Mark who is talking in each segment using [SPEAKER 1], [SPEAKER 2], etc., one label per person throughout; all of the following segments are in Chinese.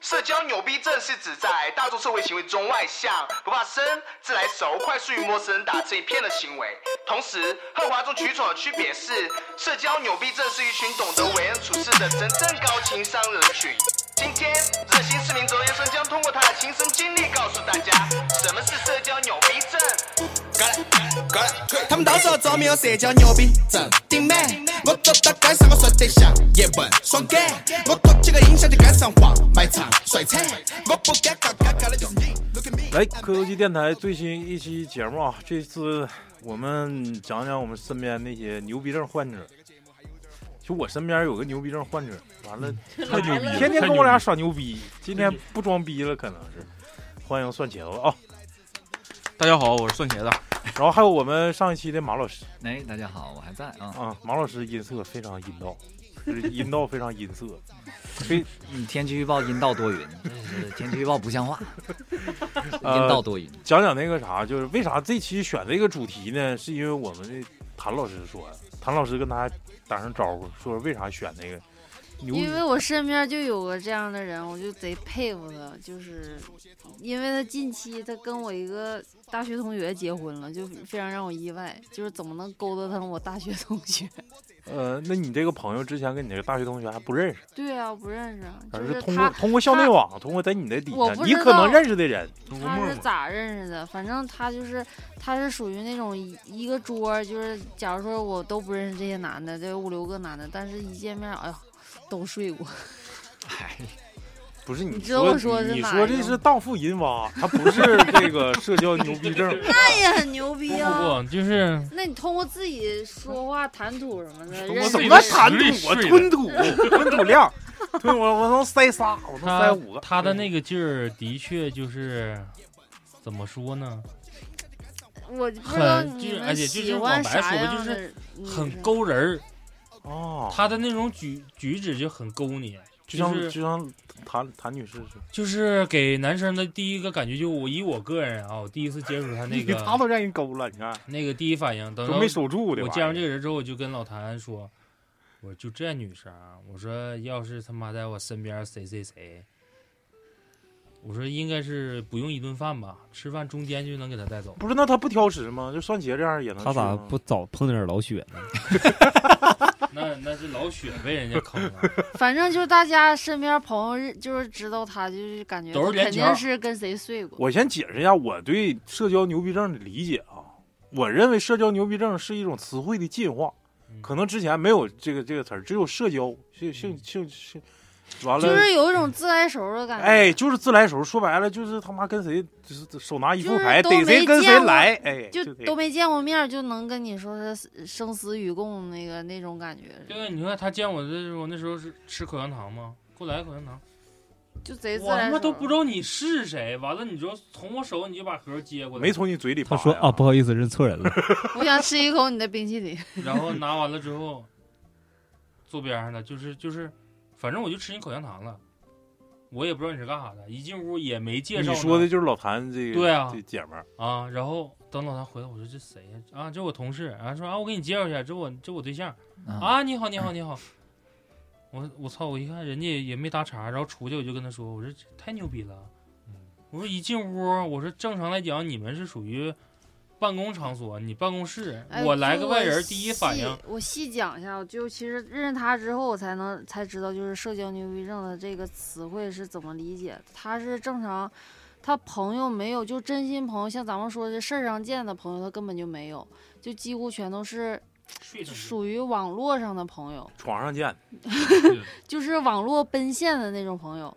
[SPEAKER 1] 社交牛逼症是指在大众社会行为中外向、不怕生、自来熟、快速与陌生人打成一片的行为。同时，和哗众取宠的区别是，社交牛逼症是一群懂得为人处事的真正高情商人群。今天，热心市民周先生将通过他的亲身经历告诉大家，什么是社交牛逼症。
[SPEAKER 2] 他们到时候着迷有社交牛逼症，顶美。我走到街上我说得像叶问，爽感。我多几个音响就跟上晃，卖唱帅惨。我不尴尬，尴尬的就是你。Look at me，
[SPEAKER 3] 来，科技电台最新一期节目啊，这次我们讲讲我们身边那些牛逼症患者。就我身边有个牛逼症患者，完了，
[SPEAKER 4] 太牛逼了，
[SPEAKER 3] 天天
[SPEAKER 4] 太
[SPEAKER 3] 跟我
[SPEAKER 4] 牛
[SPEAKER 3] 俩
[SPEAKER 4] 逼
[SPEAKER 3] 耍牛逼，今天不装逼了，可能是。欢迎蒜茄子啊，
[SPEAKER 4] 了！大家好，我是蒜茄子。
[SPEAKER 3] 然后还有我们上一期的马老师
[SPEAKER 5] 哎，大家好，我还在啊。
[SPEAKER 3] 啊，马老师音色非常阴道，就是阴道非常阴色，非
[SPEAKER 5] 嗯，天气预报阴道多云，就是天气预报不像话，
[SPEAKER 3] 呃
[SPEAKER 5] 阴道多云。
[SPEAKER 3] 讲讲那个啥，就是为啥这期选这个主题呢？是因为我们的谭老师说的，谭老师跟大家打声招呼，说为啥选那个牛
[SPEAKER 6] 因为我身边就有个这样的人，我就贼佩服他，就是因为他近期他跟我一个大学同学结婚了，就非常让我意外，就是怎么能勾搭上我大学同学？
[SPEAKER 3] 呃，那你这个朋友之前跟你这个大学同学还不认识，
[SPEAKER 6] 对啊，我不认识啊，
[SPEAKER 3] 而
[SPEAKER 6] 就是是
[SPEAKER 3] 通过
[SPEAKER 6] 他
[SPEAKER 3] 通过校内网，通过在你的底
[SPEAKER 6] 我
[SPEAKER 3] 下，
[SPEAKER 6] 不
[SPEAKER 3] 你
[SPEAKER 6] 知
[SPEAKER 3] 可能
[SPEAKER 6] 道
[SPEAKER 3] 认识的人，
[SPEAKER 4] 我
[SPEAKER 6] 他
[SPEAKER 4] 默
[SPEAKER 6] 是
[SPEAKER 4] 默
[SPEAKER 6] 咋认识的？反正他就是他是属于那种一一个桌儿，就是假如说我都不认识这些男的，这五六个男的，但是一见面，哎呦，都睡过。
[SPEAKER 3] 不是你
[SPEAKER 6] 你知道我
[SPEAKER 3] 说
[SPEAKER 6] 说的是
[SPEAKER 3] 你
[SPEAKER 6] 哪
[SPEAKER 3] 说
[SPEAKER 6] 一
[SPEAKER 3] 这
[SPEAKER 6] 个
[SPEAKER 3] 是荡妇淫娃，他不是这个社交牛逼症。
[SPEAKER 6] 那也很牛
[SPEAKER 4] 不
[SPEAKER 6] 逼啊！
[SPEAKER 4] 不不，就是
[SPEAKER 6] 那你通过自己说话、谈吐什么的，
[SPEAKER 4] 我
[SPEAKER 6] 认
[SPEAKER 3] 我
[SPEAKER 6] 识
[SPEAKER 3] 怎
[SPEAKER 4] 怎
[SPEAKER 3] 么
[SPEAKER 4] 么
[SPEAKER 6] 人
[SPEAKER 3] 谈
[SPEAKER 4] 谈
[SPEAKER 3] 吐我
[SPEAKER 4] 吐？我
[SPEAKER 3] 吞
[SPEAKER 4] 吞
[SPEAKER 3] 吐，吞吐 量，吞我我能塞仨，我能塞
[SPEAKER 4] 他
[SPEAKER 3] 五个。
[SPEAKER 4] 他的那个劲儿的确就是怎么说呢，
[SPEAKER 6] 我不知道
[SPEAKER 4] 很
[SPEAKER 6] 你
[SPEAKER 4] 就是
[SPEAKER 6] 们
[SPEAKER 4] 而且就是
[SPEAKER 6] 喜
[SPEAKER 4] 往
[SPEAKER 6] 欢
[SPEAKER 4] 白
[SPEAKER 6] 啥
[SPEAKER 4] 说
[SPEAKER 6] 样
[SPEAKER 4] 就是
[SPEAKER 6] 的女生，
[SPEAKER 4] 很勾人儿。
[SPEAKER 3] 哦，
[SPEAKER 4] 他的那种举举止就很勾你，
[SPEAKER 3] 就像
[SPEAKER 4] 就是
[SPEAKER 3] 就像谭谭女士似的，
[SPEAKER 4] 就是给男生的第一个感觉，就我以我个人啊，我第一次接触他那
[SPEAKER 3] 他
[SPEAKER 4] 个
[SPEAKER 3] 都让人勾了，你看
[SPEAKER 4] 那个第一反应，等
[SPEAKER 3] 都
[SPEAKER 4] 到
[SPEAKER 3] 没守住的。
[SPEAKER 4] 我见着这个人之后，我就跟老谭说，我就这女生啊，我说要是他妈在我身边谁谁谁，我说应该是不用一顿饭吧，吃饭中间就能给他带走。
[SPEAKER 3] 不是，那他不挑食吗？就蒜茄这样也能。
[SPEAKER 7] 他咋不？早碰点老雪呢？
[SPEAKER 4] 那那是老雪被人家坑了，
[SPEAKER 6] 反正就是大家身边朋友认，就是知道他，就是感觉
[SPEAKER 4] 都是
[SPEAKER 6] 他
[SPEAKER 4] 连
[SPEAKER 6] 肯
[SPEAKER 4] 球儿
[SPEAKER 6] 定是跟谁睡过。
[SPEAKER 3] 我先解释一下我对社交牛逼症的理解啊。我认为社交牛逼症是一种词汇的进化，
[SPEAKER 4] 嗯
[SPEAKER 3] 可能之前没有这个这个词儿，只有社交，性性性性，完了。
[SPEAKER 6] 就是有一种自来熟的感觉，
[SPEAKER 3] 哎，就是自来熟，说白了就是他妈跟谁就是手拿一副
[SPEAKER 6] 就是
[SPEAKER 3] 牌，
[SPEAKER 6] 都
[SPEAKER 3] 逮谁
[SPEAKER 6] 没
[SPEAKER 3] 跟谁
[SPEAKER 6] 见过
[SPEAKER 3] 来，哎，
[SPEAKER 6] 就
[SPEAKER 3] 这
[SPEAKER 6] 都没见过面儿就能跟你说是生死与共那个那种感觉，
[SPEAKER 4] 对，你看他见我的时候，那时候是吃口香糖吗？给我来个口香糖，
[SPEAKER 6] 就贼自
[SPEAKER 4] 我他
[SPEAKER 6] 来
[SPEAKER 4] 妈
[SPEAKER 6] 熟。
[SPEAKER 4] 都不知道你是谁。完了，你就从我手你就把盒接过来，
[SPEAKER 3] 没从你嘴里拔
[SPEAKER 7] 他说
[SPEAKER 3] 呀
[SPEAKER 7] 啊，不好意思，认错人了。
[SPEAKER 6] 我想吃一口你的冰淇淋。
[SPEAKER 4] 然后拿完了之后，坐边上的就是就是，反正我就吃你口香糖了，我也不知道你是干啥的，一进屋也没介绍
[SPEAKER 3] 你
[SPEAKER 4] 呢。
[SPEAKER 3] 说的就是老谭这个
[SPEAKER 4] 对啊
[SPEAKER 3] 这姐们儿，
[SPEAKER 4] 啊，然后等老谭回来，我说这谁呀？啊，这我同事。啊，说啊，我给你介绍一下，这我这我对象。
[SPEAKER 5] 啊，
[SPEAKER 4] 啊，你好，你好，你好。我我操！我一看人家也没搭茬，然后出去我就跟他说，我说这太牛逼了。
[SPEAKER 3] 嗯
[SPEAKER 4] 我说一进屋，我说正常来讲你们是属于办公场所，你办公室，
[SPEAKER 6] 哎
[SPEAKER 4] 我来个外人，
[SPEAKER 6] 就
[SPEAKER 4] 第一反应
[SPEAKER 6] 细我细讲一下，我就其实认识他之后，我才能才知道，就是社交牛逼症的这个词汇是怎么理解的。他是正常，他朋友没有，就真心朋友，像咱们说的事儿上见的朋友，他根本就没有，就几乎全都是
[SPEAKER 4] 睡着呢
[SPEAKER 6] 属于网络上的朋友，
[SPEAKER 3] 床上见的，
[SPEAKER 6] 就是网络奔现的那种朋友。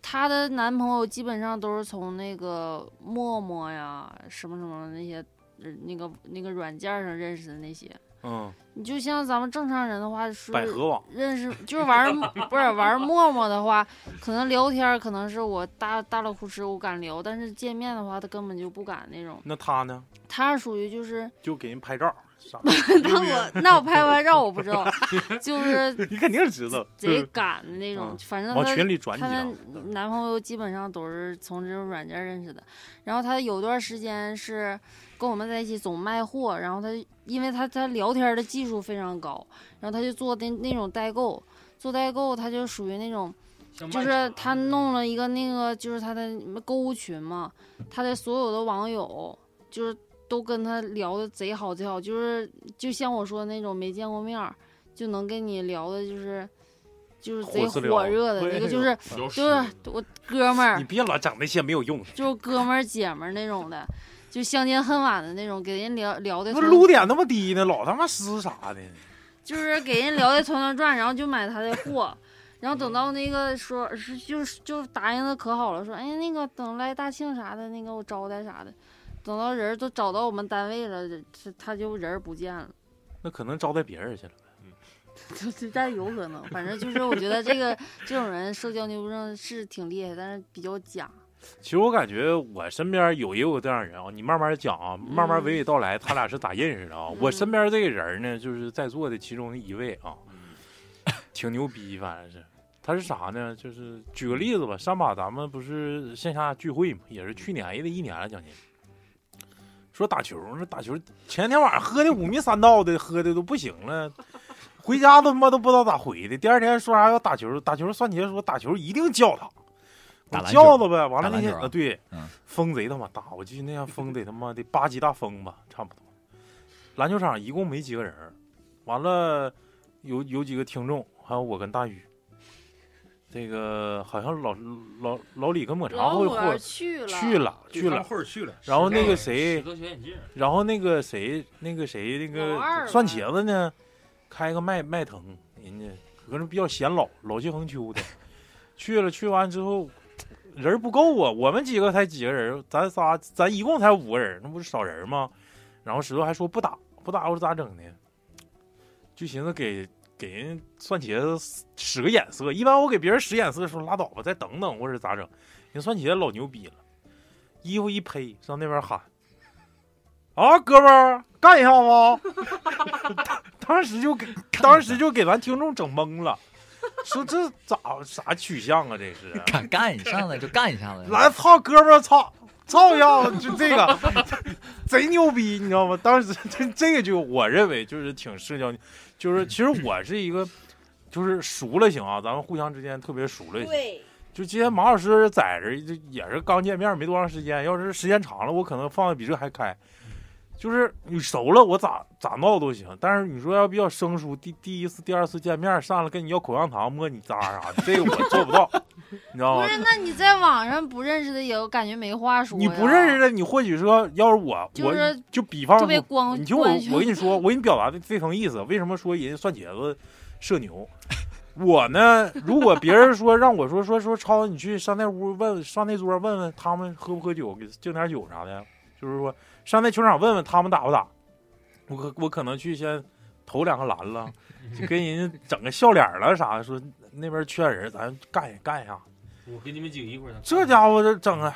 [SPEAKER 6] 她的男朋友基本上都是从那个陌陌呀、什么什么那些呃那个那个软件上认识的那些。
[SPEAKER 3] 嗯，
[SPEAKER 6] 你就像咱们正常人的话，是
[SPEAKER 3] 百合网，
[SPEAKER 6] 认识就是玩儿 不是玩儿陌陌的话，可能聊天儿可能是我大大老虎吃我敢聊，但是见面的话他根本就不敢那种。
[SPEAKER 3] 那他呢
[SPEAKER 6] 他是属于就是，
[SPEAKER 3] 就给人拍照， 傻
[SPEAKER 6] 那 我那我拍不拍照我不 知道，就是
[SPEAKER 3] 你肯定知道，
[SPEAKER 6] 贼赶的那种
[SPEAKER 3] 嗯，
[SPEAKER 6] 反正
[SPEAKER 3] 往
[SPEAKER 6] 他
[SPEAKER 3] 群里转
[SPEAKER 6] 她的嗯
[SPEAKER 3] 几张，
[SPEAKER 6] 男朋友基本上都是从这种软件认识的，然后她有段时间是跟我们在一起总卖货，然后她因为她她聊天的技术非常高，然后她就做那那种代购，做代购她就属于那种
[SPEAKER 4] 像
[SPEAKER 6] 就
[SPEAKER 4] 卖场啊
[SPEAKER 6] 是他弄了一个那个，就是他的购物群嘛，他的所有的网友就是都跟他聊的贼好贼好，就是就像我说的那种没见过面儿就能跟你聊的，就是就是贼
[SPEAKER 3] 火哎热
[SPEAKER 6] 火热的一个，就是
[SPEAKER 8] 有
[SPEAKER 6] 就是我哥们儿
[SPEAKER 3] 你，别老整那些没有用的，
[SPEAKER 6] 就是哥们儿姐们儿那种的，就相见恨晚的那种，给人聊聊的
[SPEAKER 3] 那撸点那么低呢，老他妈撕啥的，
[SPEAKER 6] 就是给人聊的团团转，然后就买他的货，然后等到那个说是就是就答应的可好了，说哎那个等来大庆啥的，那个我招待啥的，等到人儿都找到我们单位了，他他就人儿不见了，
[SPEAKER 3] 那可能招待别人去了。
[SPEAKER 6] 就就但有可能，反正就是我觉得这个这种人社交牛逼症是挺厉害，但是比较假，
[SPEAKER 3] 其实我感觉我身边有也有这样人啊，你慢慢讲啊，慢慢娓娓道来，他俩是咋认识的啊？
[SPEAKER 6] 嗯
[SPEAKER 3] 我身边这个人呢，就是在座的其中的一位啊，挺牛逼，反正是。他是啥呢？就是举个例子吧，上把咱们不是线下聚会嘛，也是去年也得一年了，将近。说打球，那打球前天晚上喝的五迷三道的，喝的都不行了，回家都他妈都不知道咋回的。第二天说啥要打球，打球算茄说打球一定叫他，我
[SPEAKER 5] 打篮
[SPEAKER 3] 叫
[SPEAKER 5] 球
[SPEAKER 3] 他呗。完了
[SPEAKER 5] 打
[SPEAKER 3] 那
[SPEAKER 5] 篮
[SPEAKER 3] 天
[SPEAKER 5] 球啊
[SPEAKER 3] 呃对
[SPEAKER 5] 嗯，
[SPEAKER 3] 风贼他妈大，我记得那天风得他妈得八级大风吧，差不多。篮球场一共没几个人儿，完了有有几个听众，还有我跟大宇。这个好像老老老李跟抹茶会
[SPEAKER 6] 伙
[SPEAKER 3] 会
[SPEAKER 6] 去了
[SPEAKER 3] 去了去了，
[SPEAKER 8] 或者去了，
[SPEAKER 3] 然后那个
[SPEAKER 4] 十
[SPEAKER 3] 谁，
[SPEAKER 4] 个小眼镜儿，
[SPEAKER 3] 然后那个谁，那个谁，那
[SPEAKER 6] 老二
[SPEAKER 3] 个
[SPEAKER 6] 吧
[SPEAKER 3] 蒜茄子呢，开个迈迈腾，人家可能比较显老，老气横秋的。去了，去完之后人儿不够啊，我们几个才几个人，咱仨咱一共才五个人，那不是少人吗？然后石头还说不打不打，我说咋整呢？就寻思给给人蒜茄子使个眼色，一般我给别人使眼色的时候拉倒吧，再等等或者咋整？人蒜茄子老牛逼了，衣服一披上那边喊。啊，哥们儿，干一下子！当时就给，当时就给咱听众整懵了，说这咋啥取向啊？这是，
[SPEAKER 5] 干干一上来就干一下子，
[SPEAKER 3] 来操哥们儿，操操一下子，就这个贼牛逼，你知道吗？当时这这个就我认为就是挺社交，就是其实我是一个就是熟了行啊，咱们互相之间特别熟了行。
[SPEAKER 9] 对，
[SPEAKER 3] 就今天马老师在这儿就也是刚见面没多长时间，要是时间长了，我可能放的比这还开。就是你熟了，我咋咋闹都行。但是你说要比较生疏，第第一次、第二次见面上来跟你要口香糖、摸你渣啥的，这个我做不到，你知道
[SPEAKER 6] 不
[SPEAKER 3] 吗？
[SPEAKER 6] 是，那你在网上不认识的也我感觉没话说呀，
[SPEAKER 3] 你不认识的，你或许说，要是我，
[SPEAKER 6] 就是
[SPEAKER 3] 我就比方
[SPEAKER 6] 特
[SPEAKER 3] 说
[SPEAKER 6] 别光，
[SPEAKER 3] 你听我，
[SPEAKER 6] 官宣
[SPEAKER 3] 我跟你说，我给你表达的这层意思。为什么说人家蒜茄子社牛？我呢，如果别人说让我说说说超，你去上那屋问上那桌问问他们喝不喝酒，给敬点酒啥的，就是说上那球场问问他们打不打。我可我可能去先投两个篮了，就跟人家整个笑脸了啥的，说那边缺人，咱干一干一下。
[SPEAKER 4] 我给你们几个一会儿。
[SPEAKER 3] 这家伙这整啊！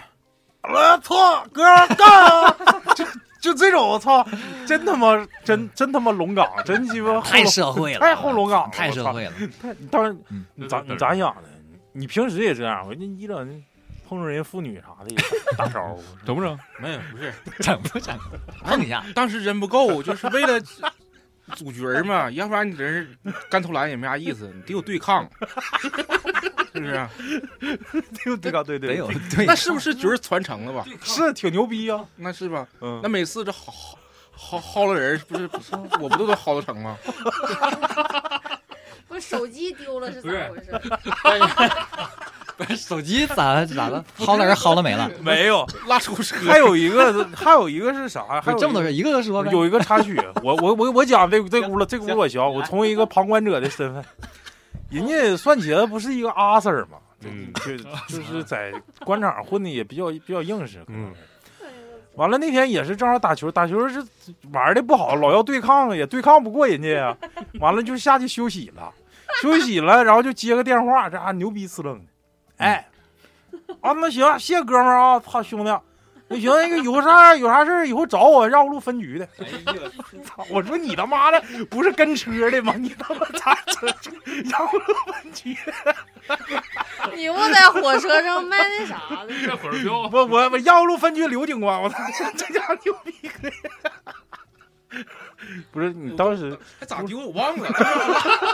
[SPEAKER 3] 我操，哥干啊！ 就就这种，我操，真他妈真真他妈龙岗，真鸡巴
[SPEAKER 5] 太
[SPEAKER 3] 后
[SPEAKER 5] 社会了，
[SPEAKER 3] 嗯太后龙啊岗了
[SPEAKER 5] 太社会了。
[SPEAKER 3] 龙。当然
[SPEAKER 5] 嗯，
[SPEAKER 3] 你咋你咋想的？你平时也这样，我这一整碰着人妇女啥的也打招呼，
[SPEAKER 8] 整不整？没有，不是，
[SPEAKER 5] 整不 整？碰一下，
[SPEAKER 8] 当时人不够，就是为了组局儿嘛，要不然你人干投篮也没啥意思，你得有对抗，是不是啊？
[SPEAKER 3] 对对对对
[SPEAKER 5] 得有
[SPEAKER 3] 对，
[SPEAKER 5] 对
[SPEAKER 8] 那，是不是局儿传承了吧？
[SPEAKER 3] 是挺牛逼呀。
[SPEAKER 8] 那是吧？
[SPEAKER 3] 嗯
[SPEAKER 8] 那，每次这薅薅薅了人，不是不是，我不都都薅得成吗？
[SPEAKER 6] 不是手机丢了是
[SPEAKER 4] 不是
[SPEAKER 6] 咋回事？
[SPEAKER 5] 手机咋咋了？薅了人薅了没了？
[SPEAKER 3] 没有，
[SPEAKER 8] 拉出车，
[SPEAKER 3] 还有一个还有一个是啥？
[SPEAKER 5] 不
[SPEAKER 3] 还
[SPEAKER 5] 是
[SPEAKER 3] 有
[SPEAKER 5] 这
[SPEAKER 3] 一
[SPEAKER 5] 么
[SPEAKER 3] 个
[SPEAKER 5] 多人，一个个说呗。
[SPEAKER 3] 有一个插 曲，我我我我讲这这轱辘这轱辘我学，
[SPEAKER 5] 行
[SPEAKER 3] 我从一个旁观者的身份，人家蒜茄子不是一个阿 Sir 嘛，
[SPEAKER 8] 嗯
[SPEAKER 3] 就就是在官场混的也比较比较硬实，可能
[SPEAKER 8] 嗯
[SPEAKER 3] 是完了那天也是正好打球，打球是玩的不好，老要对抗，也对抗不过人家 呀。完了就下去休息了，休息了，然后就接个电话，这啊牛逼呲楞的，
[SPEAKER 8] 嗯
[SPEAKER 3] 哎，啊那行，谢谢哥们儿啊，操兄弟， 那行那个有啥有啥事儿以后找我，绕路分局的。
[SPEAKER 8] 哎
[SPEAKER 3] 操！ 我说你他妈的不是跟车的吗？你他妈咋整？绕路分局？
[SPEAKER 6] 你不在火车上卖 那啥的？
[SPEAKER 4] 这会儿 彪
[SPEAKER 3] 我我我绕路分局刘警官，我操，这家伙牛逼！不是你当时
[SPEAKER 8] 哎还咋丢我忘了。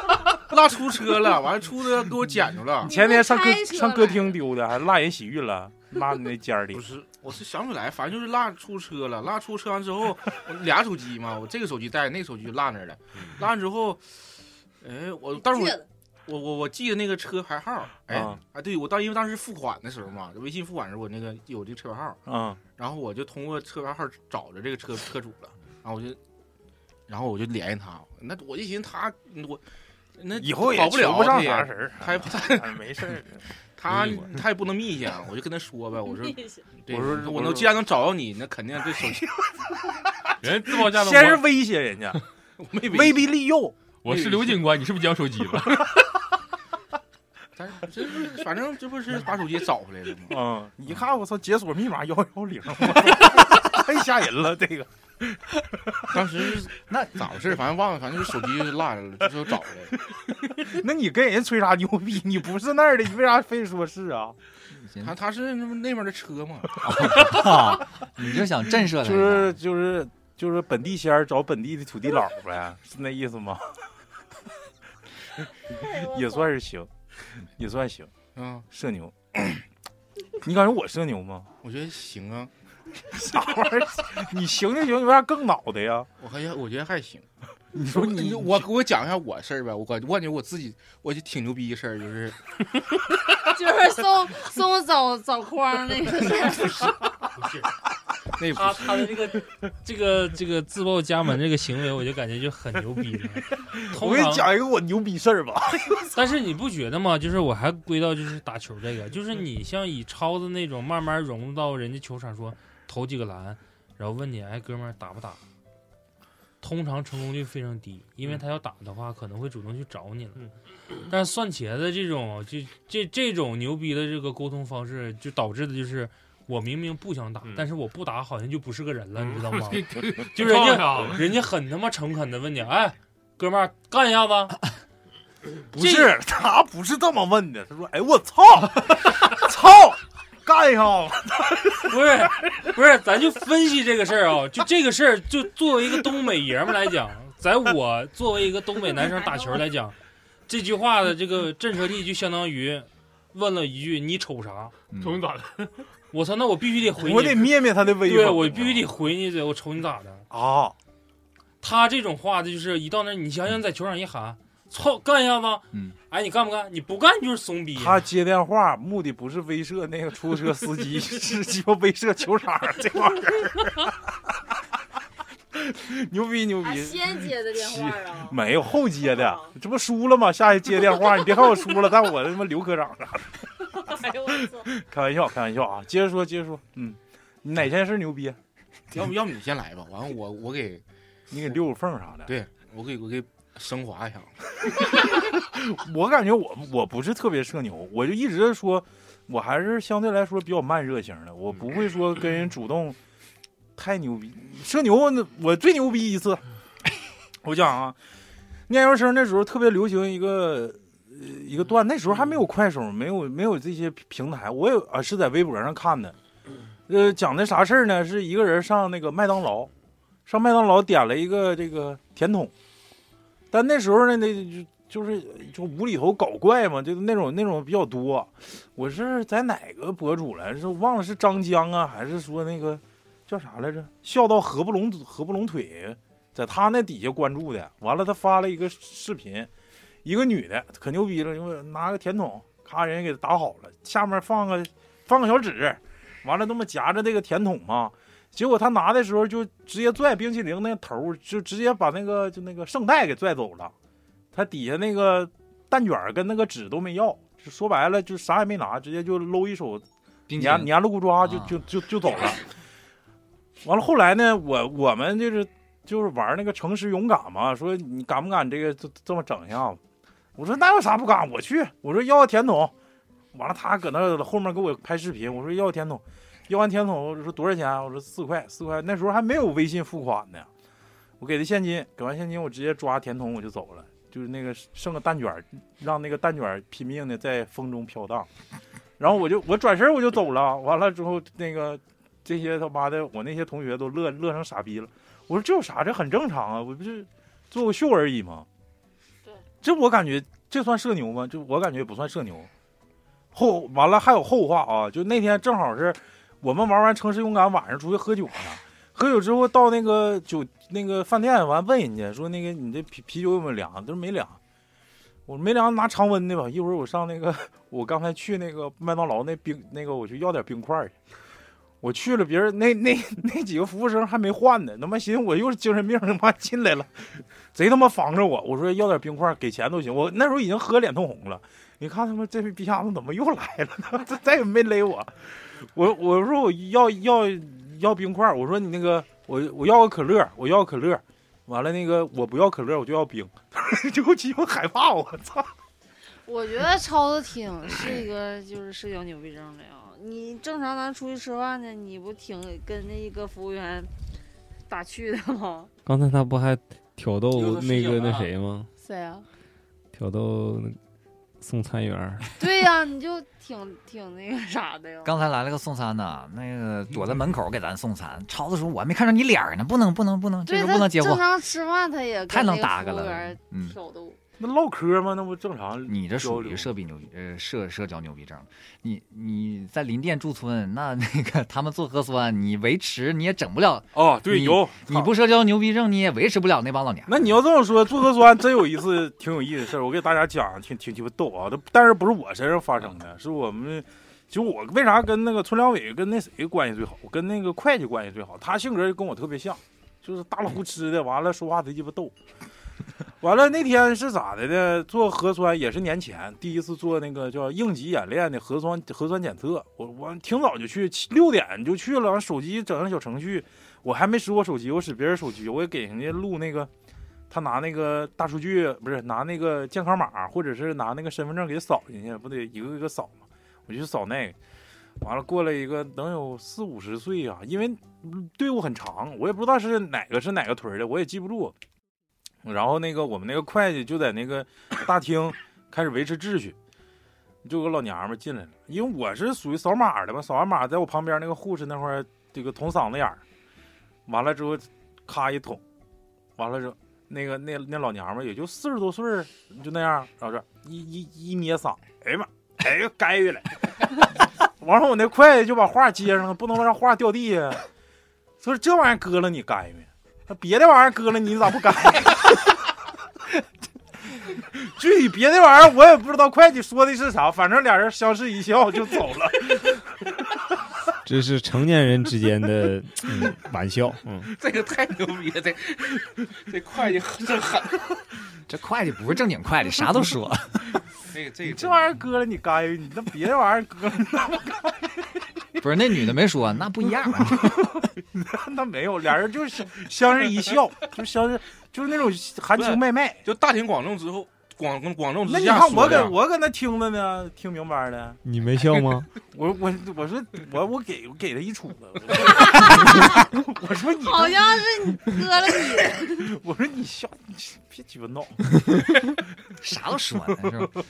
[SPEAKER 8] 不拉出车了，完了出租车给我捡着了。
[SPEAKER 3] 前天上歌
[SPEAKER 6] 你们开车
[SPEAKER 3] 上歌厅丢的，还落人洗浴了，落你那尖儿里
[SPEAKER 8] 不。是，我是想不起来，反正就是落出车了，落出车完之后，我俩手机嘛，我这个手机带，那个手机就落那儿了。落完之后，哎，我当时
[SPEAKER 6] 借
[SPEAKER 8] 我
[SPEAKER 6] 了
[SPEAKER 8] 我我我记得那个车牌号，哎
[SPEAKER 3] 啊
[SPEAKER 8] 啊，对我当因为当时付款的时候嘛，微信付款的时候我那个有这个车牌号，
[SPEAKER 3] 嗯，
[SPEAKER 8] 然后我就通过车牌号找着这个车车主了，然后我就，然后我就联系他，那我就寻思他我那
[SPEAKER 3] 以后也
[SPEAKER 8] 跑不了
[SPEAKER 3] 求不上
[SPEAKER 8] 他也
[SPEAKER 3] 啥神儿，
[SPEAKER 8] 他也
[SPEAKER 3] 哎没事儿。
[SPEAKER 8] 他
[SPEAKER 4] 密我
[SPEAKER 8] 他也不能密信，我就跟他说呗，我说对
[SPEAKER 3] 我说
[SPEAKER 8] 啊我
[SPEAKER 3] 我
[SPEAKER 8] 能
[SPEAKER 3] 说
[SPEAKER 8] 既然能找着你，那肯定这手机
[SPEAKER 9] 人家自报家门，
[SPEAKER 3] 先是
[SPEAKER 9] 我
[SPEAKER 3] 威胁人家，
[SPEAKER 8] 我没
[SPEAKER 3] 威逼利诱，
[SPEAKER 9] 我是刘警官，你是不是交手 机了？
[SPEAKER 8] 但是这不是，反正这不是把手机找回来了吗？
[SPEAKER 3] 嗯，一看我操，解锁密码幺幺零， 太吓人了，这个
[SPEAKER 8] 当时啊那咋回事？反正忘了，反正就是手机就落下了，就找回来了。
[SPEAKER 3] 那你跟人吹啥牛逼？你不是那儿的，你为啥非说是啊？
[SPEAKER 8] 他他是那边那边的车嘛，
[SPEAKER 5] 啊你就想震慑
[SPEAKER 3] 就
[SPEAKER 5] 他一下？
[SPEAKER 3] 是就是就是本地仙儿找本地的土地佬呗，是那意思吗？
[SPEAKER 6] 哎
[SPEAKER 3] 也算是行，也算行，
[SPEAKER 8] 嗯，
[SPEAKER 3] 社牛。 你敢说我社牛吗？
[SPEAKER 8] 我觉得行啊，
[SPEAKER 3] 啥玩意儿？你行就行，你为啥更脑袋呀？
[SPEAKER 8] 我还我觉得还行。
[SPEAKER 3] 你
[SPEAKER 8] 我我给我讲一下我事儿呗，我感我感觉我自己我就挺牛逼的事儿，就是
[SPEAKER 6] 就是送送枣枣筐 那个事儿，
[SPEAKER 8] 那不
[SPEAKER 4] 他他的这个这个这个自报家门这个行为，我就感觉就很牛逼了。
[SPEAKER 3] 我
[SPEAKER 4] 通
[SPEAKER 3] 给
[SPEAKER 4] 常
[SPEAKER 3] 你讲一个我牛逼事儿吧。
[SPEAKER 4] 但是你不觉得吗？就是我还归到就是打球这个，就是你像以超子那种慢慢融入到人家球场说投几个篮，然后问你哎哥们儿打不打，通常成功率非常低，因为他要打的话可能会主动去找你了。但是蒜茄子这种就这这种牛逼的这个沟通方式，就导致的就是。我明明不想打，但是我不打好像就不是个人了，你知道吗？就是人家人家很他妈诚恳的问你，哎，哥们儿干一下子，
[SPEAKER 3] 不是 他不是这么问的，他说：“哎我 操，操，干一下子。
[SPEAKER 4] 不是，不是，咱就分析这个事儿啊，就这个事儿，就作为一个东北爷们儿来讲，在我作为一个东北男生打球来讲，这句话的这个震慑力就相当于问了一句“你瞅啥
[SPEAKER 5] 嗯
[SPEAKER 9] 瞅你咋的？”，
[SPEAKER 4] 我操，那我必须得回你，
[SPEAKER 3] 我得灭灭他的威风。
[SPEAKER 4] 对我必须得回你一嘴，我瞅你咋的。
[SPEAKER 3] 啊，
[SPEAKER 4] 他这种话的就是一到那儿，你想想在球场一喊“操，干一下子”，
[SPEAKER 5] 嗯
[SPEAKER 4] 哎，你干不干？你不干你就是怂逼。
[SPEAKER 3] 他接电话目的不是威慑那个出租车司机， 是鸡巴威慑球场这帮人儿。 牛逼牛
[SPEAKER 6] 啊
[SPEAKER 3] 逼！
[SPEAKER 6] 先接的电话啊，
[SPEAKER 3] 没有后接的，这不输了吗？下去接电话，你别看我输了，但我他妈刘科长啥
[SPEAKER 6] 哎呦我操！
[SPEAKER 3] 的，开玩笑开玩笑啊！接着说接着说，嗯，你哪件事牛逼？啊
[SPEAKER 8] 要不要不你先来吧，完了我我给
[SPEAKER 3] 你给溜个缝啥的。
[SPEAKER 8] 对我给我给升华一下，
[SPEAKER 3] 我感觉我我不是特别社牛，我就一直说，我还是相对来说比较慢热型的，我不会说跟人主动太牛逼。社牛那我最牛逼一次， 我讲啊，念研究生那时候特别流行一个。呃一个段那时候还没有快手，没有没有这些平台，我也啊是在微博上看的。呃，讲的啥事儿呢？是一个人上那个麦当劳，上麦当劳点了一个这个甜筒，但那时候呢，那就就是就无厘头搞怪嘛，就那种那种比较多。我是在哪个博主来着？忘了是张江啊，还是说那个叫啥来着？笑到合不拢合不拢腿，在他那底下关注的。完了，他发了一个视频，一个女的可牛逼了，因为拿个甜筒，咔人家给打好了，下面放个放个小纸，完了那么夹着这个甜筒嘛。结果他拿的时候就直接拽冰淇淋那个头儿，就直接把那个就那个圣代给拽走了。他底下那个蛋卷儿跟那个纸都没要，就说白了就啥也没拿，直接就搂一手
[SPEAKER 5] 冰淇
[SPEAKER 3] 黏
[SPEAKER 5] 淋
[SPEAKER 3] 黏了咕抓就
[SPEAKER 5] 啊
[SPEAKER 3] 就就就走了。完了后来呢，我我们就是就是玩那个诚实勇敢嘛，说你敢不敢这个这这么整一下子？我说那有啥不敢？我去，我说要个甜筒。完了他搁那后面给我拍视频，我说要个甜筒，要完甜筒我说多少钱？啊我说四块四块，那时候还没有微信付款呢，我给他现金，给完现金我直接抓甜筒我就走了。就是那个剩个蛋卷儿，让那个蛋卷儿拼命的在风中飘荡，然后我就我转身我就走了。完了之后，那个这些他妈的我那些同学都乐乐成傻逼了。我说这有啥？这很正常啊，我不是做个秀而已吗？
[SPEAKER 6] 对，
[SPEAKER 3] 这我感觉这算社牛吗？就我感觉不算社牛。后完了还有后话啊，就那天正好是我们玩完《城市勇敢》，晚上出去喝酒呢。喝酒之后到那个酒那个饭店，完问人家说那个你这啤啤酒有没有凉？他说没凉。我说没凉，拿常温的吧。一会儿我上那个我刚才去那个麦当劳那冰那个，我去要点冰块去。我去了，别人那那那几个服务生还没换呢，他妈寻思我又是精神病，他妈进来了，贼他妈防着我。我说要点冰块，给钱都行。我那时候已经喝脸通红了，你看他妈这逼样子怎么又来了？他妈这 再也没勒我。我我说我要要要冰块，我说你那个我我要个可乐，我要可乐。完了那个我不要可乐，我就要冰， 就鸡巴害怕我操！
[SPEAKER 6] 我觉得超子挺是一个就是社交牛逼症的呀。你正常咱出去吃饭呢，你不挺跟那个服务员打趣的吗？
[SPEAKER 7] 刚才他不还挑
[SPEAKER 4] 又
[SPEAKER 7] 逗
[SPEAKER 4] 说
[SPEAKER 7] 那
[SPEAKER 4] 睡
[SPEAKER 7] 个
[SPEAKER 4] 醒了
[SPEAKER 7] 那 谁吗？
[SPEAKER 6] 谁啊？
[SPEAKER 7] 挑逗那送餐员儿，
[SPEAKER 6] 对呀、你就挺挺那个啥的呀。
[SPEAKER 5] 刚才来了个送餐的，那个躲在门口给咱送餐。超子说：“我还没看着你脸儿呢，不能不能不能，这
[SPEAKER 6] 对
[SPEAKER 5] 时候
[SPEAKER 6] 他
[SPEAKER 5] 不能接
[SPEAKER 6] 正
[SPEAKER 5] 货。
[SPEAKER 6] 常吃饭他也
[SPEAKER 5] 太
[SPEAKER 6] 跟
[SPEAKER 5] 能
[SPEAKER 6] 那个
[SPEAKER 5] 打
[SPEAKER 6] 服务
[SPEAKER 5] 了
[SPEAKER 6] 员
[SPEAKER 5] 嗯
[SPEAKER 6] 挑逗。
[SPEAKER 3] 那唠嗑吗？那不正常？
[SPEAKER 5] 你这属
[SPEAKER 3] 交
[SPEAKER 5] 于
[SPEAKER 3] 流
[SPEAKER 5] 社比牛逼，呃，社社交牛逼症。你你在林甸驻村，那那个他们做核酸，你维持你也整不了，
[SPEAKER 3] 哦，对，
[SPEAKER 5] 你
[SPEAKER 3] 有
[SPEAKER 5] 你不社交牛逼症，你也维持不了那帮老娘。
[SPEAKER 3] 那你要这么说，做核酸真有一次挺有意思的事儿，我给大家讲，挺挺鸡巴逗啊。但但是不是我身上发生的，是我们就我为啥跟那个村良伟跟那谁关系最好，我跟那个会计关系最好，他性格跟我特别像，就是大了胡吃的，完了说话贼鸡巴逗。完了那天是咋的呢？做核酸也是年前第一次做那个叫应急演练的核酸核酸检测，我我挺早就去，七六点就去了，完手机整上小程序，我还没使我手机，我使别人手机，我也给人家录那个。他拿那个大数据，不是拿那个健康码，或者是拿那个身份证给扫进去，不得一个一个扫吗？我就扫那个，完了过来一个能有四五十岁啊，因为嗯队伍很长，我也不知道是哪个是哪个屯儿的，我也记不住。然后那个我们那个会计就在那个大厅开始维持秩序，就有个老娘们儿进来了，因为我是属于扫码的嘛，扫完码在我旁边那个护士那块儿这个捅嗓子眼儿，完了之后咔一捅，完了之后。那个那那老娘们儿也就四十多岁儿，就那样，然后这一一一捏嗓，哎呀妈，哎呀，该晕了。 完了，我那会计就把话接上了，不能让话掉地下。说这玩意儿搁了你该晕，那别的玩意儿搁了你咋不该？ 具体别的玩意儿我也不知道会计说的是啥，反正俩人相视一笑就走了。
[SPEAKER 7] 这是成年人之间 的、嗯、玩笑。嗯，
[SPEAKER 8] 这个太牛逼 了，这这会计真狠，
[SPEAKER 5] 这会计不是正经会计，啥都说。
[SPEAKER 8] 这个这
[SPEAKER 3] 你
[SPEAKER 8] 个
[SPEAKER 3] 这玩意儿搁了你该晕，你那别的玩意儿搁了
[SPEAKER 5] 不是那女的没说，那不一样。啊
[SPEAKER 3] 那没有，俩人就是相视一笑，就相视就是那种含情脉脉。
[SPEAKER 8] 就大庭广众之后，广广众
[SPEAKER 3] 那
[SPEAKER 8] 之
[SPEAKER 3] 你
[SPEAKER 8] 下
[SPEAKER 3] 看我
[SPEAKER 8] 说
[SPEAKER 3] 搁
[SPEAKER 8] 的，
[SPEAKER 3] 我搁那听着呢，听明白了。
[SPEAKER 7] 你没笑吗？
[SPEAKER 3] 我我我说我我给我给他一杵子， 我说 我说你
[SPEAKER 6] 好像是你割了你的，
[SPEAKER 3] 我说你笑，你别鸡巴闹。
[SPEAKER 5] 啥都说呢，是吧？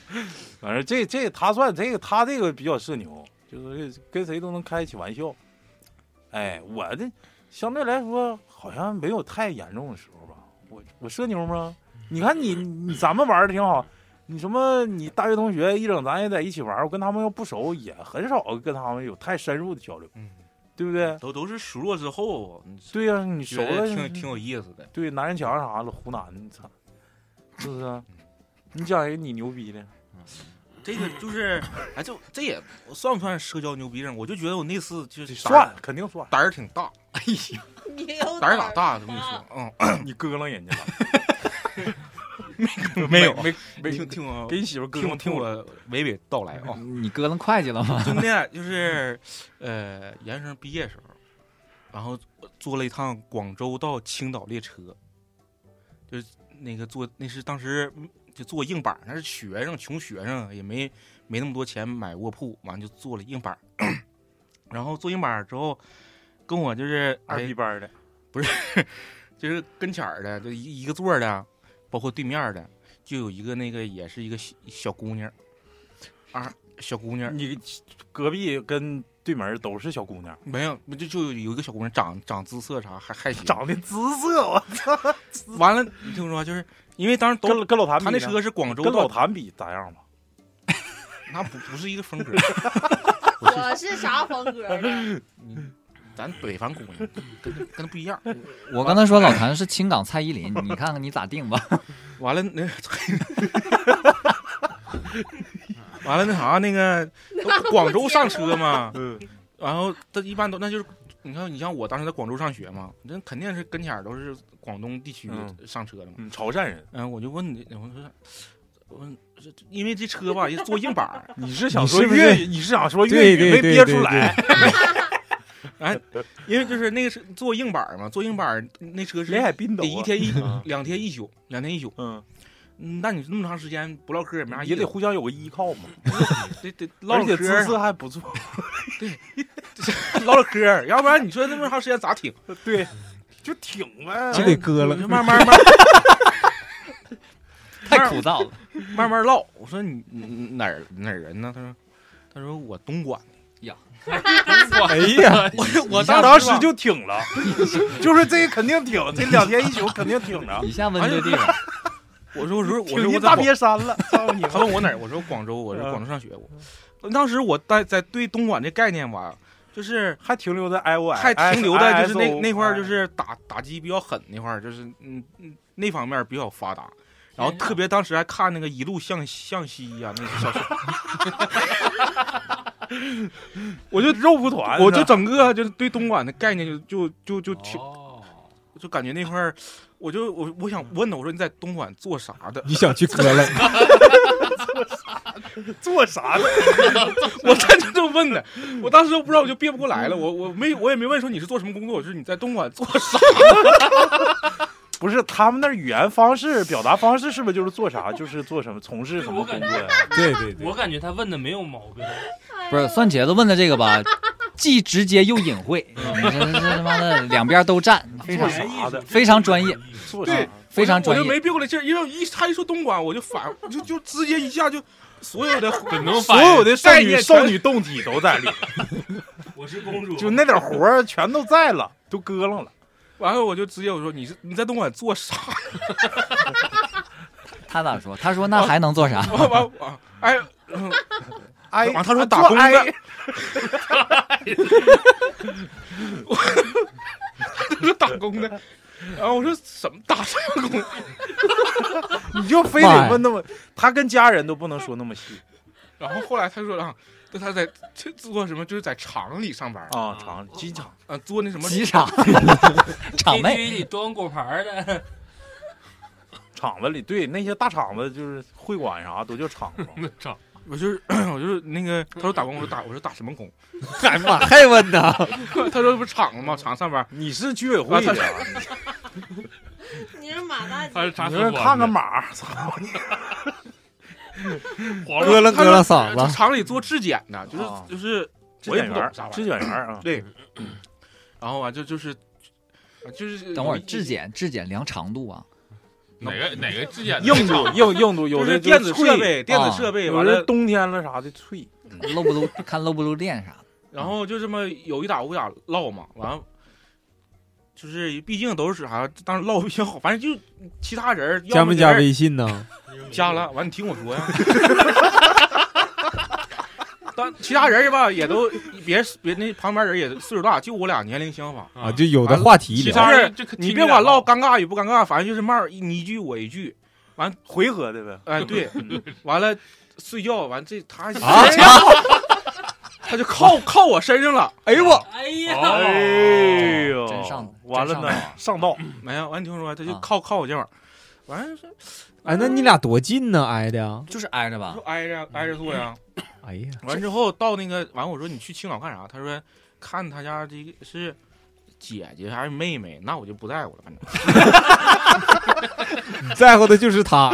[SPEAKER 3] 反正这这他算这个他这个比较社牛，就是跟谁都能开起玩笑。哎，我这相对来说好像没有太严重的时候吧。我我社牛吗？你看你你咱们玩的挺好，你什么你大学同学一整咱也在一起玩，我跟他们又不熟，也很少跟他们有太深入的交流，
[SPEAKER 8] 嗯
[SPEAKER 3] 对不对？
[SPEAKER 8] 都都是熟络之后，啊你
[SPEAKER 3] 对呀、你熟
[SPEAKER 8] 觉
[SPEAKER 3] 了
[SPEAKER 8] 得挺挺有意思的。
[SPEAKER 3] 对男人墙啥的，湖南的，你操，是 不是？你讲一个你牛逼的，
[SPEAKER 8] 这个就是，哎，就这也算不算社交牛逼症？我就觉得我那次就是
[SPEAKER 3] 算肯定算，
[SPEAKER 8] 胆儿胆儿挺大，
[SPEAKER 6] 你有
[SPEAKER 8] 胆儿
[SPEAKER 6] 哪
[SPEAKER 8] 老大，我跟你说，嗯，
[SPEAKER 3] 你割楞人家了，
[SPEAKER 8] 没有，
[SPEAKER 3] 没没
[SPEAKER 8] 听听我
[SPEAKER 3] 给你媳妇割
[SPEAKER 8] 听我
[SPEAKER 3] 楞
[SPEAKER 8] 听
[SPEAKER 3] 吐了，
[SPEAKER 8] 我娓娓道
[SPEAKER 5] 哎
[SPEAKER 8] 来 啊，
[SPEAKER 5] 你哥能会计了吗？
[SPEAKER 8] 真的啊就是，呃，研究生毕业时候，然后坐了一趟广州到青岛列车，就是那个坐那是当时就坐硬板儿，那是学生穷学生也没没那么多钱买卧铺，完就坐了硬板儿， 然后坐硬板儿之后，跟我就是
[SPEAKER 3] 二
[SPEAKER 8] 哎
[SPEAKER 3] 逼班的，
[SPEAKER 8] 就是跟前儿的，就一一个座儿的，包括对面儿的，就有一个那个也
[SPEAKER 3] 哎
[SPEAKER 8] 是一个小小姑娘，啊，小姑娘，
[SPEAKER 3] 你隔壁跟对门儿都是小姑娘，
[SPEAKER 8] 没有，就就有一个小姑娘长长姿色啥，还还行。
[SPEAKER 3] 长得姿色，我
[SPEAKER 8] 完了，你听我说，就是因为当时都
[SPEAKER 3] 跟跟老谭比
[SPEAKER 8] 他
[SPEAKER 3] 呢，
[SPEAKER 8] 那车是广州
[SPEAKER 3] 跟老
[SPEAKER 8] 到，
[SPEAKER 3] 谭比咋样吧？
[SPEAKER 8] 那不不是一个风格。
[SPEAKER 6] 我是啥风格的？
[SPEAKER 8] 咱北方姑娘跟跟她不 一样。
[SPEAKER 5] 我刚才说老谭是青港蔡依林，你看看你咋定吧。
[SPEAKER 8] 完了那， 完了那啥那个都广州上车嘛，
[SPEAKER 3] 嗯，
[SPEAKER 8] 然后他一般都那就是。你看，你像我当时在广州上学嘛，那肯定是跟前儿都是广东地区
[SPEAKER 3] 嗯
[SPEAKER 8] 上车的嘛。
[SPEAKER 3] 嗯，潮汕人，
[SPEAKER 8] 嗯，我就问你，我说，我问这这因为这 车吧，也坐硬板儿，
[SPEAKER 3] 你是想
[SPEAKER 7] 你
[SPEAKER 3] 说
[SPEAKER 7] 是不
[SPEAKER 3] 粤
[SPEAKER 7] 是
[SPEAKER 3] 语？你是想说粤
[SPEAKER 7] 对
[SPEAKER 3] 语
[SPEAKER 7] 对
[SPEAKER 3] 没
[SPEAKER 7] 对
[SPEAKER 3] 憋
[SPEAKER 7] 对
[SPEAKER 3] 出
[SPEAKER 7] 对
[SPEAKER 3] 来？
[SPEAKER 8] 因为就是那个是坐硬板儿嘛，坐硬板儿那车是
[SPEAKER 3] 连海冰岛
[SPEAKER 8] 得一
[SPEAKER 3] 啊，
[SPEAKER 8] 天一
[SPEAKER 3] 啊
[SPEAKER 8] 两天一宿，两天一宿。
[SPEAKER 3] 嗯，
[SPEAKER 8] 嗯那你那么长时间不唠嗑也没啥意
[SPEAKER 3] 也
[SPEAKER 8] 思
[SPEAKER 3] 得，互相有个依靠嘛，
[SPEAKER 8] 得得唠
[SPEAKER 3] 而
[SPEAKER 8] 唠
[SPEAKER 3] 且
[SPEAKER 8] 嗑
[SPEAKER 3] 姿
[SPEAKER 8] 儿，啊
[SPEAKER 3] 色还不错。
[SPEAKER 8] 唠唠嗑儿，要不然你说那么长时间咋挺？
[SPEAKER 3] 对，就挺呗。
[SPEAKER 7] 就给割了
[SPEAKER 8] 我就慢慢慢
[SPEAKER 5] 太枯燥了，
[SPEAKER 8] 慢慢唠。我说你你你哪儿哪儿人呢？他说他说我东莞的。
[SPEAKER 7] 哎呀，
[SPEAKER 8] 我我
[SPEAKER 3] 当
[SPEAKER 8] 当
[SPEAKER 3] 时就挺了，就是这个肯定挺，这两天一宿肯定挺着，
[SPEAKER 5] 一下问对地方。
[SPEAKER 8] 我说我说我
[SPEAKER 3] 挺
[SPEAKER 8] 说我
[SPEAKER 3] 进
[SPEAKER 8] 在
[SPEAKER 3] 大
[SPEAKER 8] 广
[SPEAKER 3] 别山了。操你嗯
[SPEAKER 8] 他
[SPEAKER 3] 妈！
[SPEAKER 8] 问我哪儿？我说广州，我是广州上学。我当时我在在对东莞这概念吧，就是
[SPEAKER 3] 还停留在 I O I，
[SPEAKER 8] 还停留在就是那
[SPEAKER 3] ISO
[SPEAKER 8] 那块儿，就是打打击比较狠那块儿，就是嗯嗯那方面比较发
[SPEAKER 3] 哎
[SPEAKER 8] 达。然后特别当时还看那个一路向向西呀、那个 小说，
[SPEAKER 3] 我就肉蒲团，
[SPEAKER 8] 我
[SPEAKER 3] 是
[SPEAKER 8] 就
[SPEAKER 3] 吧
[SPEAKER 8] 整个就是对东莞的概念就就就就挺
[SPEAKER 9] 哦，
[SPEAKER 8] 就感觉那块儿，我就我我想问他，我说你在东莞做啥的？
[SPEAKER 7] 你想去割了？
[SPEAKER 3] 做啥呢？
[SPEAKER 8] 我当时就问的，我当时都不知道，我就憋不过来了。我我没我也没问说你是做什么工作，我说你在东莞做啥？
[SPEAKER 3] 不是他们那儿语言方式、表达方式是不是就是做啥就是做什么，从事什么工作呀？
[SPEAKER 7] 对对对，
[SPEAKER 4] 我感觉他问的没有毛 病，
[SPEAKER 5] 不是蒜茄子问的这个吧，既直接又隐晦，你这这他妈的两边都占，非
[SPEAKER 3] 做
[SPEAKER 5] 常
[SPEAKER 3] 啥的？
[SPEAKER 5] 非常专业，
[SPEAKER 3] 做啥？
[SPEAKER 5] 非常
[SPEAKER 8] 我
[SPEAKER 5] 专
[SPEAKER 8] 就
[SPEAKER 5] 业。
[SPEAKER 8] 没憋过来劲儿，因为我一他一说东莞，我就反就就直接一下就所有的
[SPEAKER 9] 本能
[SPEAKER 3] 所
[SPEAKER 9] 反应
[SPEAKER 3] 有的少
[SPEAKER 8] 概
[SPEAKER 3] 女
[SPEAKER 8] 念
[SPEAKER 3] 少
[SPEAKER 8] 全
[SPEAKER 3] 女动体都在里面，
[SPEAKER 4] 我是公主，
[SPEAKER 3] 就那点活儿全都在了，都搁楞了。
[SPEAKER 8] 完了我就直接我说你是你在东莞做啥？
[SPEAKER 5] 他咋说？他说那还能做啥？
[SPEAKER 8] 完完完哎。嗯
[SPEAKER 3] 哎，
[SPEAKER 8] 完他说打工
[SPEAKER 3] 哎
[SPEAKER 8] 的，他说打工的，然后我说什么打什么工？
[SPEAKER 3] 你就非
[SPEAKER 5] 妈
[SPEAKER 3] 得
[SPEAKER 5] 呀
[SPEAKER 3] 问那么，他跟家人都不能说那么细
[SPEAKER 8] 然后后来他说啊，就他在这做什么，就是在厂里上班啊，
[SPEAKER 3] 啊，厂机场
[SPEAKER 8] 呃做那什么
[SPEAKER 5] 哦机场场妹
[SPEAKER 4] KTV 里端果盘 儿的，
[SPEAKER 3] 厂子里，对那些大厂子就是会馆啥都叫厂子嘛，
[SPEAKER 9] 操，
[SPEAKER 8] 我就是 我就是那个，他说打工，我说打我说打什么工？
[SPEAKER 5] 还妈 还问啊呢？
[SPEAKER 8] 他说不是厂子吗？厂上班。
[SPEAKER 3] 你是居委会的，
[SPEAKER 6] 你是马大
[SPEAKER 9] 他是查
[SPEAKER 3] 你
[SPEAKER 9] 厕
[SPEAKER 3] 说
[SPEAKER 9] 所
[SPEAKER 3] 看看码，操
[SPEAKER 9] 黄
[SPEAKER 7] 割
[SPEAKER 9] 了，
[SPEAKER 7] 了
[SPEAKER 8] 他
[SPEAKER 7] 割
[SPEAKER 8] 说
[SPEAKER 7] 了嗓
[SPEAKER 8] 他
[SPEAKER 7] 子，
[SPEAKER 8] 厂里做质检的，就是
[SPEAKER 3] 啊
[SPEAKER 8] 就是
[SPEAKER 3] 质
[SPEAKER 8] 我也
[SPEAKER 3] 检
[SPEAKER 8] 不
[SPEAKER 3] 员
[SPEAKER 8] 懂
[SPEAKER 3] 儿
[SPEAKER 8] 啥，玩
[SPEAKER 3] 质
[SPEAKER 8] 意儿。
[SPEAKER 3] 检员儿啊，
[SPEAKER 8] 对，然后啊就就是啊就是
[SPEAKER 5] 等会儿
[SPEAKER 8] 有一
[SPEAKER 5] 质检质检量长度啊，
[SPEAKER 9] 哪个哪个质检的
[SPEAKER 3] 硬 度硬硬度，有
[SPEAKER 8] 就
[SPEAKER 3] 的
[SPEAKER 8] 是
[SPEAKER 3] 就
[SPEAKER 8] 电子
[SPEAKER 3] 脆
[SPEAKER 8] 设，备，电子
[SPEAKER 5] 啊
[SPEAKER 8] 设备
[SPEAKER 3] 有
[SPEAKER 8] 完
[SPEAKER 3] 的
[SPEAKER 8] 了，
[SPEAKER 3] 冬天了啥的脆，
[SPEAKER 5] 露不露看露不露电啥的。
[SPEAKER 8] 然后就这么有一打无一打唠嘛，完了。就是，毕竟都是啥，当时唠比较好，反正就其他人儿要
[SPEAKER 7] 加
[SPEAKER 8] 么
[SPEAKER 7] 没
[SPEAKER 8] 就
[SPEAKER 7] 加
[SPEAKER 8] 是
[SPEAKER 7] 微信呢？
[SPEAKER 8] 加了，完你听我说呀。 当其他人吧也都别别那旁边人也岁数大，就我俩年龄相仿。
[SPEAKER 7] 啊，就有的话题
[SPEAKER 8] 其
[SPEAKER 4] 啊
[SPEAKER 7] 聊，
[SPEAKER 8] 他人
[SPEAKER 9] 这可
[SPEAKER 8] 你
[SPEAKER 9] 听
[SPEAKER 8] 别
[SPEAKER 9] 着
[SPEAKER 8] 管
[SPEAKER 9] 了
[SPEAKER 8] 唠尴尬与不尴尬，反正就是骂一你一句我一句。
[SPEAKER 3] 回合的呗。
[SPEAKER 8] 哎， 对，完了睡觉完这他
[SPEAKER 7] 啊
[SPEAKER 8] 他就靠靠我身上了。
[SPEAKER 7] 哎呦
[SPEAKER 3] 哦
[SPEAKER 7] 我，
[SPEAKER 4] 哎呀，
[SPEAKER 3] 哎呦，
[SPEAKER 5] 真上道
[SPEAKER 3] 完了
[SPEAKER 5] 真
[SPEAKER 3] 呢，上道，
[SPEAKER 8] 没有，完你听我说，他就
[SPEAKER 5] 啊
[SPEAKER 8] 靠靠我肩膀，完了是
[SPEAKER 7] 哎，那你俩多近呢？挨的呀？
[SPEAKER 5] 就是挨着吧
[SPEAKER 8] 就，挨着挨着坐呀。
[SPEAKER 7] 哎呀，
[SPEAKER 8] 完之后到那个，完我说你去青岛干啥？他说看他家这个是姐姐还是妹妹，那我就不在乎了，反正。
[SPEAKER 7] 你 在乎的就是他，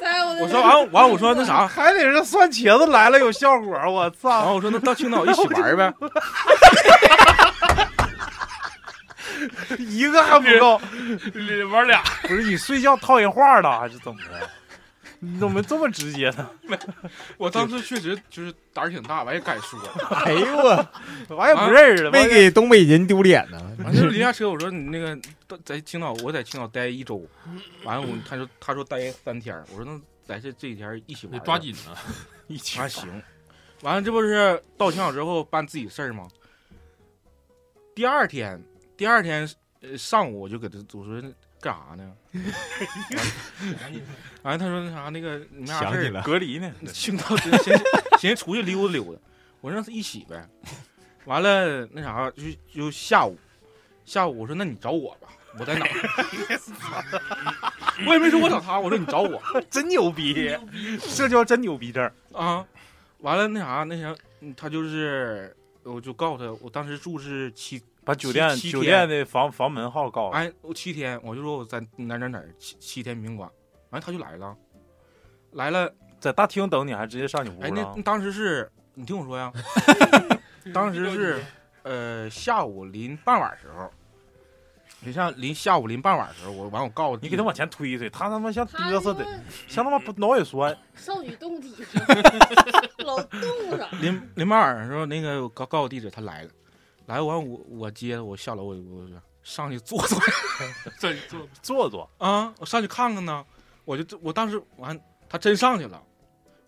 [SPEAKER 6] 在我
[SPEAKER 8] 我说啊完完，我说那啥，
[SPEAKER 3] 还得是蒜茄子来了有效果，我
[SPEAKER 8] 然
[SPEAKER 3] 操！
[SPEAKER 8] 后我说那到青岛一起玩儿呗。
[SPEAKER 3] 一个还不够，
[SPEAKER 9] 玩俩，
[SPEAKER 3] 不是你睡觉套人话了还是怎么的？你怎么这么直接呢？
[SPEAKER 9] 我当时确实就是胆儿挺大，我也敢说。
[SPEAKER 7] 哎呦我，
[SPEAKER 3] 我也不认识了，
[SPEAKER 7] 没给东北人丢脸 呢。
[SPEAKER 8] 完事儿临下车，我说你那个到在青岛，我在青岛待一周，完了我他说他说待三天儿，我说那在这这几天儿一起玩
[SPEAKER 9] 得
[SPEAKER 8] 儿
[SPEAKER 9] 抓
[SPEAKER 8] 吧
[SPEAKER 9] 紧呢，
[SPEAKER 3] 一起
[SPEAKER 8] 啊，行，完了这不是到青岛之后办自己事儿吗？第二天，第二天呃上午我就给他我说干啥呢？ 完了 他说那啥那个你们俩
[SPEAKER 7] 想
[SPEAKER 8] 事
[SPEAKER 7] 起
[SPEAKER 8] 儿
[SPEAKER 7] 了，
[SPEAKER 3] 隔离呢。
[SPEAKER 8] 青岛寻思寻思出去溜达溜达， 我说那一起呗。完了那啥就就下午，下午我说那你找我吧， 我在哪儿？ 我也没说我找他，我说你找我。
[SPEAKER 3] 真牛逼， 社交真牛逼症。
[SPEAKER 8] 啊，完了那啥那啥，嗯他就是我就告诉他，我当时住是七，
[SPEAKER 3] 把酒店
[SPEAKER 8] 七七
[SPEAKER 3] 酒
[SPEAKER 8] 天
[SPEAKER 3] 店的房房门号告诉我，
[SPEAKER 8] 哎，我七天，我就说我在哪哪哪儿七七天宾馆，完了他就来了，来了，
[SPEAKER 3] 在大厅等你，还直接上你屋
[SPEAKER 8] 哎，那
[SPEAKER 3] 了
[SPEAKER 8] 那。当时是你听我说呀，当时是呃下午临傍晚时候。你像临下午临傍晚时候，我完我告诉
[SPEAKER 3] 你给他往前推一推，他他妈像
[SPEAKER 10] 他
[SPEAKER 3] 嘚瑟
[SPEAKER 10] 他
[SPEAKER 3] 的，
[SPEAKER 10] 妈
[SPEAKER 3] 像他妈不脑血栓。
[SPEAKER 10] 少女动体，老冻上。
[SPEAKER 8] 临临傍晚的时候，那个我告告我地址，他来了，来完我我接他，我下楼我我我上去坐坐，
[SPEAKER 9] 这这
[SPEAKER 3] 坐坐，
[SPEAKER 8] 啊，我上去看看呢。我就我当时完，他真上去了，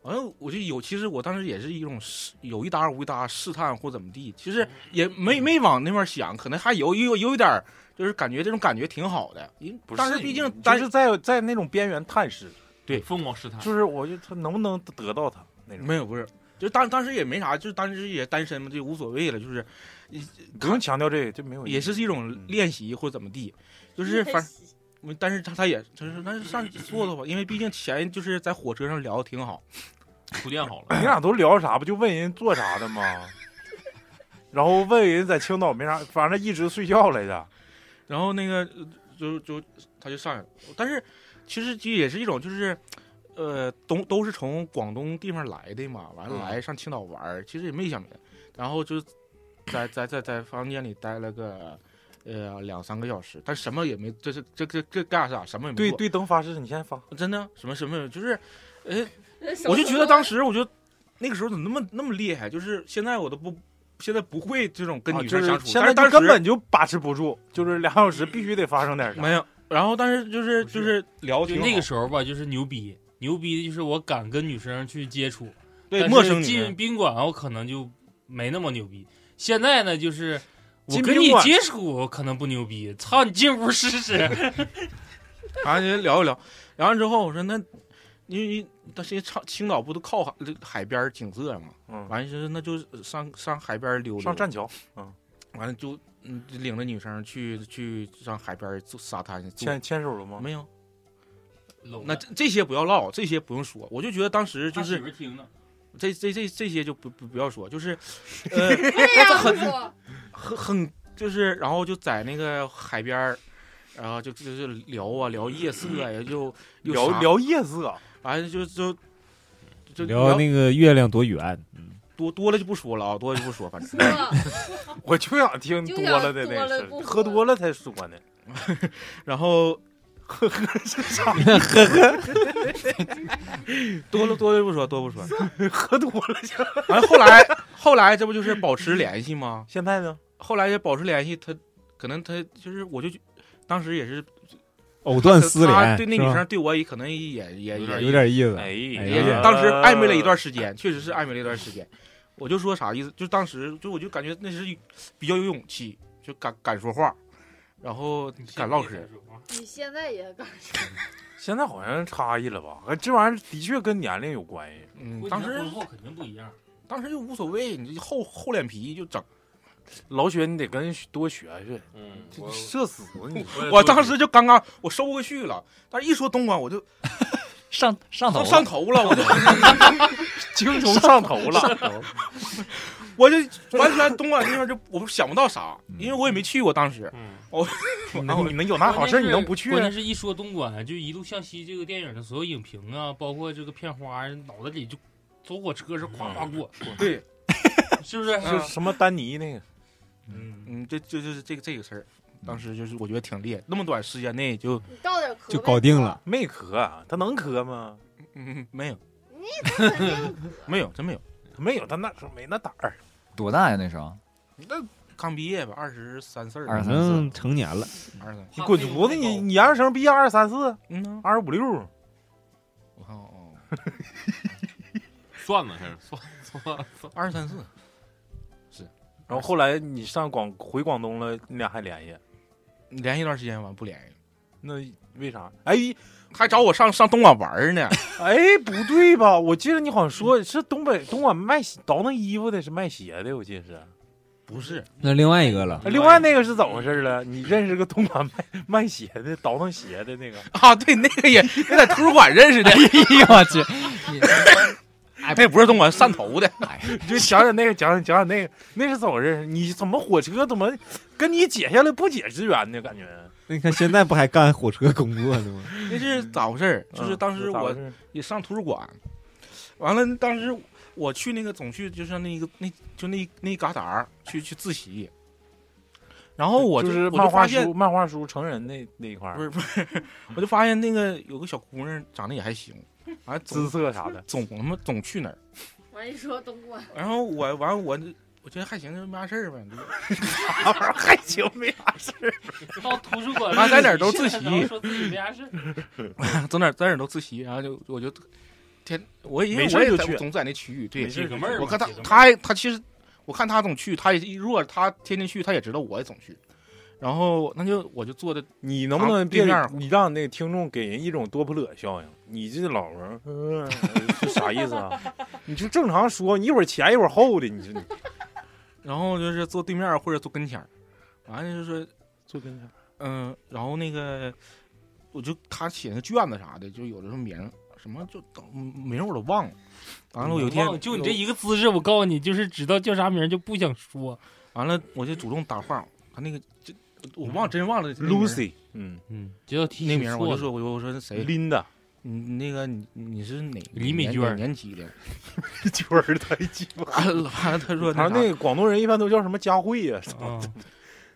[SPEAKER 8] 完了我就有，其实我当时也是一种试，有一搭无一搭试探或怎么地，其实也
[SPEAKER 3] 嗯
[SPEAKER 8] 没没往那边想，可能还有有有一点儿就是感觉这种感觉挺好的，因
[SPEAKER 3] 不是
[SPEAKER 8] 当时毕竟
[SPEAKER 3] 但
[SPEAKER 8] 单
[SPEAKER 3] 是在在那种边缘探视，
[SPEAKER 9] 疯狂试探，
[SPEAKER 3] 就是我就他能不能得到他那种，
[SPEAKER 8] 没有不是，就当当时也没啥，就是当时也单身嘛，就无所谓了，就是
[SPEAKER 3] 不用强调这个就没有意义。
[SPEAKER 8] 也是一种
[SPEAKER 3] 嗯
[SPEAKER 8] 练习或怎么地，就是 反我但是他他也就是那上去坐坐吧，因为毕竟前就是在火车上聊的挺好，
[SPEAKER 9] 铺垫好
[SPEAKER 3] 你
[SPEAKER 9] 了。
[SPEAKER 3] 俩都聊啥？不就问人做啥的吗？然后问人在青岛没啥，反正一直睡觉来着。
[SPEAKER 8] 然后那个呃就就他就上来了，但是其实这也是一种就是，呃，都都是从广东地方来的嘛，完了
[SPEAKER 9] 嗯
[SPEAKER 8] 来上青岛玩儿，其实也没想别的，然后就在在在在房间里待了个呃两三个小时，但什么也没，这是这这这干啥什么也没
[SPEAKER 3] 对
[SPEAKER 8] 做，
[SPEAKER 3] 对，灯发誓，你先发。
[SPEAKER 8] 真的什么什么也没就是，呃，
[SPEAKER 10] 什么
[SPEAKER 8] 我就觉得当时我就那个时候怎么那么那么厉害，就是现在我都不现在不会这种跟
[SPEAKER 3] 啊
[SPEAKER 8] 女
[SPEAKER 3] 就
[SPEAKER 8] 生
[SPEAKER 3] 是
[SPEAKER 8] 相处，
[SPEAKER 3] 现
[SPEAKER 8] 但
[SPEAKER 3] 在
[SPEAKER 8] 是当
[SPEAKER 3] 就根
[SPEAKER 8] 时
[SPEAKER 3] 本就把持不住，就是俩小时必须得发生点啥。
[SPEAKER 8] 没有。然后，但是就是
[SPEAKER 4] 不是
[SPEAKER 8] 就是聊
[SPEAKER 4] 就
[SPEAKER 8] 挺好
[SPEAKER 4] 那个时候吧，就是牛逼，牛逼的就是我敢跟女生去接触，
[SPEAKER 8] 对
[SPEAKER 4] 但
[SPEAKER 8] 陌
[SPEAKER 4] 是
[SPEAKER 8] 生女
[SPEAKER 4] 进
[SPEAKER 8] 人，
[SPEAKER 4] 宾馆我可能就没那么牛逼。现在呢，就是我
[SPEAKER 3] 进
[SPEAKER 4] 跟
[SPEAKER 3] 宾
[SPEAKER 4] 你
[SPEAKER 3] 馆
[SPEAKER 4] 接触我可能不牛逼，操你进屋试 试。
[SPEAKER 8] 反正就聊一聊。聊完之后，我说那，因为但是青青岛不都靠海海边儿景色嘛，
[SPEAKER 3] 嗯，
[SPEAKER 8] 完就是那就上上海边儿溜达，
[SPEAKER 3] 上栈桥
[SPEAKER 8] 完了就嗯就领着女生去去上海边儿坐沙滩去坐
[SPEAKER 3] 牵，牵手了吗？
[SPEAKER 8] 没有？
[SPEAKER 4] 搂
[SPEAKER 8] 那
[SPEAKER 4] 着
[SPEAKER 8] 这这些不要唠，这些不用说，我就觉得当时就
[SPEAKER 4] 他媳
[SPEAKER 8] 是
[SPEAKER 4] 妇儿听呢，
[SPEAKER 8] 这这这这些就不不不要说，就是呃
[SPEAKER 10] 这样说，
[SPEAKER 8] 很很就是，然后就在那个海边儿。然后就就是聊啊聊夜色呀、就又
[SPEAKER 3] 聊
[SPEAKER 8] 啥，
[SPEAKER 3] 聊夜色，
[SPEAKER 8] 完了就就就
[SPEAKER 7] 聊那个月亮多圆，
[SPEAKER 8] 多多了就不说了啊，多了就不说，反 正
[SPEAKER 3] 我就想听多了的那
[SPEAKER 10] 就想多了
[SPEAKER 3] 事
[SPEAKER 10] 不
[SPEAKER 3] 儿，
[SPEAKER 10] 说
[SPEAKER 3] 喝多了才说呢。
[SPEAKER 8] 然后
[SPEAKER 3] 啥？
[SPEAKER 8] 多了多了就不说，多不说。
[SPEAKER 3] 喝多了就。
[SPEAKER 8] 完了后来后来这不就是保持联系吗？
[SPEAKER 3] 现在呢？
[SPEAKER 8] 后来也保持联系，他可能他就是我就当时也是
[SPEAKER 7] 藕断丝
[SPEAKER 8] 他
[SPEAKER 7] 连，
[SPEAKER 8] 对那
[SPEAKER 7] 是吧
[SPEAKER 8] 女生对我也可能也也也
[SPEAKER 7] 有点意思。
[SPEAKER 3] 哎呀
[SPEAKER 8] 也是
[SPEAKER 7] 呀
[SPEAKER 8] 哎当时暧昧了一段时间，确实是暧昧了一段时间。我就说啥意思，就当时就我就感觉那是比较有勇气，就敢敢说话，然后敢唠嗑。
[SPEAKER 10] 你现在也敢说？
[SPEAKER 3] 现在好像差异了吧？哎这玩意儿的确跟年龄有关系。
[SPEAKER 8] 嗯，
[SPEAKER 4] 婚
[SPEAKER 8] 当
[SPEAKER 4] 前
[SPEAKER 8] 时
[SPEAKER 4] 婚后肯定不一样。
[SPEAKER 8] 当时就无所谓，你就厚厚脸皮就整。
[SPEAKER 3] 老雪，你得跟人多学学，
[SPEAKER 9] 嗯，
[SPEAKER 3] 社死你！
[SPEAKER 9] 我
[SPEAKER 8] 我当时就刚刚我收过去了，但是一说东莞我就
[SPEAKER 5] 上上头
[SPEAKER 8] 都
[SPEAKER 5] 了
[SPEAKER 8] 上头了，我就
[SPEAKER 3] 精虫上头了，
[SPEAKER 8] 我就完全东莞那边就我想不到啥，因为我也没去过当时。
[SPEAKER 3] 嗯你你能有
[SPEAKER 8] 啊
[SPEAKER 3] 那好事儿？你能不去
[SPEAKER 4] 关？键是一说东莞，就一路向西这个电影的所有影评啊，包括这个片花，脑子里就走火车是夸夸过，
[SPEAKER 11] 嗯
[SPEAKER 8] 对，
[SPEAKER 4] 是 不是？
[SPEAKER 3] 就什么丹尼那个，
[SPEAKER 4] 嗯，
[SPEAKER 8] 嗯，这这就是这个这个事儿，
[SPEAKER 5] 嗯
[SPEAKER 8] 当时就是我觉得挺厉害，那么短时间内就
[SPEAKER 10] 你到点儿磕呗
[SPEAKER 7] 就搞定了。
[SPEAKER 3] 没咳啊，他能咳吗？
[SPEAKER 8] 嗯，没有，
[SPEAKER 10] 你这肯定
[SPEAKER 8] 没有，真没有，
[SPEAKER 3] 没有，他那时候没那胆儿。
[SPEAKER 5] 多大呀那时候？
[SPEAKER 8] 那刚毕业吧，二十三四儿，
[SPEAKER 5] 二十三
[SPEAKER 7] 反
[SPEAKER 5] 四
[SPEAKER 7] 正嗯成年了，
[SPEAKER 8] 二十三，
[SPEAKER 3] 你滚犊子！你你研究生毕业二十三四，
[SPEAKER 8] 嗯呐，
[SPEAKER 3] 二十五六，
[SPEAKER 8] 我看哦，
[SPEAKER 11] 算呢还是算算算？
[SPEAKER 8] 二十三四，
[SPEAKER 3] 然后后来你上广回广东了，你俩还联系？
[SPEAKER 8] 联系一段时间完不联系了，
[SPEAKER 3] 那为啥？哎
[SPEAKER 8] 还找我上上东莞玩儿呢，
[SPEAKER 3] 哎，不对吧？我记得你好像说是东北东莞卖鞋倒腾衣服的，是卖鞋的，我记得是。
[SPEAKER 8] 不是，
[SPEAKER 7] 那另外一个了，
[SPEAKER 3] 哎另外那个是怎么回事了？你认识个东莞卖卖鞋的，倒腾鞋的 那个？
[SPEAKER 8] 啊，对，那个也那在图书馆认识的，
[SPEAKER 5] 哎我去，
[SPEAKER 8] 那也不是东莞汕头的，
[SPEAKER 3] 你就想想那个，讲讲讲讲那个，那是怎么认识？你怎么火车怎么跟你姐下来不解之缘呢？感觉
[SPEAKER 7] 那你看现在不还干火车工作呢吗？
[SPEAKER 5] 嗯
[SPEAKER 8] 那是咋回事
[SPEAKER 3] 嗯
[SPEAKER 8] 儿？就是当时我也上图书馆，完了当时我去那个总去就是那个那就那那旮达儿去去自习，然后我
[SPEAKER 3] 哦就
[SPEAKER 8] 就是我
[SPEAKER 3] 漫
[SPEAKER 8] 就
[SPEAKER 3] 画
[SPEAKER 8] 发现
[SPEAKER 3] 书，漫画书成人那那一块儿，
[SPEAKER 8] 不是不是，我就发现那个有个小姑娘长得也还行，完
[SPEAKER 3] 姿
[SPEAKER 8] 总
[SPEAKER 3] 色啥的。
[SPEAKER 8] 总他妈总去那儿，
[SPEAKER 6] 我一说东莞，
[SPEAKER 8] 然后我完我我觉得还行，就没啥事儿呗，就
[SPEAKER 3] 还行，没啥事儿。
[SPEAKER 4] 到图书馆，
[SPEAKER 8] 妈啊在哪儿都自习
[SPEAKER 4] 说自己没啥事儿。
[SPEAKER 8] 走哪 儿在哪儿都自习，然后就我就天我因为
[SPEAKER 3] 没事
[SPEAKER 8] 我也
[SPEAKER 3] 就
[SPEAKER 8] 在
[SPEAKER 3] 去
[SPEAKER 8] 总在那区域对
[SPEAKER 3] 没事
[SPEAKER 11] 解个闷儿嘛，
[SPEAKER 8] 我看他
[SPEAKER 11] 解个闷儿
[SPEAKER 8] 他还他其实我看他总去，他也如果他天天去，他也知道我也总去。然后那就我就坐的，
[SPEAKER 3] 你能不能
[SPEAKER 8] 对
[SPEAKER 3] 别
[SPEAKER 8] 面儿
[SPEAKER 3] 你让那个听众给人一种多普勒效应？你这老人，嗯、是啥意思啊？你就正常说，你一会儿前一会儿后的，你就你
[SPEAKER 8] 然后就是坐对面儿或者坐跟前儿，完了就说
[SPEAKER 3] 坐跟前。
[SPEAKER 8] 嗯，然后那个我就他写那卷子啥的，就有的时候名儿什么就都名儿我都忘了。完了，我有一天
[SPEAKER 4] 忘了就你这一个姿势，我告诉你，就是知道叫啥名儿就不想说。
[SPEAKER 8] 完了，我就主动搭话，他那个这我忘了真忘了那名儿
[SPEAKER 3] Lucy，嗯哎
[SPEAKER 4] 嗯，只要提
[SPEAKER 8] 那
[SPEAKER 4] 醒
[SPEAKER 8] 名儿，我
[SPEAKER 4] 错
[SPEAKER 8] 就
[SPEAKER 4] 了，
[SPEAKER 8] 说我就我说是 谁，
[SPEAKER 3] ，Linda，
[SPEAKER 8] 你那个你你是哪
[SPEAKER 4] 李美
[SPEAKER 8] 哪
[SPEAKER 4] 娟
[SPEAKER 8] 哪
[SPEAKER 4] 儿
[SPEAKER 8] 年级的？
[SPEAKER 3] 娟儿太鸡 巴。
[SPEAKER 8] 完了完了，他说
[SPEAKER 3] 然后
[SPEAKER 8] 啥
[SPEAKER 3] 那个广东人一般都叫什么佳慧呀、
[SPEAKER 4] 啊，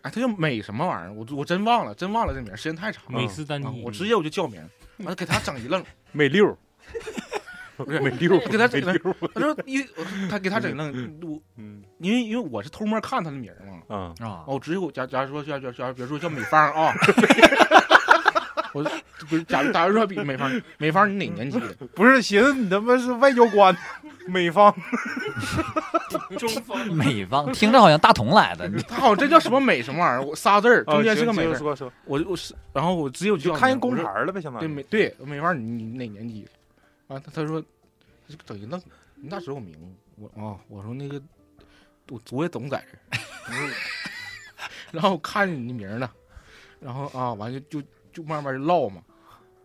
[SPEAKER 8] 哎，他叫美什么玩意儿？我我真忘了，真忘了这名儿，时间太长了。
[SPEAKER 4] 美斯丹
[SPEAKER 8] 啊
[SPEAKER 4] 尼，
[SPEAKER 8] 我直接我就叫名儿，完了给他整 一愣，
[SPEAKER 3] 美六，美六，
[SPEAKER 8] 给他
[SPEAKER 3] 美六，
[SPEAKER 8] 他说一我他给他整一愣，我
[SPEAKER 3] 嗯
[SPEAKER 8] 因为因为我是偷摸看他的名儿嘛，
[SPEAKER 3] 啊，
[SPEAKER 5] 啊
[SPEAKER 8] 啊，，我直接我假假如说假假假如比如说叫美芳 啊，我不是假如假如说比美芳美芳你哪年级的？
[SPEAKER 3] 不是，寻思你他妈是外交官， 美方
[SPEAKER 4] 中方
[SPEAKER 5] 美方听着好像大同来的，你
[SPEAKER 8] 他好像真叫什么美什么玩意儿，我仨字儿
[SPEAKER 3] 啊
[SPEAKER 8] 中间是
[SPEAKER 3] 行
[SPEAKER 8] 个美
[SPEAKER 3] 接着
[SPEAKER 8] 字儿，
[SPEAKER 3] 说说，
[SPEAKER 8] 我就我是然后我直接我
[SPEAKER 3] 你就
[SPEAKER 8] 叫
[SPEAKER 3] 看人
[SPEAKER 8] 名
[SPEAKER 3] 工
[SPEAKER 8] 我
[SPEAKER 3] 牌
[SPEAKER 8] 说
[SPEAKER 3] 儿了呗，相当
[SPEAKER 8] 对
[SPEAKER 3] 于
[SPEAKER 8] 美对美芳你你哪年级的？完他他说他就整一愣，你咋知道我名字？我啊我说那个我昨夜总在这儿，我说 然后我看你名儿呢，然后啊完了就就就慢慢唠嘛，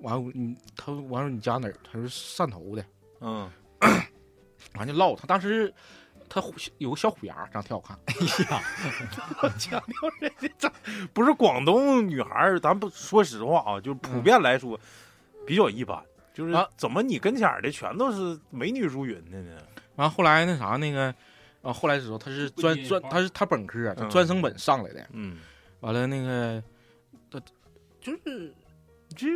[SPEAKER 8] 完了我你他完了你家哪儿？他说汕头的。
[SPEAKER 3] 嗯，
[SPEAKER 8] 完就唠。他当时他虎有个小虎牙儿，长得挺好看。
[SPEAKER 3] 强调人家这不是广东女孩儿，咱不说实话啊，就是普遍来说、比较一般，就是
[SPEAKER 8] 嗯啊
[SPEAKER 3] 怎么你跟前儿的全都是美女如云的呢？
[SPEAKER 8] 完后来那啥那个，啊，后来知道他是
[SPEAKER 4] 不
[SPEAKER 8] 专
[SPEAKER 4] 接
[SPEAKER 8] 专
[SPEAKER 4] 话
[SPEAKER 8] 他是他本科啊，他
[SPEAKER 3] 嗯
[SPEAKER 8] 专升本上来的。
[SPEAKER 3] 嗯，
[SPEAKER 8] 完了那个他就是
[SPEAKER 3] 这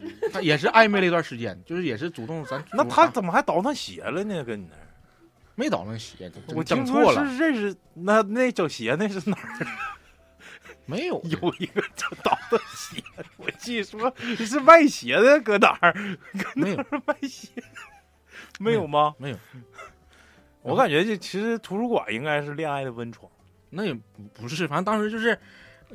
[SPEAKER 8] 他也是暧昧了一段时间，就是也是主动咱
[SPEAKER 3] 那
[SPEAKER 8] 主动
[SPEAKER 3] 他
[SPEAKER 8] 上
[SPEAKER 3] 怎么还倒腾鞋了呢？跟你那儿，
[SPEAKER 8] 没倒那鞋，真
[SPEAKER 3] 我
[SPEAKER 8] 整
[SPEAKER 3] 听说
[SPEAKER 8] 错了
[SPEAKER 3] 是认识那那整鞋那是哪儿
[SPEAKER 8] 没有？
[SPEAKER 3] 有一个叫倒腾鞋？我记说是卖鞋的，搁哪儿？
[SPEAKER 8] 没有？
[SPEAKER 3] 卖鞋没有吗？
[SPEAKER 8] 嗯没有
[SPEAKER 3] 我感觉这其实图书馆应该是恋爱的温床。
[SPEAKER 8] 那也不不是，反正当时就是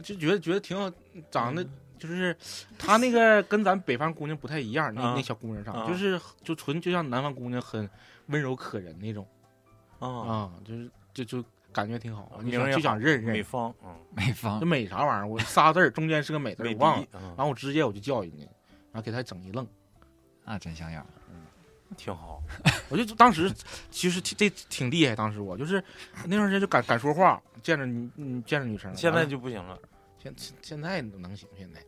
[SPEAKER 8] 就觉得觉得挺好，长得。就是他那个跟咱北方姑娘不太一样，那、
[SPEAKER 3] 啊
[SPEAKER 8] 那小姑娘上、
[SPEAKER 3] 啊
[SPEAKER 8] 就是就纯就像南方姑娘很温柔可人那种。
[SPEAKER 3] 啊，
[SPEAKER 8] 啊，就是就就感觉挺好，就
[SPEAKER 3] 名儿
[SPEAKER 8] 想
[SPEAKER 3] 也
[SPEAKER 8] 就想
[SPEAKER 3] 好
[SPEAKER 8] 认
[SPEAKER 3] 美
[SPEAKER 8] 认，
[SPEAKER 3] 方，嗯，
[SPEAKER 5] 美方
[SPEAKER 8] 就美啥玩意儿，我仨字儿中间是个美字儿，
[SPEAKER 3] 美
[SPEAKER 8] 我忘了
[SPEAKER 3] 的，，嗯
[SPEAKER 8] 然后我直接我就叫人家，然后给他整一愣，
[SPEAKER 5] 那啊真像样。
[SPEAKER 3] 挺好。
[SPEAKER 8] 我就当时其实挺这挺厉害，当时我就是那段时间就敢敢说话，见着你你见着女生，
[SPEAKER 3] 现
[SPEAKER 8] 完
[SPEAKER 3] 在
[SPEAKER 8] 了
[SPEAKER 3] 就不行了，
[SPEAKER 8] 现现现在能行，现在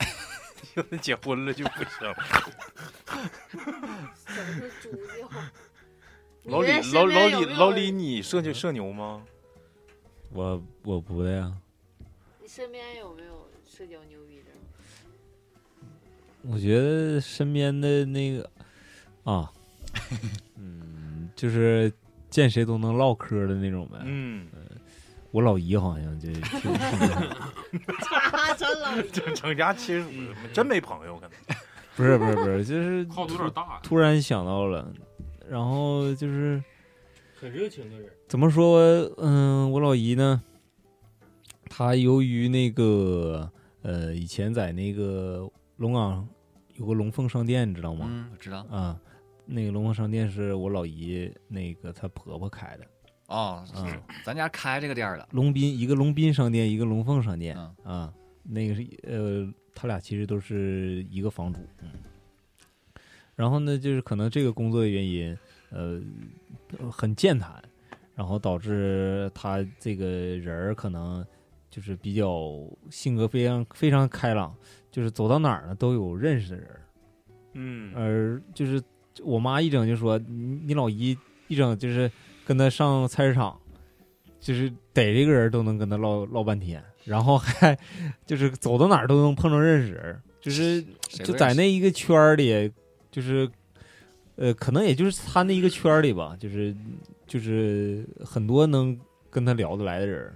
[SPEAKER 3] 现在结婚了就不行了。
[SPEAKER 10] 怎么会猪叫？
[SPEAKER 3] 老李，老老李，老李，，你社牛社牛吗？
[SPEAKER 7] 我我不的呀，
[SPEAKER 10] 你身边有没有社交牛逼症？
[SPEAKER 7] 我觉得身边的那个啊，嗯，就是见谁都能唠嗑的那种呗。
[SPEAKER 3] 嗯，
[SPEAKER 7] 我老姨好像就 挺
[SPEAKER 10] 啊
[SPEAKER 3] 整整家亲属，真没朋友可能。
[SPEAKER 7] 不是不是不是，就是
[SPEAKER 3] 靠得有点
[SPEAKER 7] 突
[SPEAKER 3] 大呀
[SPEAKER 7] 突然想到了，然后就是
[SPEAKER 4] 很热情的人。
[SPEAKER 7] 怎么说？嗯，我老姨呢，她由于那个呃，以前在那个龙岗有个龙凤商店，你知道吗？
[SPEAKER 5] 嗯我知道
[SPEAKER 7] 啊。那个龙凤商店是我老姨那个她婆婆开的，
[SPEAKER 5] 哦，
[SPEAKER 7] 嗯
[SPEAKER 5] 咱家开这个店儿了，
[SPEAKER 7] 龙斌一个龙斌商店，一个龙凤商店、啊，那个是呃，他俩其实都是一个房主，嗯。然后呢，就是可能这个工作的原因，呃，呃很健谈，然后导致他这个人儿可能就是比较性格非常非常开朗，就是走到哪儿呢都有认识的人儿，
[SPEAKER 3] 嗯
[SPEAKER 7] 而呃就是我妈一整就说你你老姨一整就是跟她上菜市场，就是逮这个人都能跟她唠唠半天，然后还就是走到哪儿都能碰着认识人，就是
[SPEAKER 5] 谁不认识
[SPEAKER 7] 就在那一个圈儿里，就是呃，可能也就是他那一个圈儿里吧，就是就是很多能跟他聊得来的人儿。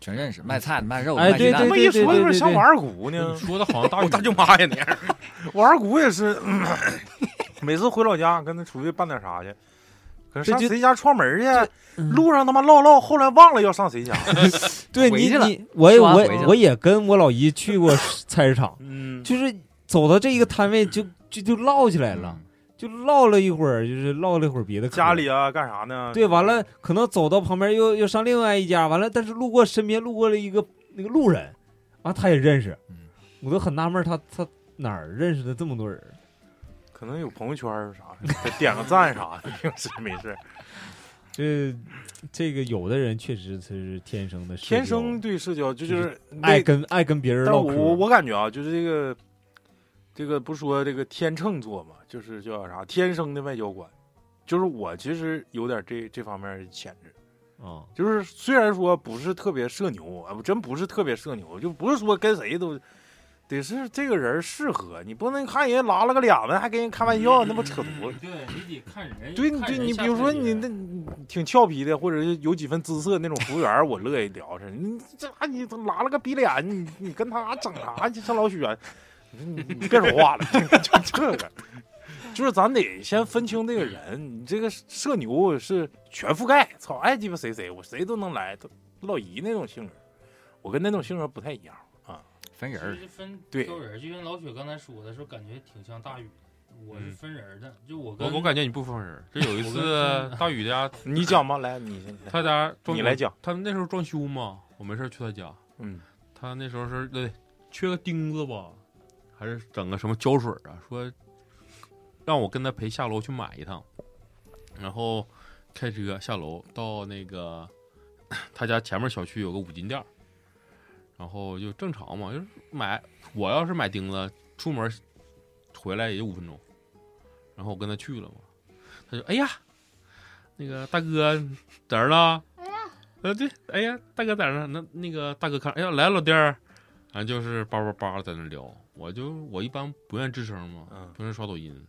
[SPEAKER 5] 全认识，卖菜的、卖肉的、
[SPEAKER 7] 哎，
[SPEAKER 5] 卖
[SPEAKER 7] 对
[SPEAKER 5] 鸡蛋
[SPEAKER 7] 对
[SPEAKER 5] 的。
[SPEAKER 7] 对，对对对对
[SPEAKER 3] 你说的好像大 我大舅妈呀那样。 我二姑也是，嗯 每次回老家跟她出去办点啥去，可能上
[SPEAKER 7] 这就，
[SPEAKER 3] 谁家串门去，路上他妈唠唠，后来忘了要上谁家
[SPEAKER 7] 对你你，我也我也我也跟我老姨去过菜市场，
[SPEAKER 3] 嗯
[SPEAKER 7] 就是走到这一个摊位就就就唠起来
[SPEAKER 5] 嗯
[SPEAKER 7] 了，就唠了一会儿，就是唠了一会儿别的嗑
[SPEAKER 3] 家里啊干啥呢？
[SPEAKER 7] 对，完了可能走到旁边又又上另外一家，完了但是路过身边路过了一个那个路人，啊他也认识，我都很纳闷儿他他哪儿认识的这么多人儿，
[SPEAKER 3] 可能有朋友圈儿啥的，得点个赞啥的，平时没 事儿。
[SPEAKER 7] 这这个有的人确实是天生的社
[SPEAKER 3] 天
[SPEAKER 7] 交
[SPEAKER 3] 生对社交就
[SPEAKER 7] 就是爱
[SPEAKER 3] 那
[SPEAKER 7] 跟爱跟别人
[SPEAKER 3] 但
[SPEAKER 7] 唠
[SPEAKER 3] 我
[SPEAKER 7] 嗑
[SPEAKER 3] 我我感觉啊，就是这个这个不说这个天秤座嘛，就是叫啥天生的外交官，就是我其实有点这这方面的潜质。
[SPEAKER 7] 啊，
[SPEAKER 3] 就是虽然说不是特别社牛啊，我真不是特别社牛，就不是说跟谁都得是这个人适合，你不能看人家拉了个脸子还跟人开玩笑，那不扯犊子。
[SPEAKER 4] 对你得看人，
[SPEAKER 3] 对，你
[SPEAKER 4] 看
[SPEAKER 3] 对
[SPEAKER 4] 人
[SPEAKER 3] 你
[SPEAKER 4] 下
[SPEAKER 3] 比如
[SPEAKER 4] 菜
[SPEAKER 3] 说
[SPEAKER 4] 碟
[SPEAKER 3] 你那你挺俏皮的，或者是有几分姿色那种服务员儿，我乐意聊着。你这玩意儿你他拉了个逼脸，你你跟他整啥？你上老许啊，你你你别说话了，就这个，就是咱得先分清这个人。你这个社牛是全覆盖，操，爱鸡巴谁谁，我谁都能来。都老姨那种性格，我跟那种性格不太一样啊，
[SPEAKER 5] 分
[SPEAKER 4] 其实分
[SPEAKER 3] 对，
[SPEAKER 4] 挑人儿，就像老雪刚才说的时候，感觉挺像大宇的。我是
[SPEAKER 9] 嗯
[SPEAKER 4] 分人儿的，就我跟
[SPEAKER 9] 我我感觉你不分人儿，这有一
[SPEAKER 4] 我跟
[SPEAKER 9] 次大宇家，
[SPEAKER 3] 你讲吧，来你先来
[SPEAKER 9] 他家装
[SPEAKER 3] 你来讲，
[SPEAKER 9] 他们那时候装修嘛，我没事儿去他家，
[SPEAKER 3] 嗯，
[SPEAKER 9] 他那时候是对缺个钉子吧，还是整个什么胶水啊，说让我跟他陪下楼去买一趟，然后开车下楼到那个 他家前面小区有个五金店儿，然后就正常嘛，就是买我要是买钉子，出门回来也就五分钟，然后我跟他去了嘛，他就哎呀，那个大哥在那儿呢，哎呀，呃对，哎呀，大哥在那儿呢，那那个大哥看，哎呀来了老弟儿，然后就是叭叭叭在那儿聊，我就我一般不愿吱声嘛，不愿刷抖音，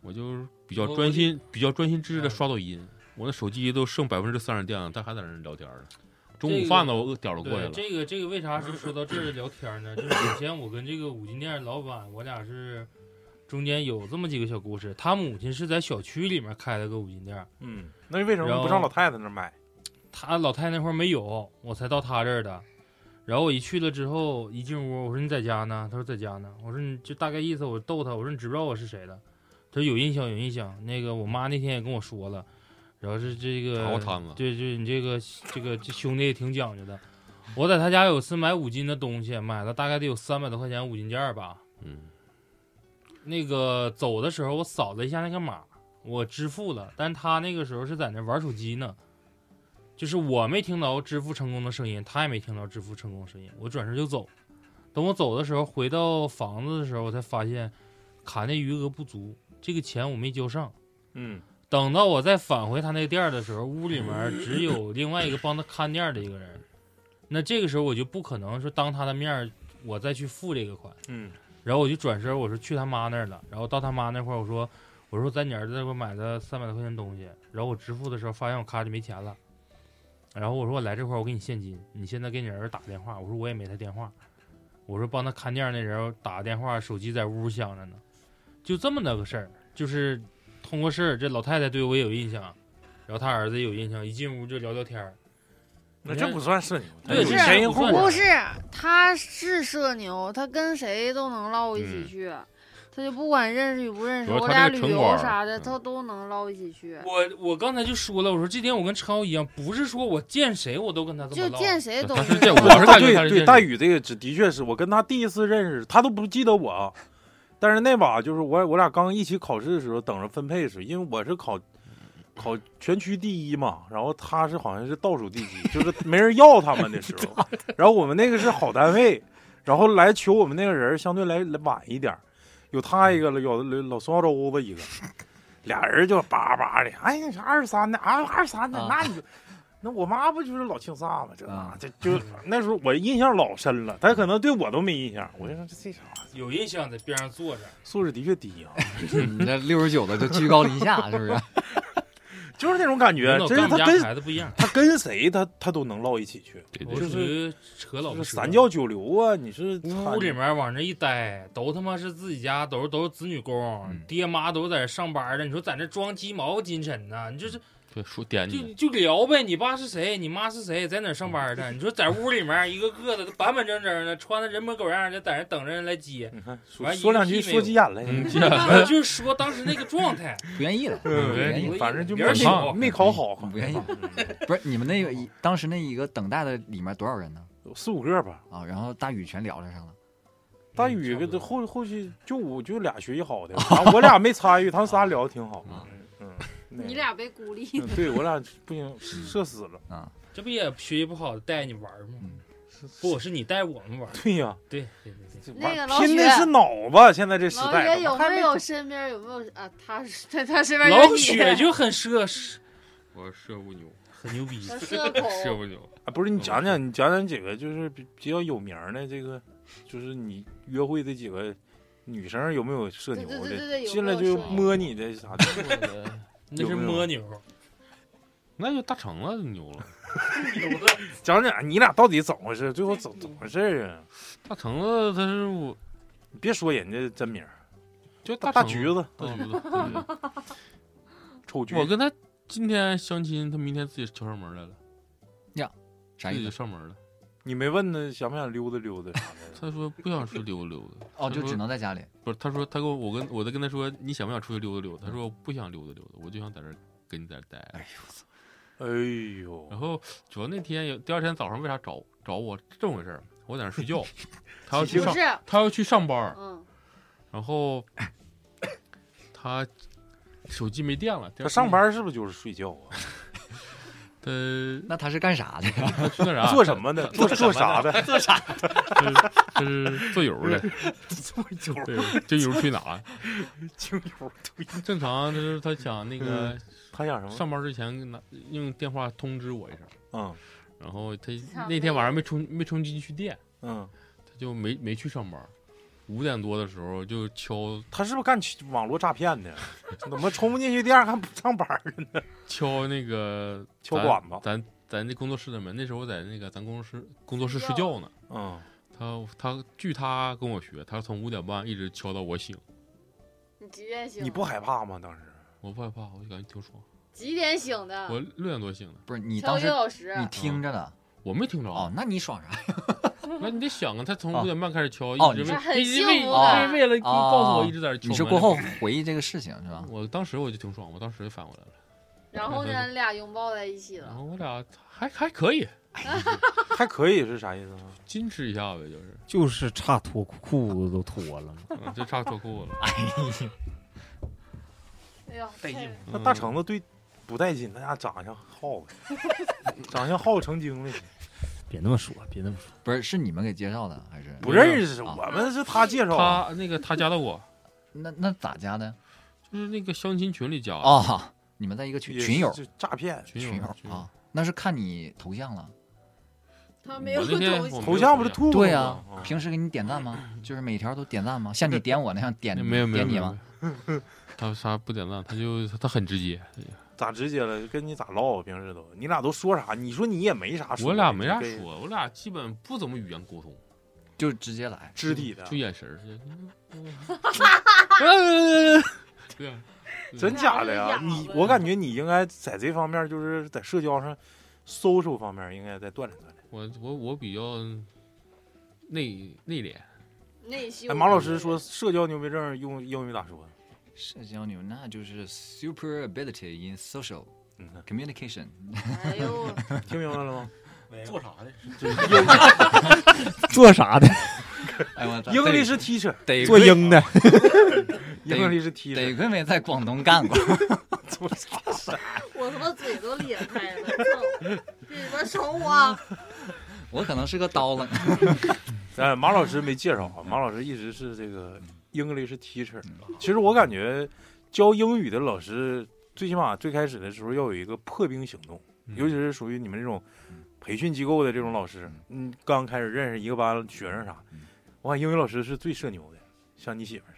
[SPEAKER 9] 我就比较
[SPEAKER 4] 我嗯我
[SPEAKER 9] 专
[SPEAKER 4] 理
[SPEAKER 9] 心，比较专心致志的刷抖音，我那手机都剩百分之三十电了，但还在那儿聊天呢。中午饭呢，我饿点儿了过来了。
[SPEAKER 4] 对这个这个为啥是说到这儿聊天儿呢？就是首先我跟这个五金店老板，我俩是中间有这么几个小故事。他母亲是在小区里面开了个五金店，
[SPEAKER 3] 嗯，那为什么不上老太太那儿买？
[SPEAKER 4] 他老太太那块儿没有，我才到他这儿的。然后我一去了之后，一进屋，我说你在家呢？他说在家呢。我说你就大概意思，我逗他，我说你知不知道我是谁了？他说有印象，有印象。那个我妈那天也跟我说了，然后是这个
[SPEAKER 9] 好摊子
[SPEAKER 4] 对对，你这个这个这兄弟也挺讲究的。我在他家有次买五金的东西，买了大概得有三百多块钱五金件儿吧。
[SPEAKER 9] 嗯，
[SPEAKER 4] 那个走的时候我扫了一下那个码，我支付了，但他那个时候是在那玩手机呢，就是我没听到支付成功的声音，他也没听到支付成功的声音，我转身就走。等我走的时候，回到房子的时候，我才发现卡那余额不足，这个钱我没交上。
[SPEAKER 3] 嗯，
[SPEAKER 4] 等到我再返回他那个店儿的时候，屋里面只有另外一个帮他看店儿的一个人。那这个时候我就不可能说当他的面儿我再去付这个款，
[SPEAKER 3] 嗯，
[SPEAKER 4] 然后我就转身我说去他妈那儿了，然后到他妈那块儿我说我说在你儿子那块买的三百多块钱东西，然后我支付的时候发现我卡里没钱了，然后我说我来这块儿我给你现金，你现在给你儿子打个电话，我说我也没他电话，我说帮他看店那人打个电话，手机在屋响着呢，就这么的个事儿，就是通过事儿，这老太太对我也有印象，然后他儿子也有印象，一进屋就聊聊天儿。
[SPEAKER 3] 那这不算社牛
[SPEAKER 4] 对，
[SPEAKER 3] 这
[SPEAKER 4] 这
[SPEAKER 3] 是前因
[SPEAKER 4] 不算
[SPEAKER 3] 后
[SPEAKER 6] 不是，他是社牛，他跟谁都能唠一起去，他就不管认识与不认识，
[SPEAKER 4] 嗯主要
[SPEAKER 6] 我
[SPEAKER 4] 他
[SPEAKER 6] 俩
[SPEAKER 4] 这
[SPEAKER 6] 旅
[SPEAKER 4] 个城
[SPEAKER 6] 游
[SPEAKER 4] 管嗯
[SPEAKER 6] 啥的，他都能唠一起去。
[SPEAKER 4] 我我刚才就说了，我说这点我跟超一样，不是说我见谁我都跟他这么
[SPEAKER 6] 就
[SPEAKER 4] 唠，
[SPEAKER 6] 见谁都
[SPEAKER 4] 是
[SPEAKER 6] 能
[SPEAKER 4] 见
[SPEAKER 6] 唠
[SPEAKER 4] 我是
[SPEAKER 3] 啊
[SPEAKER 4] 大学
[SPEAKER 3] 对
[SPEAKER 4] 认识
[SPEAKER 3] 对，大宇这个只的确是我跟他第一次认识，他都不记得我啊。但是那把就是我我俩刚一起考试的时候，等着分配时，因为我是考考全区第一嘛，然后他是好像是倒数第几，就是没人要他们的时候。 然后我们那个是好单位，然后来求我们那个人相对来来晚一点儿，有他一个了，有老孙老欧子 一个，俩人就叭叭的，哎，那是二十三的啊，二十三的，那你就那我妈不就是老青萨吗？这
[SPEAKER 4] 啊
[SPEAKER 3] 那这就那时候我印象老深了，他可能对我都没印象。我就说这啥
[SPEAKER 4] 有印象在边上坐着，
[SPEAKER 3] 素质的确低 啊，
[SPEAKER 5] 你这六十九的就居高临下，是不是？
[SPEAKER 3] 就是那种感觉
[SPEAKER 4] 领，导
[SPEAKER 3] 真啊是
[SPEAKER 4] 跟我们
[SPEAKER 3] 他
[SPEAKER 4] 家
[SPEAKER 3] 跟
[SPEAKER 4] 孩子不一样
[SPEAKER 3] 他跟谁他他都能唠一起去，
[SPEAKER 4] 我
[SPEAKER 3] 就
[SPEAKER 4] 属于
[SPEAKER 3] 是
[SPEAKER 4] 扯老
[SPEAKER 3] 就是
[SPEAKER 4] 舌
[SPEAKER 3] 三教九流啊，你是
[SPEAKER 4] 屋里面往那一待，都他妈是自己家，都是都是子女工，
[SPEAKER 3] 嗯
[SPEAKER 4] 爹妈都在这上班呢。你说在那装鸡毛金针呢？你就是
[SPEAKER 9] 对，说点
[SPEAKER 4] 就
[SPEAKER 9] 你，
[SPEAKER 4] 就聊呗，你爸是谁，你妈是谁，在哪上
[SPEAKER 3] 嗯
[SPEAKER 4] 班呢？你说在屋里面一个个的都板板正正的，穿的人模狗样的，在那等着人 来接。
[SPEAKER 3] 说
[SPEAKER 4] 完一个
[SPEAKER 3] 说两句
[SPEAKER 4] 屁没
[SPEAKER 3] 说
[SPEAKER 4] 有
[SPEAKER 3] 急眼了，
[SPEAKER 4] 嗯
[SPEAKER 3] 啊
[SPEAKER 4] 就是说当时那个状态，
[SPEAKER 5] 不愿意了，
[SPEAKER 3] 嗯
[SPEAKER 5] 不愿意了
[SPEAKER 3] 反正就
[SPEAKER 5] 别人
[SPEAKER 3] 没
[SPEAKER 5] 挺
[SPEAKER 3] 考没考好啊
[SPEAKER 5] 不愿意。
[SPEAKER 4] 嗯
[SPEAKER 5] 不是你们那个一当时那一个等待的里面多少人呢？
[SPEAKER 3] 四五个吧。
[SPEAKER 5] 啊，然后大宇全聊了上了。
[SPEAKER 3] 大宇跟他后后续就我就俩学习好的，啊我俩没参与，他们仨聊的挺好。嗯，那
[SPEAKER 6] 你
[SPEAKER 3] 个
[SPEAKER 6] 俩被 孤立
[SPEAKER 3] 嗯。对我俩不行，社死了
[SPEAKER 5] 啊！
[SPEAKER 4] 这不也学习不好带你玩吗？
[SPEAKER 3] 嗯
[SPEAKER 4] 不，是你带我们玩。
[SPEAKER 3] 对呀，
[SPEAKER 4] 对对对
[SPEAKER 6] 那个老
[SPEAKER 3] 拼的
[SPEAKER 6] 雪
[SPEAKER 3] 是脑子，现在这时
[SPEAKER 6] 老
[SPEAKER 3] 代
[SPEAKER 6] 雪有没有身边有没有啊？他是在他身边有
[SPEAKER 4] 老
[SPEAKER 6] 你
[SPEAKER 4] 雪就很社，
[SPEAKER 9] 我社不牛，
[SPEAKER 4] 很牛逼，
[SPEAKER 6] 他社恐
[SPEAKER 9] 社不牛。
[SPEAKER 3] 啊，不是你讲讲，你讲讲几个就是比比较有名儿的这个，就是你约会的几个女生有没有社
[SPEAKER 6] 对
[SPEAKER 3] 牛
[SPEAKER 6] 对
[SPEAKER 3] 的？
[SPEAKER 6] 对对对有
[SPEAKER 3] 进
[SPEAKER 6] 没
[SPEAKER 3] 来
[SPEAKER 6] 有
[SPEAKER 3] 就
[SPEAKER 6] 社牛
[SPEAKER 3] 摸你的啥的
[SPEAKER 4] 那是摸牛。
[SPEAKER 9] 那就大成了牛了。
[SPEAKER 3] 讲讲你俩到底怎么回事？最后怎怎么回事儿啊？
[SPEAKER 9] 大橙子他是我，
[SPEAKER 3] 别说人家真名儿，
[SPEAKER 9] 就
[SPEAKER 3] 大
[SPEAKER 9] 大
[SPEAKER 3] 橘子，
[SPEAKER 9] 大橘子，
[SPEAKER 3] 臭橘。
[SPEAKER 9] 我跟他今天相亲，他明天自己敲上门来了。
[SPEAKER 5] 呀，啥意思
[SPEAKER 9] 自己上门了。
[SPEAKER 3] 你没问他想不想溜达溜达啥的？
[SPEAKER 9] 他说不想出去溜达溜达。
[SPEAKER 5] 哦
[SPEAKER 9] 他
[SPEAKER 5] 就
[SPEAKER 9] 说
[SPEAKER 5] 只能在家里。
[SPEAKER 9] 不是，他说他跟我我跟我在跟他说你想不想出去溜达溜达？他说我不想溜达溜达，我就想在这儿跟你在这儿待。哎呦我操！
[SPEAKER 3] 哎呦！
[SPEAKER 4] 嗯
[SPEAKER 9] 然后主要那天有第二天早上为啥找找我这么回事儿？我在那儿睡 觉，他要去上
[SPEAKER 6] 不是
[SPEAKER 9] 他要去上班儿，
[SPEAKER 6] 嗯，
[SPEAKER 9] 然后他手机没电了。第二
[SPEAKER 3] 他上班是不是就是睡觉啊？
[SPEAKER 9] 他
[SPEAKER 5] 那他是干啥的呀？
[SPEAKER 9] 他去 那啊啥
[SPEAKER 3] 做什么的？做
[SPEAKER 9] 做
[SPEAKER 3] 啥的？
[SPEAKER 5] 做啥的？
[SPEAKER 9] 他是做油的，
[SPEAKER 5] 做油
[SPEAKER 9] 对，这油推 哪？
[SPEAKER 3] 精油推。
[SPEAKER 9] 正常就是他想那个
[SPEAKER 3] 嗯，他想什么
[SPEAKER 9] 上班之前拿用电话通知我一声。
[SPEAKER 3] 嗯，
[SPEAKER 9] 然后他
[SPEAKER 3] 想
[SPEAKER 9] 那天晚上没充没充进去电，
[SPEAKER 3] 嗯，
[SPEAKER 9] 他就没没去上班。五点多的时候就敲
[SPEAKER 3] 他是不是干网络诈骗的？ 怎么充不进去电还不上班儿呢？
[SPEAKER 9] 敲那个
[SPEAKER 3] 敲
[SPEAKER 9] 咱
[SPEAKER 3] 管子
[SPEAKER 9] 咱咱这工作室的门，那时候我在那个咱工作室工作室睡觉呢。
[SPEAKER 3] 嗯，
[SPEAKER 9] 他他据他跟我学，他从五点半一直敲到我醒，
[SPEAKER 6] 你几点醒？
[SPEAKER 3] 你不害怕吗？当时
[SPEAKER 9] 我不害怕，我就感觉挺爽。
[SPEAKER 6] 几点醒的？
[SPEAKER 9] 我六点多醒的，
[SPEAKER 5] 不是你
[SPEAKER 6] 敲当时一个小时
[SPEAKER 5] 你听着呢，
[SPEAKER 9] 我没听着啊
[SPEAKER 5] 哦，那你爽啥呀？
[SPEAKER 9] 那你得想啊，他从
[SPEAKER 5] 哦
[SPEAKER 9] 五点半开始敲，
[SPEAKER 5] 哦
[SPEAKER 9] 一直
[SPEAKER 5] 你是
[SPEAKER 9] 为一直为
[SPEAKER 5] 很幸福的
[SPEAKER 9] 为为了告诉我一直在这敲
[SPEAKER 5] 你是
[SPEAKER 9] 门
[SPEAKER 5] 过后回忆这个事情是
[SPEAKER 4] 嗯
[SPEAKER 5] 吧？
[SPEAKER 9] 我当时我就挺爽，我当时就反过来了。
[SPEAKER 6] 然后
[SPEAKER 4] 嗯
[SPEAKER 6] 呢，你俩拥抱在一起
[SPEAKER 9] 然
[SPEAKER 6] 了。
[SPEAKER 9] 后我俩还还可以，
[SPEAKER 3] 还可以是啥意思啊呢？
[SPEAKER 9] 矜持一下呗，就是
[SPEAKER 7] 就是差脱裤子都脱了嘛。
[SPEAKER 9] 嗯就差脱裤子了。
[SPEAKER 6] 哎呦，
[SPEAKER 4] 带劲！
[SPEAKER 3] 那
[SPEAKER 9] 嗯
[SPEAKER 3] 大橙子对不带劲，那家长相耗 子，长相耗成精了。
[SPEAKER 7] 别那么说，别那么说，
[SPEAKER 5] 不是是你们给介绍的还是
[SPEAKER 3] 不认识，
[SPEAKER 5] 啊
[SPEAKER 3] 我们是他介绍的。
[SPEAKER 9] 他那个他加的我，
[SPEAKER 5] 那那咋加的？
[SPEAKER 9] 就是那个相亲群里加的
[SPEAKER 5] 哦，你们在一个群
[SPEAKER 3] 也是
[SPEAKER 5] 群友啊哦
[SPEAKER 3] 就诈骗
[SPEAKER 9] 群
[SPEAKER 5] 群友
[SPEAKER 9] 群友
[SPEAKER 5] 啊？那是看你头像了
[SPEAKER 10] 他没有
[SPEAKER 5] 我那天
[SPEAKER 10] 头像
[SPEAKER 3] 头
[SPEAKER 5] 我没有
[SPEAKER 3] 啊像不是吐
[SPEAKER 5] 对
[SPEAKER 3] 了
[SPEAKER 9] 啊
[SPEAKER 5] 呀、平时给你点赞吗？就是每条都点赞吗？像你点我那样 点
[SPEAKER 9] 没有没有
[SPEAKER 5] 点
[SPEAKER 9] 没
[SPEAKER 5] 你
[SPEAKER 9] 有
[SPEAKER 5] 吗？
[SPEAKER 9] 没有他啥不点赞，他就他很直接。
[SPEAKER 3] 咋直接了？跟你咋唠啊？平时都你俩都说啥？你说你也没啥说的，
[SPEAKER 9] 我俩没啥
[SPEAKER 3] 你跟
[SPEAKER 9] 说，我俩基本不怎么语言沟通，
[SPEAKER 5] 就直接来，
[SPEAKER 3] 肢体的
[SPEAKER 9] 就眼神儿。对啊，
[SPEAKER 3] 真假的呀？你我感觉你应该在这方面，就是在社交上、social 方面，应该再锻炼锻炼。
[SPEAKER 9] 我我我比较内内敛，
[SPEAKER 10] 内心。
[SPEAKER 3] 哎，马老师说社交牛逼症用英语咋说？
[SPEAKER 5] 社交牛那就是 super ability in social communication。
[SPEAKER 10] 哎呦，
[SPEAKER 3] 嗯听明白了吗？
[SPEAKER 8] 做啥的？
[SPEAKER 7] 做啥的？
[SPEAKER 5] 哎我操
[SPEAKER 3] 英
[SPEAKER 5] 得
[SPEAKER 3] 力是 teacher，
[SPEAKER 5] 得
[SPEAKER 7] 做
[SPEAKER 5] 亏
[SPEAKER 7] 鹰的
[SPEAKER 5] 得
[SPEAKER 3] 英力是 teacher
[SPEAKER 5] 得亏没在广东干过。
[SPEAKER 3] 做啥
[SPEAKER 5] 事？
[SPEAKER 10] 我他妈嘴都裂开 了，操！别他妈瞅我，
[SPEAKER 5] 我可能是个刀了。
[SPEAKER 3] 哎，马老师没介绍啊，马老师一直是这个 English teacher。其
[SPEAKER 5] 嗯
[SPEAKER 3] 实我感觉教英语的老师，最起码最开始的时候要有一个破冰行动，
[SPEAKER 5] 嗯
[SPEAKER 3] 尤其是属于你们这种培训机构的这种老师，嗯，刚开始认识一个班学生啥，
[SPEAKER 5] 嗯
[SPEAKER 3] 我感觉英语老师是最社牛的，像你媳妇儿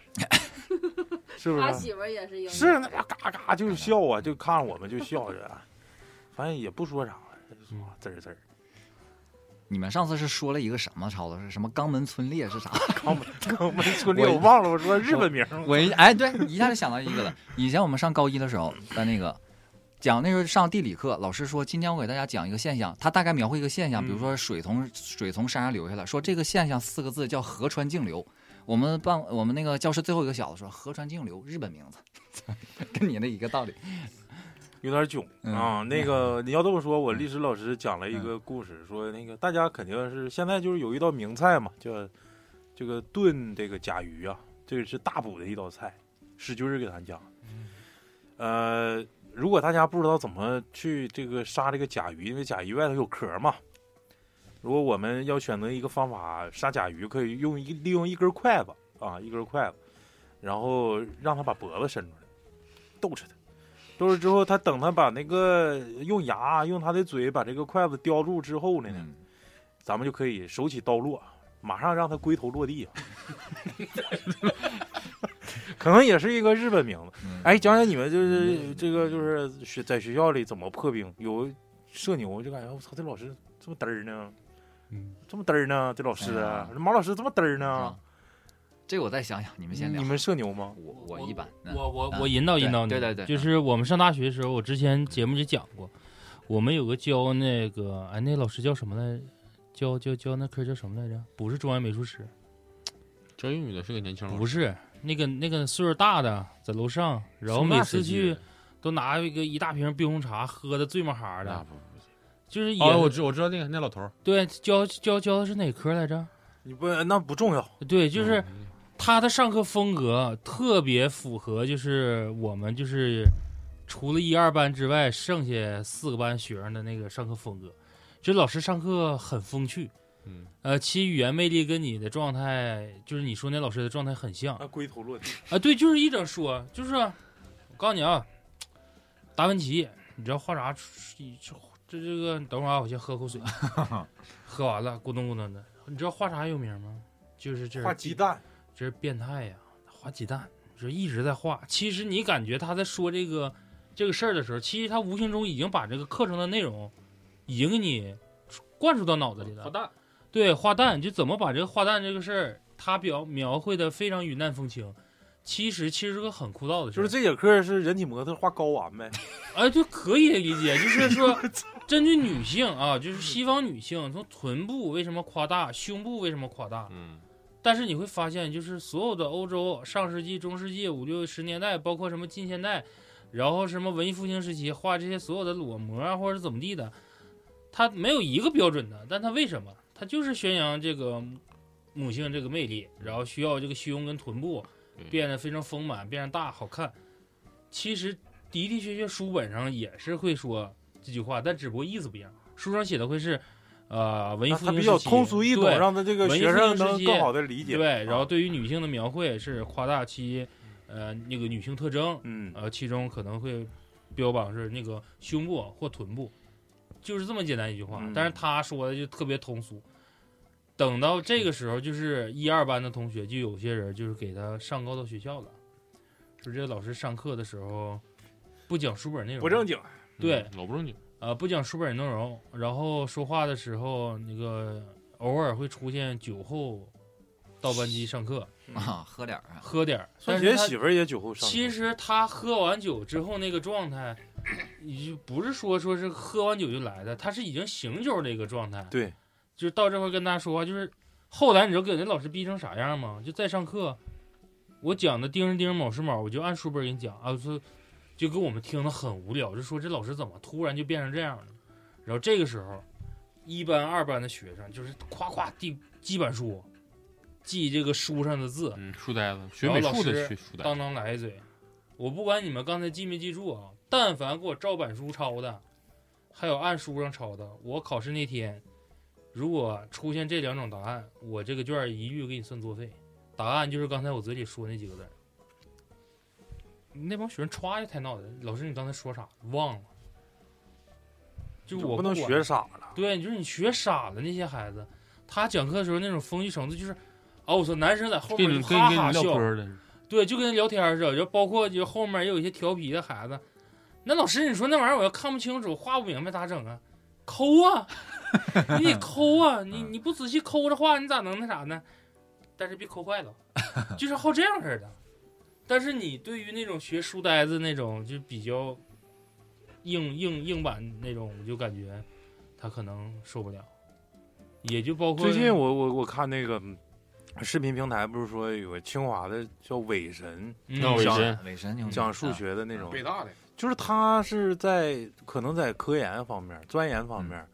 [SPEAKER 3] 似的，是不是
[SPEAKER 10] 他
[SPEAKER 3] 啊？
[SPEAKER 10] 媳妇儿也是英语。
[SPEAKER 3] 是那嘎嘎嘎就笑啊，就看我们就笑着啊，反正也不说啥，就
[SPEAKER 5] 嗯
[SPEAKER 3] 说滋儿滋儿。
[SPEAKER 5] 你们上次是说了一个什么超子？是什么肛门村裂是啥？
[SPEAKER 3] 肛门肛门村裂我忘了我说日本名儿
[SPEAKER 5] 我一哎，对，一下就想到一个了。以前我们上高一的时候，在那个讲那时候上地理课，老师说今天我给大家讲一个现象，他大概描绘一个现象，
[SPEAKER 3] 嗯
[SPEAKER 5] 比如说水从水从山上流下来，说这个现象四个字叫河川径流。我们办我们那个教室最后一个小子说河川径流，日本名字， 跟你那一个道理。
[SPEAKER 3] 有点囧
[SPEAKER 5] 嗯
[SPEAKER 3] 啊。那个你要这么说，我历史老师讲了一个故事，说那个大家肯定是现在就是有一道名菜嘛，叫这个炖这个甲鱼啊，这个是大补的一道菜。史军儿给咱讲，
[SPEAKER 5] 嗯
[SPEAKER 3] 呃，如果大家不知道怎么去这个杀这个甲鱼，因为甲鱼外头有壳嘛。如果我们要选择一个方法杀甲鱼，可以用一利用一根筷子啊，一根筷子，然后让它把脖子伸出来，逗着它。都是之后，他等他把那个用牙、用他的嘴把这个筷子叼住之后呢，咱们就可以手起刀落，马上让他龟头落地。 可能也是一个日本名字。
[SPEAKER 5] 嗯
[SPEAKER 3] 哎，讲讲你们就是这个，就是学在学校里怎么破冰？有社牛就感觉我操，这老师这么嘚儿呢，这么嘚儿呢，这老师啊，马老师这么嘚儿呢。
[SPEAKER 5] 这个我再想想，你们先啊聊。
[SPEAKER 3] 你们社牛吗？
[SPEAKER 5] 我我一般，嗯
[SPEAKER 4] 我我
[SPEAKER 5] 嗯
[SPEAKER 4] 我引导引导你，
[SPEAKER 5] 对对对，
[SPEAKER 4] 就是我们上大学的时候，我之前节目里讲过，我们有个教那个，哎，那老师叫什么来？教教教那科叫什么来着？不是中央美术史，
[SPEAKER 9] 教英语的是个年轻人，
[SPEAKER 4] 不是那个那个岁数大的，在楼上，然后
[SPEAKER 9] 什么
[SPEAKER 4] 每
[SPEAKER 9] 大
[SPEAKER 4] 次
[SPEAKER 9] 世
[SPEAKER 4] 去
[SPEAKER 9] 界
[SPEAKER 4] 都拿一个一大瓶冰红茶，喝的醉嘛哈的，就是也、
[SPEAKER 9] 哦，我知我知道那个那老头儿，
[SPEAKER 4] 对教教教的是哪科来着？
[SPEAKER 3] 你不那不重要，
[SPEAKER 4] 对，就是他的上课风格特别符合，就是我们就是除了一二班之外，剩下四个班学生的那个上课风格。就老师上课很风趣，
[SPEAKER 9] 嗯，
[SPEAKER 4] 呃，其语言魅力跟你的状态，就是你说那老师的状态很像
[SPEAKER 3] 啊，龟头落地。
[SPEAKER 4] 啊，对，就是一整说，就是我告诉你啊，达芬奇，你知道画啥？这这个，等会儿啊，我先喝 口水，喝完了咕咚咕咚的。你知道画啥有名吗？就是这
[SPEAKER 3] 画鸡蛋，
[SPEAKER 4] 这是变态呀、画鸡蛋，就是一直在画。其实你感觉他在说这个这个事儿的时候，其实他无形中已经把这个课程的内容已经给你灌输到脑子里了。
[SPEAKER 9] 画蛋，
[SPEAKER 4] 对，画蛋就怎么把这个画蛋这个事儿，他表描绘的非常云淡风轻。其实其实是个很枯燥的事
[SPEAKER 3] 就
[SPEAKER 4] 儿，
[SPEAKER 3] 是这节课是人体模特画睾丸呗。
[SPEAKER 4] 哎，就可以理解，就是说，针对女性啊，就是西方女性，从臀部为什么夸大，胸部为什么夸大，
[SPEAKER 9] 嗯，
[SPEAKER 4] 但是你会发现，就是所有的欧洲上世纪、中世纪五六十年代，包括什么近现代，然后什么文艺复兴时期，画这些所有的裸模啊，或者怎么地的，它没有一个标准的。但它为什么？它就是宣扬这个母性这个魅力，然后需要这个胸跟臀部变得非常丰满、变得大、好看。其实的的确确书本上也是会说这句话，但只不过意思不一样。书上写的会是，呃，文艺
[SPEAKER 3] 那
[SPEAKER 4] 复
[SPEAKER 3] 它
[SPEAKER 4] 兴
[SPEAKER 3] 比较
[SPEAKER 4] 时期
[SPEAKER 3] 通俗易懂
[SPEAKER 4] 对
[SPEAKER 3] 让他这个
[SPEAKER 4] 文艺
[SPEAKER 3] 学
[SPEAKER 4] 复
[SPEAKER 3] 生
[SPEAKER 4] 兴时
[SPEAKER 3] 能
[SPEAKER 4] 期
[SPEAKER 3] 更好地理解啊
[SPEAKER 4] 对，然后对于女性的描绘是夸大其，呃，那个女性特征，
[SPEAKER 3] 嗯，
[SPEAKER 4] 呃，其中可能会标榜是那个胸部或臀部。就是这么简单一句话
[SPEAKER 9] 嗯。
[SPEAKER 4] 但是他说的就特别通俗。等到这个时候，就是一二班的同学，就有些人就是给他上告到学校了，说这个老师上课的时候不讲书本内容，
[SPEAKER 3] 不正经
[SPEAKER 4] 对，
[SPEAKER 9] 老不正经，
[SPEAKER 4] 呃，不讲书本内容，然后说话的时候，那个偶尔会出现酒后到班级上课
[SPEAKER 5] 啊喝点儿啊
[SPEAKER 4] 喝点儿。
[SPEAKER 3] 算
[SPEAKER 4] 但
[SPEAKER 3] 起
[SPEAKER 4] 是
[SPEAKER 3] 来
[SPEAKER 4] 他
[SPEAKER 3] 媳妇儿也酒后上课
[SPEAKER 4] 其实他喝完酒之后那个状态，已经不是说说是喝完酒就来的，他是已经醒酒的一个状态。
[SPEAKER 3] 对，
[SPEAKER 4] 就是到这块儿跟大家说话，就是后来你知道给那老师逼成啥样吗？就在上课，我讲的丁是丁，卯是卯，我就按书本给你讲啊，说就给我们听的很无聊，就说这老师怎么突然就变成这样了？然后这个时候，一班、二班的学生就是夸夸地记板书，记这个书上的字，
[SPEAKER 9] 嗯，书呆子学美术的学书呆
[SPEAKER 4] 当
[SPEAKER 9] 子，
[SPEAKER 4] 当来一嘴，我不管你们刚才记没记住啊，但凡给我照板书抄的，还有按书上抄的，我考试那天如果出现这两种答案，我这个卷儿一律给你算作废。答案就是刚才我嘴里说那几个字儿。那帮学生歘就抬脑袋，老师你刚才说啥？忘了。就是我
[SPEAKER 3] 不能
[SPEAKER 4] 管
[SPEAKER 3] 学傻了。
[SPEAKER 4] 对，你就是你学傻了那些孩子，他讲课的时候那种风趣程度就是，啊，我操，男生在后
[SPEAKER 9] 跟
[SPEAKER 4] 面
[SPEAKER 9] 你
[SPEAKER 4] 就
[SPEAKER 9] 跟
[SPEAKER 4] 哈
[SPEAKER 9] 你跟
[SPEAKER 4] 哈
[SPEAKER 9] 你
[SPEAKER 4] 笑
[SPEAKER 9] 唠，嗑的，
[SPEAKER 4] 对，就跟人聊天儿似的，就包括就后面也有一些调皮的孩子。那老师，你说那玩意儿我要看不清楚，画不明白咋整啊？抠啊， 你得抠啊，你
[SPEAKER 9] 嗯
[SPEAKER 4] 你不仔细抠着画，你咋能那啥呢？但是别抠坏了， 就是好这样式儿的。但是你对于那种学书呆子那种，就比较硬硬硬板那种，我就感觉他可能受不了。也就包括
[SPEAKER 3] 最近我我我看那个嗯视频平台，不是说有个清华的叫韦神，
[SPEAKER 9] 嗯
[SPEAKER 3] 讲
[SPEAKER 9] 啊韦神
[SPEAKER 5] 韦神牛
[SPEAKER 4] 嗯
[SPEAKER 5] 逼
[SPEAKER 3] 讲数学的那种，
[SPEAKER 9] 啊北大的，
[SPEAKER 3] 就是他是在可能在科研方面、钻研
[SPEAKER 4] 嗯
[SPEAKER 3] 方面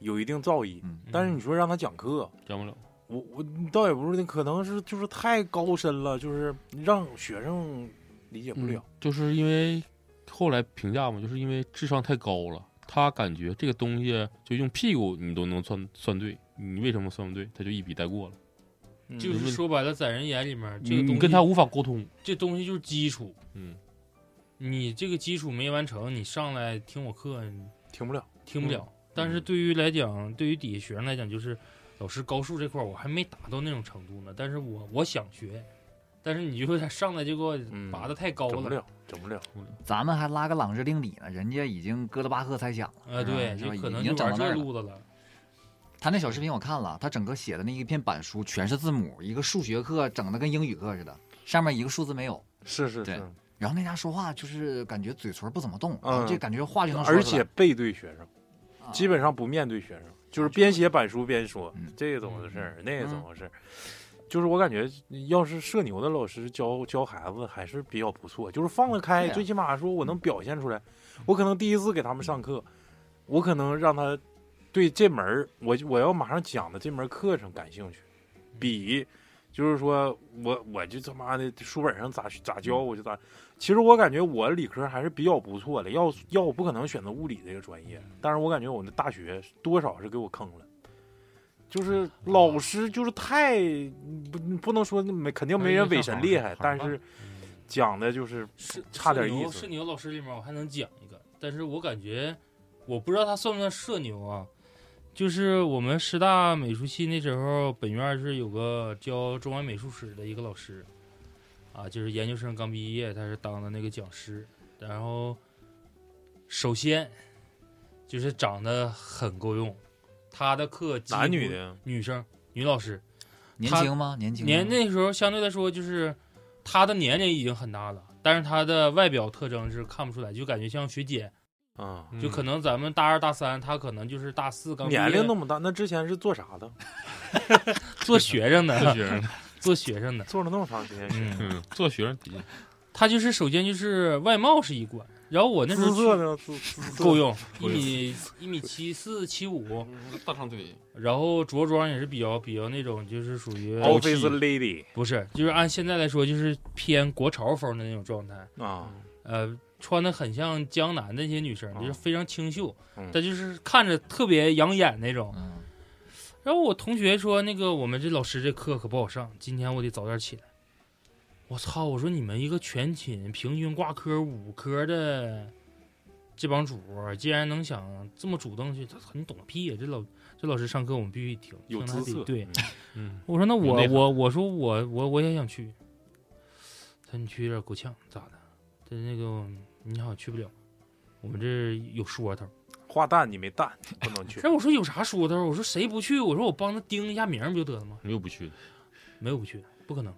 [SPEAKER 3] 有一定造诣，
[SPEAKER 5] 嗯
[SPEAKER 3] 但是你说让他讲课，
[SPEAKER 9] 嗯讲不了。
[SPEAKER 3] 我我倒也不是，可能是就是太高深了，就是让学生理解不了。
[SPEAKER 9] 就是因为后来评价嘛，就是因为智商太高了，他感觉这个东西就用屁股你都能算算对，你为什么算不对？他就一笔带过了。
[SPEAKER 4] 就是说白了，在人眼里面，这
[SPEAKER 9] 你
[SPEAKER 4] 个东
[SPEAKER 9] 你
[SPEAKER 4] 西
[SPEAKER 9] 跟他无法沟通，
[SPEAKER 4] 这东西就是基础，
[SPEAKER 9] 嗯，
[SPEAKER 4] 你这个基础没完成，你上来听我课，你
[SPEAKER 3] 听不了，
[SPEAKER 4] 听不了。但是对于来讲，对于底下学生来讲，就是老师高数这块儿我还没达到那种程度呢，但是我我想学，但是你就有点上来就给我拔的太高了，
[SPEAKER 3] 整不了。
[SPEAKER 5] 咱们还拉个朗日令里呢，人家已经哥德巴赫猜想了，
[SPEAKER 4] 呃，对，
[SPEAKER 5] 啊是吧
[SPEAKER 4] 就可能
[SPEAKER 5] 已
[SPEAKER 4] 就
[SPEAKER 5] 经整
[SPEAKER 4] 玩
[SPEAKER 5] 到那
[SPEAKER 4] 这
[SPEAKER 5] 儿
[SPEAKER 4] 路
[SPEAKER 5] 了。
[SPEAKER 4] 子了。
[SPEAKER 5] 他那小视频我看了，他整个写的那一片板书全是字母，一个数学课整的跟英语课似的，上面一个数字没有。
[SPEAKER 3] 是是
[SPEAKER 5] 对。然后那家说话就是感觉嘴唇不怎么动，
[SPEAKER 3] 嗯，
[SPEAKER 5] 这感觉话就能说出来
[SPEAKER 3] 而
[SPEAKER 5] 啊
[SPEAKER 3] 且背对学生，基本上不面对学生，就是边写板书边说，
[SPEAKER 5] 嗯
[SPEAKER 3] 这个怎么回事儿，那个怎么回事儿。就是我感觉，要是社牛的老师教教孩子还是比较不错，就是放得开，
[SPEAKER 9] 对啊
[SPEAKER 3] 最起码说
[SPEAKER 5] 嗯
[SPEAKER 3] 我能表现出来。我可能第一次给他们上课，我可能让他对这门儿我我要马上讲的这门课程感兴趣，比就是说我我就他妈的书本上咋咋教
[SPEAKER 4] 嗯
[SPEAKER 3] 我就咋。其实我感觉我理科还是比较不错的，要要我不可能选择物理这个专业。
[SPEAKER 4] 嗯
[SPEAKER 3] 但是我感觉我那大学多少是给我坑了，
[SPEAKER 4] 嗯
[SPEAKER 3] 就是老师就是太不不能说那没肯定没人韦神厉害，但是
[SPEAKER 4] 嗯
[SPEAKER 3] 讲的就是差点意
[SPEAKER 4] 社
[SPEAKER 3] 思。
[SPEAKER 4] 牛老师里面我还能讲一个，但是我感觉我不知道他算不算社牛啊。就是我们师大美术系那时候，本院是有个教中文美术史的一个老师，啊，就是研究生刚毕业，他是当的那个讲师。然后，首先就是长得很够用，他的课几乎
[SPEAKER 3] 男女的
[SPEAKER 4] 女生女老师，
[SPEAKER 5] 年
[SPEAKER 4] 她
[SPEAKER 5] 轻吗年轻吗
[SPEAKER 4] 年那时候相对来说就是她的年龄已经很大了，但是她的外表特征是看不出来，就感觉像学姐，
[SPEAKER 3] 啊
[SPEAKER 4] 就
[SPEAKER 9] 嗯
[SPEAKER 4] 可能咱们大二大三，她可能就是大四刚毕业
[SPEAKER 3] 年龄那么大，那之前是做啥的？
[SPEAKER 4] 做学生的，
[SPEAKER 9] 做学生的，
[SPEAKER 4] 做学 生的，
[SPEAKER 3] 做了那么长时间学
[SPEAKER 9] 嗯，做学生底下
[SPEAKER 4] 他就是首先就是外貌是一关，然后我那时候
[SPEAKER 9] 姿色呢姿
[SPEAKER 4] 去
[SPEAKER 9] 姿色
[SPEAKER 4] 够用一
[SPEAKER 9] 够用
[SPEAKER 4] 米一米七四七五，
[SPEAKER 9] 大长腿，
[SPEAKER 4] 然后着装也是比较比较那种就是属于
[SPEAKER 3] Office lady
[SPEAKER 4] 不是，就是按现在来说就是偏国潮风的那种状态
[SPEAKER 3] 啊，
[SPEAKER 4] 呃，穿的很像江南的那些女生，就是非常清秀，
[SPEAKER 3] 嗯
[SPEAKER 4] 但就是看着特别养眼那种。然后我同学说，那个我们这老师这课可不好上，今天我得早点起来。我操！我说你们一个全寝平均挂科五科的这帮主播既然能想这么主动去，他很懂屁啊呀、这老这老师上课我们必须听，
[SPEAKER 3] 有
[SPEAKER 4] 听他
[SPEAKER 3] 姿
[SPEAKER 4] 得
[SPEAKER 3] 色
[SPEAKER 4] 对，
[SPEAKER 3] 嗯
[SPEAKER 4] 我说那
[SPEAKER 3] 有
[SPEAKER 4] 我
[SPEAKER 3] 内涵
[SPEAKER 4] 我我说我我我也想去，他说你去有点够呛，咋的？他说那个你好像去不了，我们这有说头。
[SPEAKER 3] 画蛋你没蛋，不能去。
[SPEAKER 4] 那我说有啥说头？我说谁不去？我说我帮他盯一下名儿不就得了吗？
[SPEAKER 9] 你又不去，
[SPEAKER 4] 没有不去，不可能。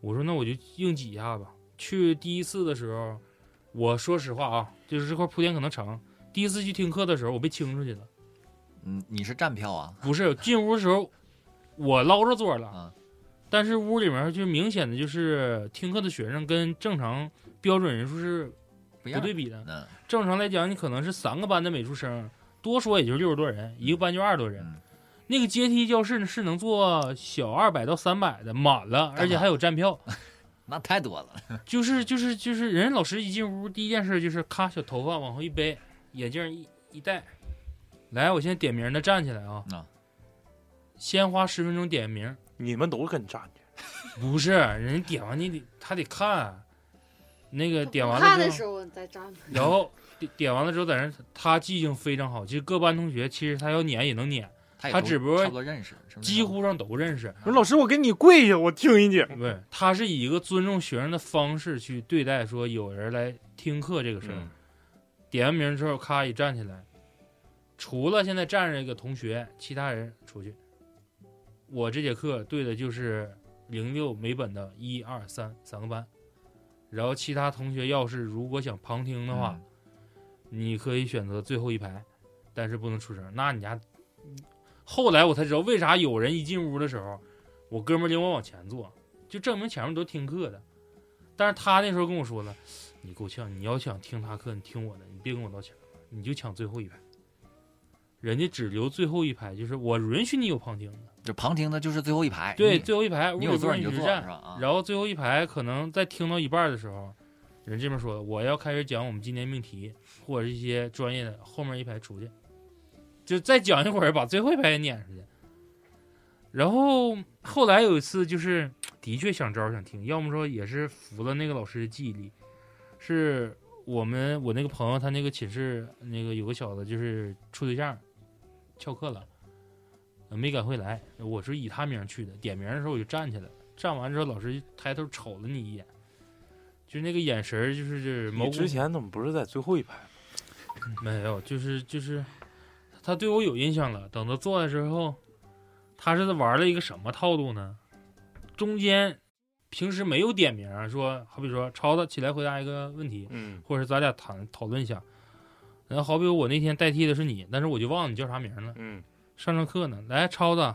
[SPEAKER 4] 我说那我就硬挤一下吧。去第一次的时候，我说实话啊，就是这块铺垫可能长。第一次去听课的时候，我被清出去了。
[SPEAKER 5] 嗯，你是站票啊？
[SPEAKER 4] 不是进屋的时候，我捞着座了，但是屋里面就明显的就是听课的学生跟正常标准人数是
[SPEAKER 5] 一样
[SPEAKER 4] 不对比的。
[SPEAKER 5] 嗯
[SPEAKER 4] 正常来讲，你可能是三个班的美术生，多说也就六十多人，一个班就二十多人。那个阶梯教室是能坐小二百到三百的，满了，而且还有站票。
[SPEAKER 5] 那太多了。
[SPEAKER 4] 就是就是就是，人家老师一进屋，第一件事就是咔，小头发往后一背，眼镜一一戴，来，我现在点名的站起来啊！先花十分钟点名，
[SPEAKER 3] 你们都跟站
[SPEAKER 4] 去？不是，人家点完你得他得看，那个点完了之后
[SPEAKER 6] 看的时候你再站吧。
[SPEAKER 4] 然后点点完了之后，在那儿他记性非常好。其实各班同学，其实他要撵也能撵，
[SPEAKER 5] 他也
[SPEAKER 4] 他
[SPEAKER 5] 都
[SPEAKER 4] 只不过
[SPEAKER 5] 差不多认识
[SPEAKER 4] 几乎上都认识。
[SPEAKER 3] 我说老师，我给你跪下，我听一听。
[SPEAKER 4] 对，他是以一个尊重学生的方式去对待，说有人来听课这个事儿。点完名之后，咔一站起来，除了现在站着一个同学，其他人出去。我这节课对的就是零六美本的一二三三个班，然后其他同学要是如果想旁听的话，
[SPEAKER 5] 嗯
[SPEAKER 4] 你可以选择最后一排，但是不能出声。那你家，后来我才知道为啥有人一进屋的时候，我哥们儿领我往前坐，就证明前面都听课的。但是他那时候跟我说了，你够呛，你要想听他课，你听我的，你别跟我到前面，你就抢最后一排。人家只留最后一排，就是我允许你有旁听的，
[SPEAKER 5] 就旁听的就是最后一排。
[SPEAKER 4] 对，
[SPEAKER 5] 哎你
[SPEAKER 4] 最后一排，
[SPEAKER 5] 你
[SPEAKER 4] 屋
[SPEAKER 5] 有
[SPEAKER 4] 里
[SPEAKER 5] 座
[SPEAKER 4] 不
[SPEAKER 5] 儿你就
[SPEAKER 4] 允许
[SPEAKER 5] 坐
[SPEAKER 4] 站
[SPEAKER 5] 是吧？啊，
[SPEAKER 4] 然后最后一排可能在听到一半的时候，人这边说我要开始讲我们今天命题或者是一些专业的，后面一排出去，就再讲一会儿，把最后一排也撵出去。然后后来有一次就是的确想招儿想听，要么说也是服了那个老师的记忆力，是我们我那个朋友他那个寝室那个有个小子就是处对象，翘课了。呃没赶回来，我是以他名儿去的。点名儿的时候我就站起来了，站完之后老师抬头瞅了你一眼，就那个眼神儿就是就是毛
[SPEAKER 3] 你
[SPEAKER 4] 骨
[SPEAKER 3] 之前怎么不是在最后一排？
[SPEAKER 4] 没有，就是就是，他对我有印象了。等他坐下之后，他是玩了一个什么套路呢？中间平时没有点名儿，啊说好比说超子起来回答一个问题，
[SPEAKER 3] 嗯，
[SPEAKER 4] 或者咱俩谈讨论一下。然后好比我那天代替的是你，但是我就忘了你叫啥名儿了。
[SPEAKER 3] 嗯，
[SPEAKER 4] 上上课呢，来超子，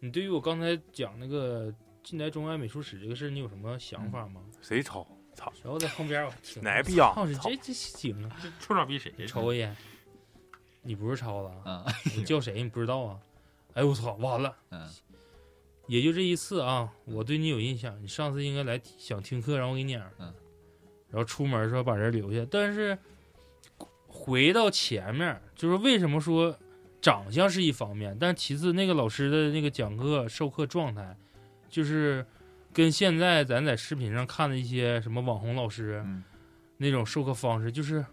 [SPEAKER 4] 你对于我刚才讲那个近代中外美术史这个事儿，你有什么想法吗？
[SPEAKER 3] 谁抄？操！
[SPEAKER 4] 然后在旁边我听
[SPEAKER 3] 哪逼样
[SPEAKER 4] 操，这
[SPEAKER 3] 操
[SPEAKER 4] 这这行啊，
[SPEAKER 9] 臭傻逼谁？
[SPEAKER 4] 抽我一烟，你不是超子啊？你叫谁？你不知道啊？哎我操，完了！
[SPEAKER 5] 嗯，
[SPEAKER 4] 也就这一次啊，我对你有印象。你上次应该来想听课，然后我给你撵了。
[SPEAKER 5] 嗯，
[SPEAKER 4] 然后出门说把人留下，但是回到前面，就是为什么说长相是一方面，但其次那个老师的那个讲课授课状态，就是跟现在咱在视频上看的一些什么网红老师、
[SPEAKER 5] 嗯
[SPEAKER 4] 那种授课方式，就是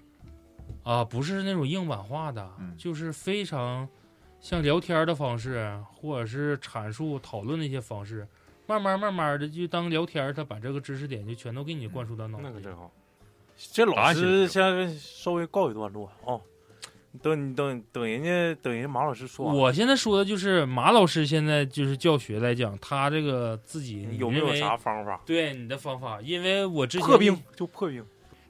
[SPEAKER 4] 啊，不是那种硬板化的，就是非常像聊天的方式，或者是阐述讨论的一些方式。慢慢慢慢的就当聊天，他把这个知识点就全都给你灌输到脑子里。
[SPEAKER 3] 嗯
[SPEAKER 4] 那
[SPEAKER 3] 个真好，这老师先稍微告一段落哦。等你等等人家等人家马老师说完，
[SPEAKER 4] 我现在说的就是马老师现在就是教学来讲，他这个自己
[SPEAKER 3] 有没有啥
[SPEAKER 4] 方
[SPEAKER 3] 法？
[SPEAKER 4] 对你的方法，因为我之前
[SPEAKER 3] 破冰就破冰，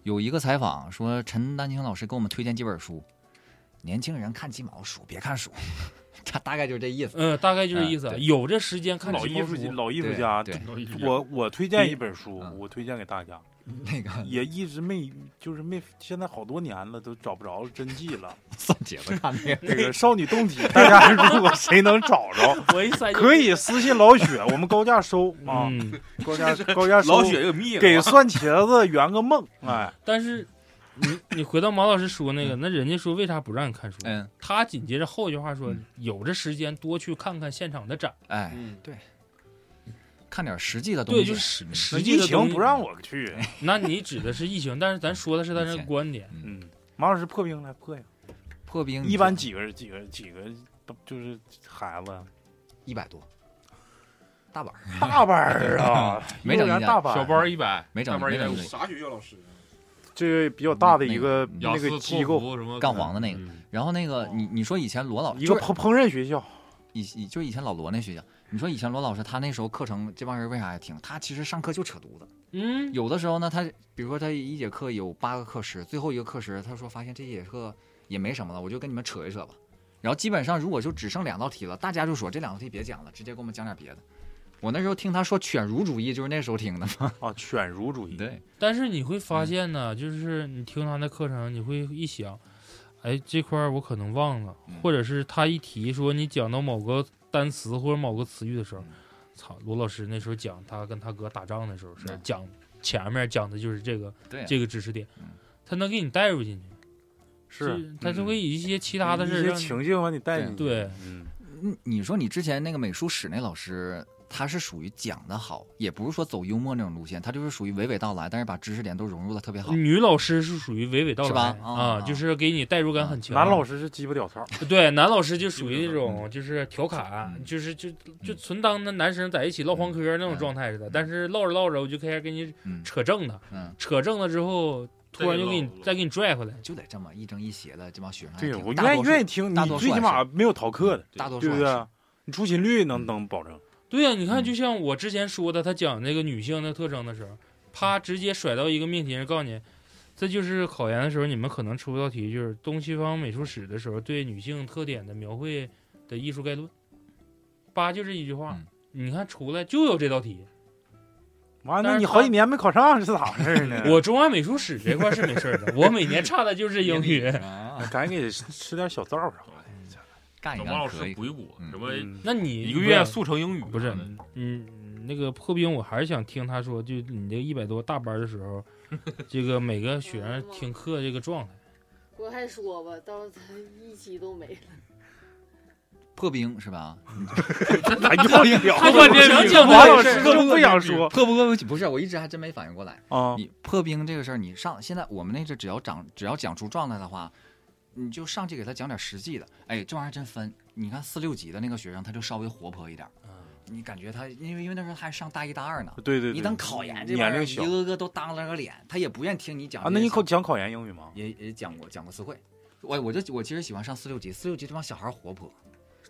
[SPEAKER 5] 有一个采访说，陈丹青老师给我们推荐几本书，年轻人看鸡毛书，别看 书，大大概就是这意思。
[SPEAKER 4] 嗯，大概就是意思
[SPEAKER 5] 嗯。对
[SPEAKER 4] 有这时间看
[SPEAKER 3] 老
[SPEAKER 4] 鸡
[SPEAKER 3] 艺
[SPEAKER 4] 毛
[SPEAKER 3] 术
[SPEAKER 4] 书，
[SPEAKER 3] 家老艺术家
[SPEAKER 5] 对对，
[SPEAKER 3] 我我推荐一本书，我推荐给大家，
[SPEAKER 5] 那个
[SPEAKER 3] 也一直没就是没，现在好多年了都找不着真迹 了。
[SPEAKER 5] 算姐夫
[SPEAKER 3] 啊
[SPEAKER 5] 看那
[SPEAKER 3] 那个少女动体，大家 如果谁能找着
[SPEAKER 4] 我一塞 就
[SPEAKER 3] 可以私信老 雪，我们高价收啊
[SPEAKER 4] 嗯，
[SPEAKER 3] 高价高价收。
[SPEAKER 4] 老雪又密了
[SPEAKER 3] 给蒜茄子圆个梦，哎，
[SPEAKER 4] 但是 你你回到马老师说那个，那人家说为啥不让你看书？
[SPEAKER 5] 嗯，
[SPEAKER 4] 他紧接着后一句话说，有这时间多去看看现场的展。
[SPEAKER 5] 哎，
[SPEAKER 3] 嗯
[SPEAKER 5] 对，看点实际的东西。
[SPEAKER 4] 对，就是实
[SPEAKER 5] 嗯
[SPEAKER 4] 实际的东
[SPEAKER 3] 疫
[SPEAKER 4] 西
[SPEAKER 3] 情不让我去。
[SPEAKER 4] 那你指的是疫情，但是咱说的是他这个观点。
[SPEAKER 3] 嗯，马老师破冰来破呀，
[SPEAKER 5] 破
[SPEAKER 4] 嗯
[SPEAKER 5] 冰
[SPEAKER 3] 一般几个人几个人几个就是孩 子，
[SPEAKER 5] 一百多，大板，
[SPEAKER 3] 大班儿 啊
[SPEAKER 5] 没整
[SPEAKER 3] 幼儿
[SPEAKER 5] 一
[SPEAKER 3] 园
[SPEAKER 5] 家
[SPEAKER 3] 大班儿
[SPEAKER 9] 小班儿一百，
[SPEAKER 5] 没整
[SPEAKER 9] 大班儿
[SPEAKER 5] 没
[SPEAKER 9] 一百
[SPEAKER 5] 整
[SPEAKER 9] 五
[SPEAKER 5] 一，
[SPEAKER 12] 啥学校老师？
[SPEAKER 3] 这个比较大的一
[SPEAKER 4] 嗯
[SPEAKER 3] 个
[SPEAKER 9] 雅
[SPEAKER 3] 那
[SPEAKER 9] 思
[SPEAKER 3] 个机构
[SPEAKER 9] 托福什么
[SPEAKER 5] 干黄的那个。然后那个你你说以前罗老
[SPEAKER 3] 一个
[SPEAKER 5] 烹
[SPEAKER 3] 烹饪学校，
[SPEAKER 5] 以以就是以前老罗那学校，你说以前罗老师他那时候课程这帮人为啥爱听？他其实上课就扯犊子。
[SPEAKER 4] 嗯，
[SPEAKER 5] 有的时候呢，他比如说他一节课有八个课时，最后一个课时他说发现这节课也没什么了，我就跟你们扯一扯吧。然后基本上如果就只剩两道题了，大家就说这两道题别讲了，直接给我们讲点别的。我那时候听他说犬儒主义，就是那时候听的嘛。
[SPEAKER 3] 啊，犬儒主义。
[SPEAKER 5] 对，
[SPEAKER 4] 但是你会发现呢，就是你听他的课程，你会一想，哎，这块儿我可能忘了，
[SPEAKER 5] 嗯
[SPEAKER 4] 或者是他一提说你讲到某个单词或者某个词语的时
[SPEAKER 5] 嗯
[SPEAKER 4] 候，操，罗老师那时候讲他跟他哥打仗的时候是
[SPEAKER 5] 嗯
[SPEAKER 4] 讲前面讲的就是这个
[SPEAKER 5] 对啊
[SPEAKER 4] 这个知识点，他能给你带入进去，
[SPEAKER 5] 是
[SPEAKER 4] 他就会以一些其他的事儿
[SPEAKER 5] 一些
[SPEAKER 4] 让你
[SPEAKER 5] 情境把你带进去
[SPEAKER 4] 对，
[SPEAKER 5] 嗯，你说你之前那个美术史那老师，他是属于讲的好，也不是说走幽默那种路线，他就是属于娓娓道来，但是把知识点都融入的特别好。
[SPEAKER 4] 女老师是属于娓娓道
[SPEAKER 5] 是
[SPEAKER 4] 来
[SPEAKER 5] 吧啊
[SPEAKER 4] 啊，就是给你代入感很强。
[SPEAKER 3] 男老师是鸡巴屌操，
[SPEAKER 4] 对，男老师就属于那种就是调侃，就是就就纯当那男生在一起唠黄嗑那种状态似的。但是唠着唠着，我就开始跟你扯正了，
[SPEAKER 5] 嗯
[SPEAKER 4] 扯正了之后，突然就给你
[SPEAKER 5] 再给唠
[SPEAKER 4] 再给你拽回来，
[SPEAKER 5] 就得这么一正一邪的，这帮学生还
[SPEAKER 3] 对
[SPEAKER 5] 挺
[SPEAKER 3] 我
[SPEAKER 5] 大
[SPEAKER 3] 愿意
[SPEAKER 5] 多数
[SPEAKER 3] 愿意听，
[SPEAKER 5] 大
[SPEAKER 3] 你
[SPEAKER 5] 多数
[SPEAKER 3] 最起
[SPEAKER 5] 还
[SPEAKER 3] 码
[SPEAKER 5] 是
[SPEAKER 3] 没有逃课的，
[SPEAKER 5] 大多
[SPEAKER 3] 对
[SPEAKER 5] 数
[SPEAKER 3] 不
[SPEAKER 5] 还
[SPEAKER 3] 对啊
[SPEAKER 5] 是？
[SPEAKER 3] 你出勤率能能保证，
[SPEAKER 4] 对呀、你
[SPEAKER 9] 嗯
[SPEAKER 4] 看，就像我之前说的，他讲那个女性的特征的时候，啪，直接甩到一个命题上，告诉你，这就是考研的时候你们可能出一道题，就是东西方美术史的时候对女性特点的描绘的艺术概论，八就这一句话，
[SPEAKER 9] 嗯
[SPEAKER 4] 你看出来就有这道题。
[SPEAKER 3] 完
[SPEAKER 4] 但
[SPEAKER 3] 了
[SPEAKER 4] 是
[SPEAKER 3] 你
[SPEAKER 4] 他？
[SPEAKER 3] 好几年没考上是咋回事呢
[SPEAKER 9] 嗯
[SPEAKER 4] 我中央美术史这块是没事儿的，我每年差的就是英语。
[SPEAKER 3] 赶啊紧给吃点小灶啥的，
[SPEAKER 5] 干
[SPEAKER 4] 啊
[SPEAKER 9] 找王老师补一补，什么？
[SPEAKER 3] 嗯
[SPEAKER 4] 那嗯你
[SPEAKER 9] 一个月速成英语
[SPEAKER 4] 不是？嗯，那个破冰，我还是想听他说，就你这一百多大班的 时候，这个每个学生听课这个状态。
[SPEAKER 6] 我还说吧，到时候咱一期都没了。
[SPEAKER 5] 破冰 是吧？
[SPEAKER 3] 咋又一聊
[SPEAKER 5] 破冰
[SPEAKER 3] 我想王老师就不想说
[SPEAKER 5] 破不破冰不是，我一直还真没反应过来
[SPEAKER 3] 啊。
[SPEAKER 5] 你破冰这个事儿，你上现在我们那阵只要讲只要讲出状态的话，你就上去给他讲点实际的。哎，这玩意儿真分。你看四六级的那个学生，他就稍微活泼一点儿。你感觉他，因为因为那时候他还上大一大二呢，
[SPEAKER 3] 嗯对对对
[SPEAKER 5] 一等考研这
[SPEAKER 3] 年
[SPEAKER 5] 帮人
[SPEAKER 3] 龄
[SPEAKER 5] 一
[SPEAKER 3] 小
[SPEAKER 5] 个个都当了个脸，他也不愿听你讲
[SPEAKER 3] 啊
[SPEAKER 5] 这些小。
[SPEAKER 3] 那你考讲考研英语吗？
[SPEAKER 5] 也也讲过讲过词汇，我我就我其实喜欢上四六级，四六级这帮小孩儿活泼，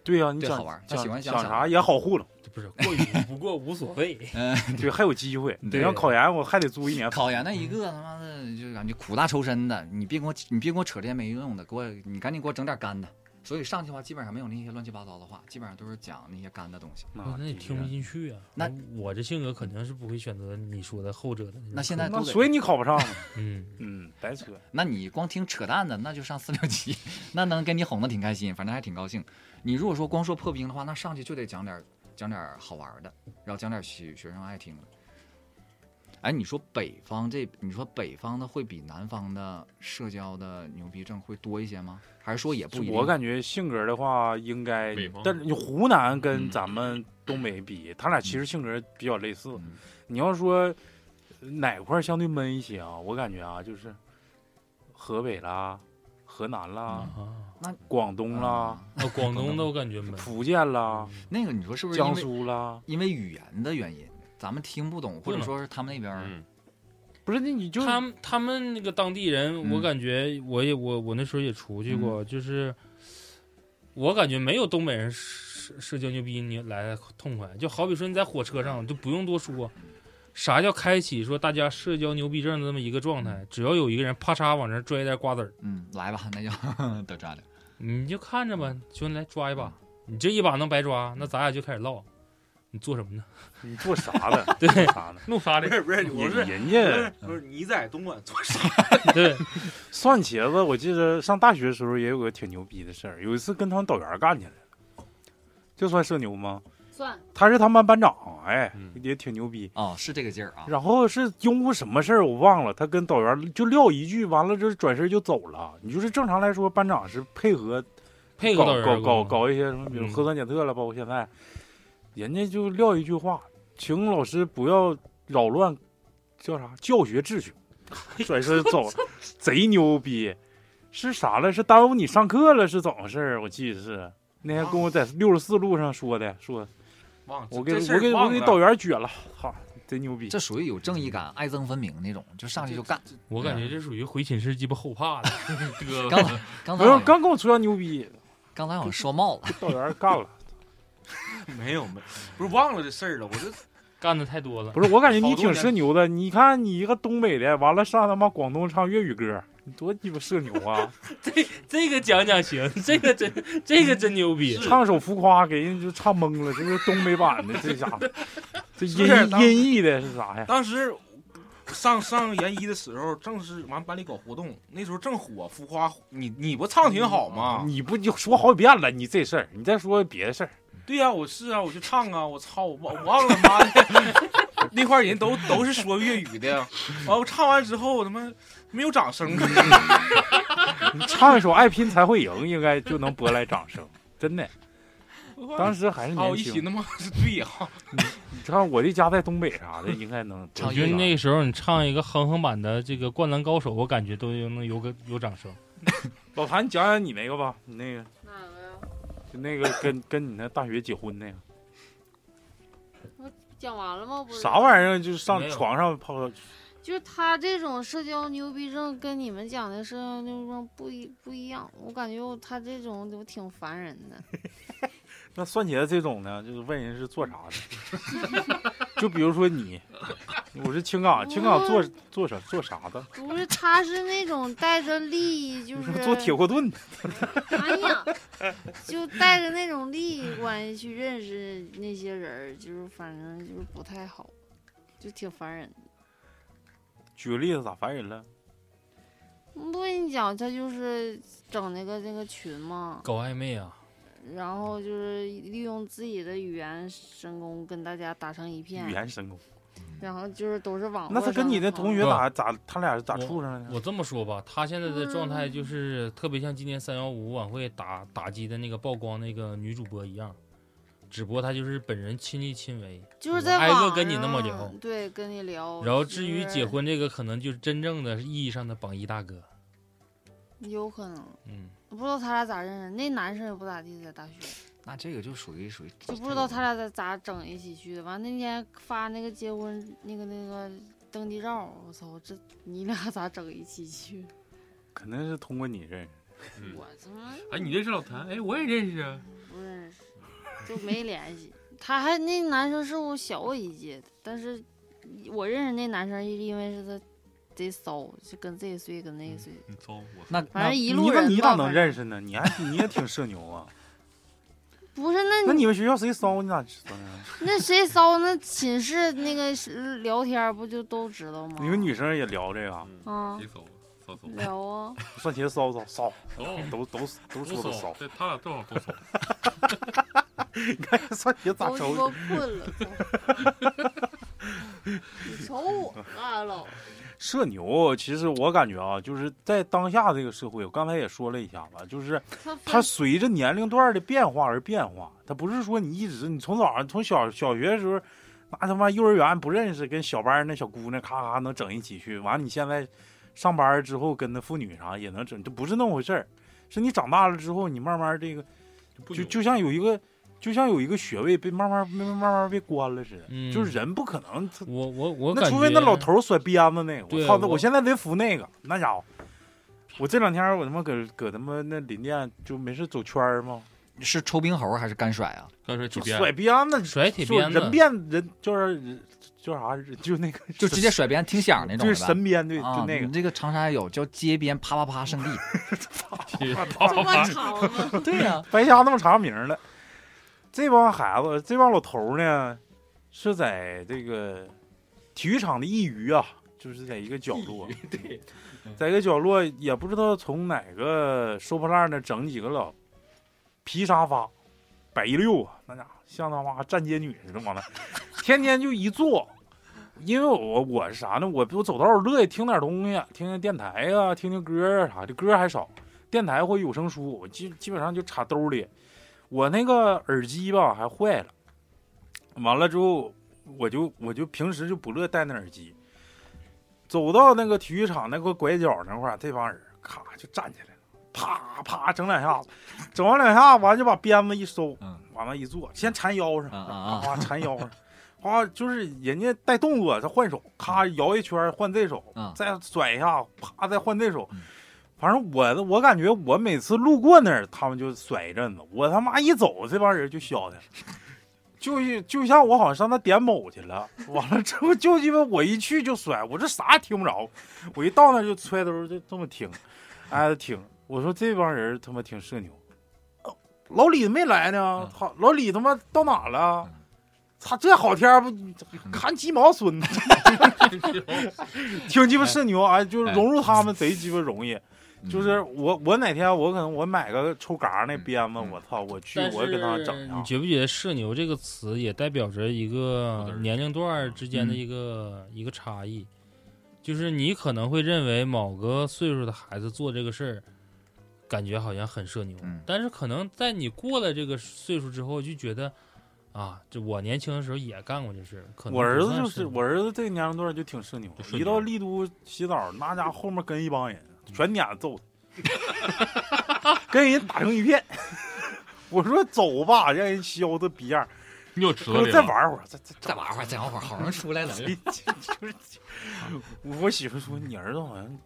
[SPEAKER 3] 对呀，你
[SPEAKER 5] 对
[SPEAKER 3] 讲
[SPEAKER 5] 好玩儿他
[SPEAKER 3] 讲
[SPEAKER 5] 喜欢讲
[SPEAKER 3] 讲
[SPEAKER 5] 小
[SPEAKER 3] 啥
[SPEAKER 5] 孩
[SPEAKER 3] 也好糊 弄，
[SPEAKER 4] 不是过与不过无所谓。
[SPEAKER 5] 嗯，
[SPEAKER 3] 对，还有机会。你
[SPEAKER 5] 对
[SPEAKER 3] 要考研，我还得租一年房。
[SPEAKER 5] 考研那一个他妈的就感觉苦大仇深的，你别跟我你别跟我扯这些没用的，给我你赶紧给我整点干的。所以上去的话，基本上没有那些乱七八糟的话，基本上都是讲那些干的东西。
[SPEAKER 4] 哦那那也听不进去啊！
[SPEAKER 5] 那
[SPEAKER 4] 我我这性格肯定是不会选择你说的后者的种课。
[SPEAKER 5] 那现在
[SPEAKER 4] 那
[SPEAKER 5] 都得
[SPEAKER 3] 所以你考不上嘛
[SPEAKER 4] 嗯
[SPEAKER 3] 嗯，白扯。
[SPEAKER 5] 那你光听扯淡的，那就上四六级， 那能给你哄得挺开心，反正还挺高兴。你如果说光说破冰的话，那上去就得讲点儿讲点儿好玩儿的，然后讲点儿学学生爱听的。哎，你说北方这，你说北方的会比南方的社交的牛逼症会多一些吗？还是说也不一定？啊
[SPEAKER 3] 我感觉性格的话，应该
[SPEAKER 5] 北方，
[SPEAKER 3] 但是你湖南跟咱们东北比，他俩其实性格比较类似。你要说呃哪块儿相对闷一些啊，我感觉啊，就是河北啦、河南啦、
[SPEAKER 4] 嗯
[SPEAKER 5] 那
[SPEAKER 3] 广东啦、
[SPEAKER 4] 啊广东的我感觉闷，
[SPEAKER 3] 福建啦，
[SPEAKER 5] 那个你说是不是因为
[SPEAKER 3] 江苏啦，
[SPEAKER 5] 因为语言的原因，咱们听不懂，或者说是他们那边儿、
[SPEAKER 3] 不是，那你就
[SPEAKER 4] 他们他们那个当地人，我
[SPEAKER 5] 嗯
[SPEAKER 4] 感觉我也我我那时候也出去过，就是我感觉没有东北人社社交牛逼你来的痛快。就好比说你在火车上，就不用多说，啥叫开启说大家社交牛逼症的这么一个状态，只要有一个人啪嚓往这儿拽一袋瓜子儿，
[SPEAKER 5] 嗯，来吧，那就 得抓点。
[SPEAKER 4] 你就看着吧，兄弟来抓一把，你这一把能白抓，那咱俩就开始唠。你做什么呢？
[SPEAKER 3] 你做啥呢
[SPEAKER 4] 对
[SPEAKER 3] 做啥呢，
[SPEAKER 4] 弄啥呢？
[SPEAKER 12] 不是不是，我是
[SPEAKER 3] 人家
[SPEAKER 12] 不是不是你在东莞做啥？
[SPEAKER 4] 对，
[SPEAKER 3] 蒜茄子，我记得上大学的时候也有个挺牛逼的事儿，有一次跟他们导员干起来了，这算社牛吗？
[SPEAKER 6] 算，
[SPEAKER 3] 他是他们班班长，哎，
[SPEAKER 4] 嗯
[SPEAKER 3] 也挺牛逼
[SPEAKER 5] 啊、是这个劲儿啊。
[SPEAKER 3] 然后是因为什么事儿我忘了，他跟导员就撂一句，完了之后转身就走了。你就是正常来说，班长是配合
[SPEAKER 4] 配
[SPEAKER 3] 搞
[SPEAKER 4] 合导员
[SPEAKER 3] 搞
[SPEAKER 4] 工
[SPEAKER 3] 搞
[SPEAKER 4] 作
[SPEAKER 3] 搞一些什么，比如
[SPEAKER 4] 嗯
[SPEAKER 3] 核酸检测了，包括现在，人家就撂一句话，请老师不要扰乱 叫啥教学秩序，转身走了，贼牛逼。是啥了？是耽误你上课了？是怎么回事儿？我记得是那天跟我在六十四路上说的，说
[SPEAKER 8] 忘了
[SPEAKER 3] 我给
[SPEAKER 8] 这事儿
[SPEAKER 3] 我给
[SPEAKER 8] 忘
[SPEAKER 3] 我给
[SPEAKER 8] 了
[SPEAKER 3] 导员撅了，哈，真牛逼！
[SPEAKER 5] 这属于有正义感、爱憎分明那种，就上去就干。
[SPEAKER 4] 我感觉这属于回寝室鸡巴后 怕了，哥
[SPEAKER 5] 刚才刚
[SPEAKER 3] 不
[SPEAKER 5] 才好
[SPEAKER 3] 是
[SPEAKER 5] 像
[SPEAKER 3] 刚跟我吹完牛逼，
[SPEAKER 5] 刚才好像说冒了，
[SPEAKER 3] 导员干 了。
[SPEAKER 8] 没有没有，不是忘了这事儿了，我这
[SPEAKER 4] 干的太多了。
[SPEAKER 3] 不是，我感觉你挺社牛的。你看你一个东北的，完了上他妈广东唱粤语歌，你多鸡巴社牛 啊！
[SPEAKER 4] 这个讲讲行， 这个真这个真牛逼，
[SPEAKER 3] 唱首《浮夸》给人就唱懵了，这是东北版的，这家 伙，这音
[SPEAKER 8] 是当
[SPEAKER 3] 音译的是啥呀？
[SPEAKER 8] 当时上上研一的时候，正是完班里搞活动，那时候正火，浮夸，你你不唱挺好吗？
[SPEAKER 3] 你不就说好几遍了？你这事儿，你再说别的事儿，
[SPEAKER 8] 对呀、我是啊，我就唱啊，我操，我忘我忘了，妈的， 那块儿人都都是说粤语的，完我唱完之后，我他妈没有掌声，啊
[SPEAKER 3] 你唱一首《爱拼才会赢》，应该就能博来掌声，真 的。当时还是
[SPEAKER 8] 啊，
[SPEAKER 3] 年
[SPEAKER 8] 我一寻
[SPEAKER 3] 轻
[SPEAKER 8] 思，妈是对呀、
[SPEAKER 3] 你看我的家在东北啥的，应该能
[SPEAKER 4] 我觉得那个时候你唱一个哼哼版的这个《灌篮高手》，我感觉都有能有个有掌声。
[SPEAKER 3] 老谭，你讲讲你那个吧，你那个哪个呀？就那个跟跟你那大学结婚那个。
[SPEAKER 6] 我讲完了吗？不是
[SPEAKER 3] 啥玩意儿？啊就是
[SPEAKER 6] 没
[SPEAKER 3] 上
[SPEAKER 6] 有
[SPEAKER 3] 床上泡泡，
[SPEAKER 6] 就是他这种社交牛逼症跟你们讲的社交牛逼症不一不一样，我感觉我他这种都挺烦人的。
[SPEAKER 3] 那蒜茄子这种呢，就是问人是做啥的， 就比如说你，我是青港，青港做做啥做啥的，
[SPEAKER 6] 不是，他是那种带着利益，就是
[SPEAKER 3] 做铁锅炖的，
[SPEAKER 6] 哎呀，就带着那种利益关系去认识那些人儿，就是反正就是不太好，就挺烦人的。
[SPEAKER 3] 举个例子咋烦人了？
[SPEAKER 6] 不跟你讲，他就是整那个那个群嘛，
[SPEAKER 4] 搞暧昧啊，
[SPEAKER 6] 然后就是利用自己的语言神功跟大家打成一片，
[SPEAKER 3] 语言神功，
[SPEAKER 6] 然后就是都是网络
[SPEAKER 3] 那他跟你
[SPEAKER 6] 的
[SPEAKER 3] 那同学咋咋他俩是咋
[SPEAKER 4] 我
[SPEAKER 3] 处上的呢？
[SPEAKER 4] 我这么说吧，他现在的状态就是特别像今年三幺五晚会打打击的那个曝光那个女主播一样，只不过他就是本人亲力亲为，
[SPEAKER 6] 就是在
[SPEAKER 4] 挨个
[SPEAKER 6] 网
[SPEAKER 4] 跟你那么
[SPEAKER 6] 上
[SPEAKER 4] 聊。
[SPEAKER 6] 对，跟你聊。
[SPEAKER 4] 然后
[SPEAKER 6] 就
[SPEAKER 4] 至于
[SPEAKER 6] 哦是
[SPEAKER 4] 结，婚这个，可能就是真正的意义上的榜一大哥。
[SPEAKER 6] 有可能，
[SPEAKER 4] 嗯，
[SPEAKER 6] 我不知道他俩咋认识，那男生也不咋地，在大学。
[SPEAKER 5] 那这个就属于属于
[SPEAKER 6] 就不知道他俩咋咋整一起去的。完那天发那个结婚那个那个登记照，我操，这你俩咋整一起 去？
[SPEAKER 3] 肯定是通过你认识。嗯
[SPEAKER 6] 我他妈
[SPEAKER 9] 哎，你认识老谭？哎，我也认识啊。
[SPEAKER 6] 不认识，就没联系。 他还那男生是我小我一届的，但是我认识那男生是因为是他贼骚，就跟这一岁跟那一岁。
[SPEAKER 9] 你糟我。
[SPEAKER 5] 那
[SPEAKER 6] 反正一路
[SPEAKER 3] 嗯你咋
[SPEAKER 6] 人
[SPEAKER 3] 你咋
[SPEAKER 6] 吧
[SPEAKER 3] 能
[SPEAKER 6] 反正
[SPEAKER 3] 认识呢？你还你也挺社牛 啊。
[SPEAKER 6] 不是那
[SPEAKER 3] 那你们学校谁骚你咋知道呢？
[SPEAKER 6] 那谁骚那寝室那个是聊天儿不就都知道吗？
[SPEAKER 3] 你们女生也聊这个，
[SPEAKER 6] 啊，
[SPEAKER 9] 骚骚
[SPEAKER 6] 聊啊。
[SPEAKER 3] 蒜茄子骚骚骚
[SPEAKER 9] 哦，
[SPEAKER 3] 都都都说的 骚。
[SPEAKER 9] 对他俩正好都骚。
[SPEAKER 3] 你看这蒜茄子咋瞅
[SPEAKER 6] 都
[SPEAKER 3] 你
[SPEAKER 6] 鸡巴困了操你瞅我啊干了，
[SPEAKER 3] 社牛，其实我感觉啊，就是在当下这个社会，我刚才也说了一下吧，就是
[SPEAKER 6] 他
[SPEAKER 3] 它随着年龄段的变化而变化，它不是说你一直你从早上从小小学的时候，那他妈幼儿园不认识，跟小班那小姑娘咔咔能整一起去，完你现在上班之后跟那妇女啥也能整，这不是那么回事儿，是你长大了之后，你慢慢这个就就像有一个。就像有一个穴位被慢慢、慢慢、慢慢被关了似的，
[SPEAKER 4] 嗯
[SPEAKER 3] 就是人不可能。他
[SPEAKER 4] 我我我
[SPEAKER 3] 那
[SPEAKER 4] 感
[SPEAKER 3] 除非那
[SPEAKER 4] 觉
[SPEAKER 3] 老头儿甩鞭子那个，
[SPEAKER 4] 对
[SPEAKER 3] 我操！那
[SPEAKER 4] 我
[SPEAKER 3] 我现在得服那个，那家伙，我这两天我他妈搁搁他妈那林甸就没事走圈儿嘛，
[SPEAKER 5] 是抽冰猴还是干甩啊？
[SPEAKER 9] 干甩
[SPEAKER 3] 就甩鞭子，
[SPEAKER 4] 甩铁
[SPEAKER 3] 就
[SPEAKER 4] 鞭子
[SPEAKER 3] 人变人就是人就啥就那个
[SPEAKER 5] 就直接甩鞭听响那种
[SPEAKER 3] 就
[SPEAKER 5] 的呗，
[SPEAKER 3] 是神鞭对，
[SPEAKER 5] 啊
[SPEAKER 3] 就那个
[SPEAKER 5] 你这个长沙也有叫街边啪啪啪圣地，
[SPEAKER 6] 这么长吗？
[SPEAKER 5] 对呀，
[SPEAKER 3] 白瞎那么长名儿了。这帮孩子，这帮老头儿呢，是在这个体育场的一隅啊，就是在一个角落，对，在一个角落，也不知道从哪个收破烂儿那整几个老皮沙发，摆一溜啊，那家伙像他妈站街女似的往那，天天就一坐。因为我我是啥呢？我我走道儿乐意听点东西，听听电台啊，听听歌啊啥的，歌还少，电台或有声书，我基基本上就插兜里。我那个耳机吧还坏了，完了之后我就我就平时就不乐戴那耳机，走到那个体育场那个拐角那块儿，这帮人咔就站起来了，啪啪整两下，整完两下完就把鞭子一收，往那一坐，先缠腰上，嗯啊缠腰上，啊就是人家带动作，他换手，咔摇一圈换这手，再甩一下，啪再换这手。反正我的我感觉我每次路过那儿，他们就甩一阵子，我他妈一走，这帮人就消停了。就是就像我好像上那点某去 了，完了之后就因为我一去就摔，我这啥也听不着，我一到那儿就揣兜儿就这么听，挨着听。我说这帮人他妈挺社牛，嗯哦老李没来呢，操，老李他妈到哪了？操，这好天儿不看鸡毛孙子， 挺鸡巴社牛哎，嗯就是融入他们贼鸡巴容易。就是我，我哪天我可能我买个抽嘎那鞭子，我操，我去
[SPEAKER 4] 但
[SPEAKER 3] 我给他
[SPEAKER 4] 是
[SPEAKER 3] 整一下
[SPEAKER 4] 你。觉不觉得“社牛”这个词也代表着一个年龄段儿之
[SPEAKER 3] 嗯
[SPEAKER 4] 间的一个、一个差异？就是你可能会认为某个岁数的孩子做这个事儿，感觉好像很社牛，
[SPEAKER 3] 嗯
[SPEAKER 4] 但是可能在你过了这个岁数之后，就觉得啊，这我年轻的时候也干过这事儿。可能
[SPEAKER 3] 我儿
[SPEAKER 4] 不
[SPEAKER 3] 子
[SPEAKER 4] 算
[SPEAKER 3] 就是我儿子这个年龄段就挺社牛，
[SPEAKER 4] 社
[SPEAKER 3] 一
[SPEAKER 4] 牛
[SPEAKER 3] 到丽都洗澡，那家伙后面跟一帮人，全撵着揍他，跟人打成一片。 我说走吧，让人削的逼样儿。
[SPEAKER 9] 你有
[SPEAKER 5] 哲理了
[SPEAKER 3] 再玩会儿，再再
[SPEAKER 5] 再玩会儿再玩会儿好容易出来了
[SPEAKER 3] 就是我媳妇说你儿子好像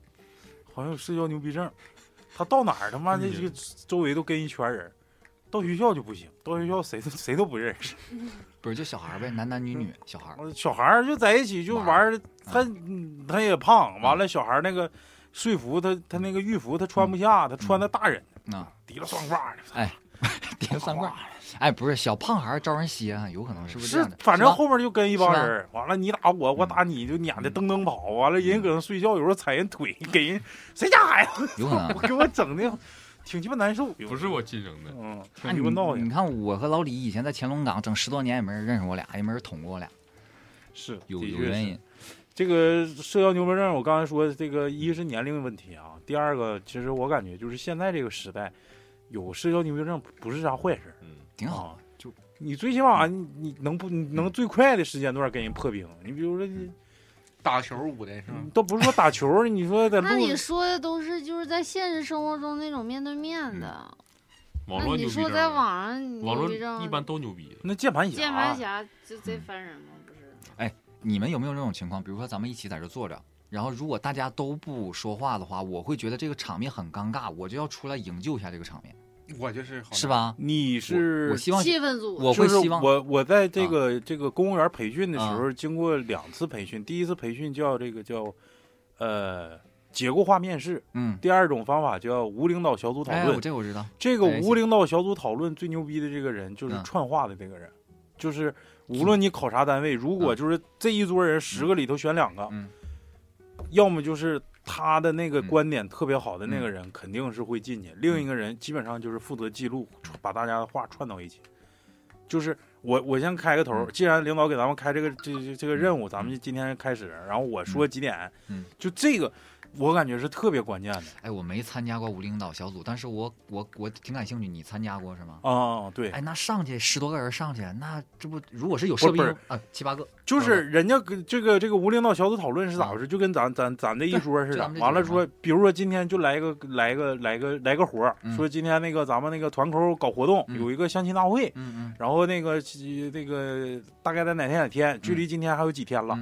[SPEAKER 3] 好像有社交牛逼症，他到哪儿他妈的这个周围都跟一圈人，到学校就不行，到学校谁都谁都不认识。
[SPEAKER 5] 不是就小孩呗，男男女女，小孩
[SPEAKER 3] 小孩儿就在一起就玩
[SPEAKER 5] 啊
[SPEAKER 3] 儿，他嗯他也胖，完了小孩儿那个睡服他他那个浴服他
[SPEAKER 5] 嗯
[SPEAKER 3] 穿不下，他穿的大人
[SPEAKER 5] 啊，
[SPEAKER 3] 提了双褂儿的。
[SPEAKER 5] 哎，叠个三块， 哎，不是小胖孩儿招人稀罕，有可能是不是这
[SPEAKER 3] 是
[SPEAKER 5] 样的？，
[SPEAKER 3] 反正
[SPEAKER 5] 吧嗯
[SPEAKER 3] 后面就跟一帮人
[SPEAKER 5] 是
[SPEAKER 3] 儿，完了你打我，我打你，就撵的噔噔跑，完了人搁
[SPEAKER 5] 嗯
[SPEAKER 3] 那睡觉，有时候踩人腿，给人谁家孩子，
[SPEAKER 5] 有可能
[SPEAKER 3] 我给我整的挺鸡巴难受，不
[SPEAKER 9] 是我亲生的，
[SPEAKER 3] 嗯，
[SPEAKER 5] 那
[SPEAKER 3] 挺鸡
[SPEAKER 5] 你
[SPEAKER 3] 巴闹
[SPEAKER 5] 你
[SPEAKER 3] 腾，
[SPEAKER 5] 看我和老李以前在乾隆港整十多年，也没人认识我俩，也没人捅过我俩，
[SPEAKER 3] 是
[SPEAKER 5] 有
[SPEAKER 3] 的
[SPEAKER 5] 有
[SPEAKER 3] 确
[SPEAKER 5] 原
[SPEAKER 3] 是
[SPEAKER 5] 因。
[SPEAKER 3] 这个社交牛逼症，我刚才说这个一是年龄问题啊，第二个其实我感觉就是现在这个时代，有社交牛逼症不是啥坏事，
[SPEAKER 9] 嗯，
[SPEAKER 5] 挺
[SPEAKER 3] 好。就你最起码啊你你能不你能最快的时间段跟人破冰，你比如说你
[SPEAKER 12] 打球舞的是
[SPEAKER 8] 嗯
[SPEAKER 12] 吧？
[SPEAKER 3] 都不是说打球，你说在路
[SPEAKER 6] 那你
[SPEAKER 3] 上
[SPEAKER 6] 说的都是就是在现实生活中那种面对面的，
[SPEAKER 9] 网
[SPEAKER 6] 那
[SPEAKER 9] 络
[SPEAKER 6] 你
[SPEAKER 9] 牛逼
[SPEAKER 6] 说
[SPEAKER 9] 症
[SPEAKER 6] 在
[SPEAKER 9] 儿，
[SPEAKER 6] 网上
[SPEAKER 9] 网
[SPEAKER 6] 牛逼
[SPEAKER 9] 络
[SPEAKER 6] 症，
[SPEAKER 9] 一般都牛逼。
[SPEAKER 3] 那键盘侠啊
[SPEAKER 6] 键盘侠就贼烦人吗？不是，
[SPEAKER 5] 哎，你们有没有这种情况？比如说咱们一起在这坐着，然后如果大家都不说话的话，我会觉得这个场面很尴尬，我就要出来营救一下这个场面，
[SPEAKER 12] 我就是好
[SPEAKER 5] 是吧？
[SPEAKER 3] 你是
[SPEAKER 5] 我我希望
[SPEAKER 6] 气氛组
[SPEAKER 5] 我会
[SPEAKER 3] 就是
[SPEAKER 5] 希望啊
[SPEAKER 3] 我我在这个、这个公务员培训的时候，经过两次培训，第一次培训叫这个叫呃结构化面试，
[SPEAKER 5] 嗯，
[SPEAKER 3] 第二种方法叫无领导小组讨
[SPEAKER 5] 哎，
[SPEAKER 3] 论，
[SPEAKER 5] 我这我知道，
[SPEAKER 3] 这个
[SPEAKER 5] 哎嗯
[SPEAKER 3] 无领导小组讨论最牛逼的这个人就是串话的这个人，就是无论你考察单位，如
[SPEAKER 5] 嗯
[SPEAKER 3] 果就是这一桌人十个里头选两个，要么就是他的那个
[SPEAKER 5] 嗯
[SPEAKER 3] 观点特别好的那个人肯定是会进去，另一个人基本上就是负责记录，串把大家的话串到一起。就是我我先开个
[SPEAKER 5] 嗯
[SPEAKER 3] 头，既然领导给咱们开这个这这这个任务，咱们就今天开始，然后我
[SPEAKER 5] 嗯
[SPEAKER 3] 说几点，就这个我感觉是特别关键的。
[SPEAKER 5] 哎，我没参加过无领导小组，但是我我我挺感兴趣。你参加过是吗？
[SPEAKER 3] 啊，对，
[SPEAKER 5] 哎，那上去十多个人上去，那这不如果是有设
[SPEAKER 3] 不
[SPEAKER 5] 备
[SPEAKER 3] 是不是
[SPEAKER 5] 啊，七八个，
[SPEAKER 3] 就是人家跟这个这个无领导小组讨论是咋回事？就跟咱咱咱这一桌似
[SPEAKER 5] 就
[SPEAKER 3] 的
[SPEAKER 5] 咱们。这
[SPEAKER 3] 完了
[SPEAKER 5] 几
[SPEAKER 3] 说，比如说今天就来一个来一个来一个来一个活儿，
[SPEAKER 5] 嗯
[SPEAKER 3] 说今天那个咱们那个团口搞活动，有一个相亲大会，
[SPEAKER 5] 嗯
[SPEAKER 3] 然后那个其那个大概在哪天哪天，距
[SPEAKER 5] 嗯
[SPEAKER 3] 离今天还有几天了。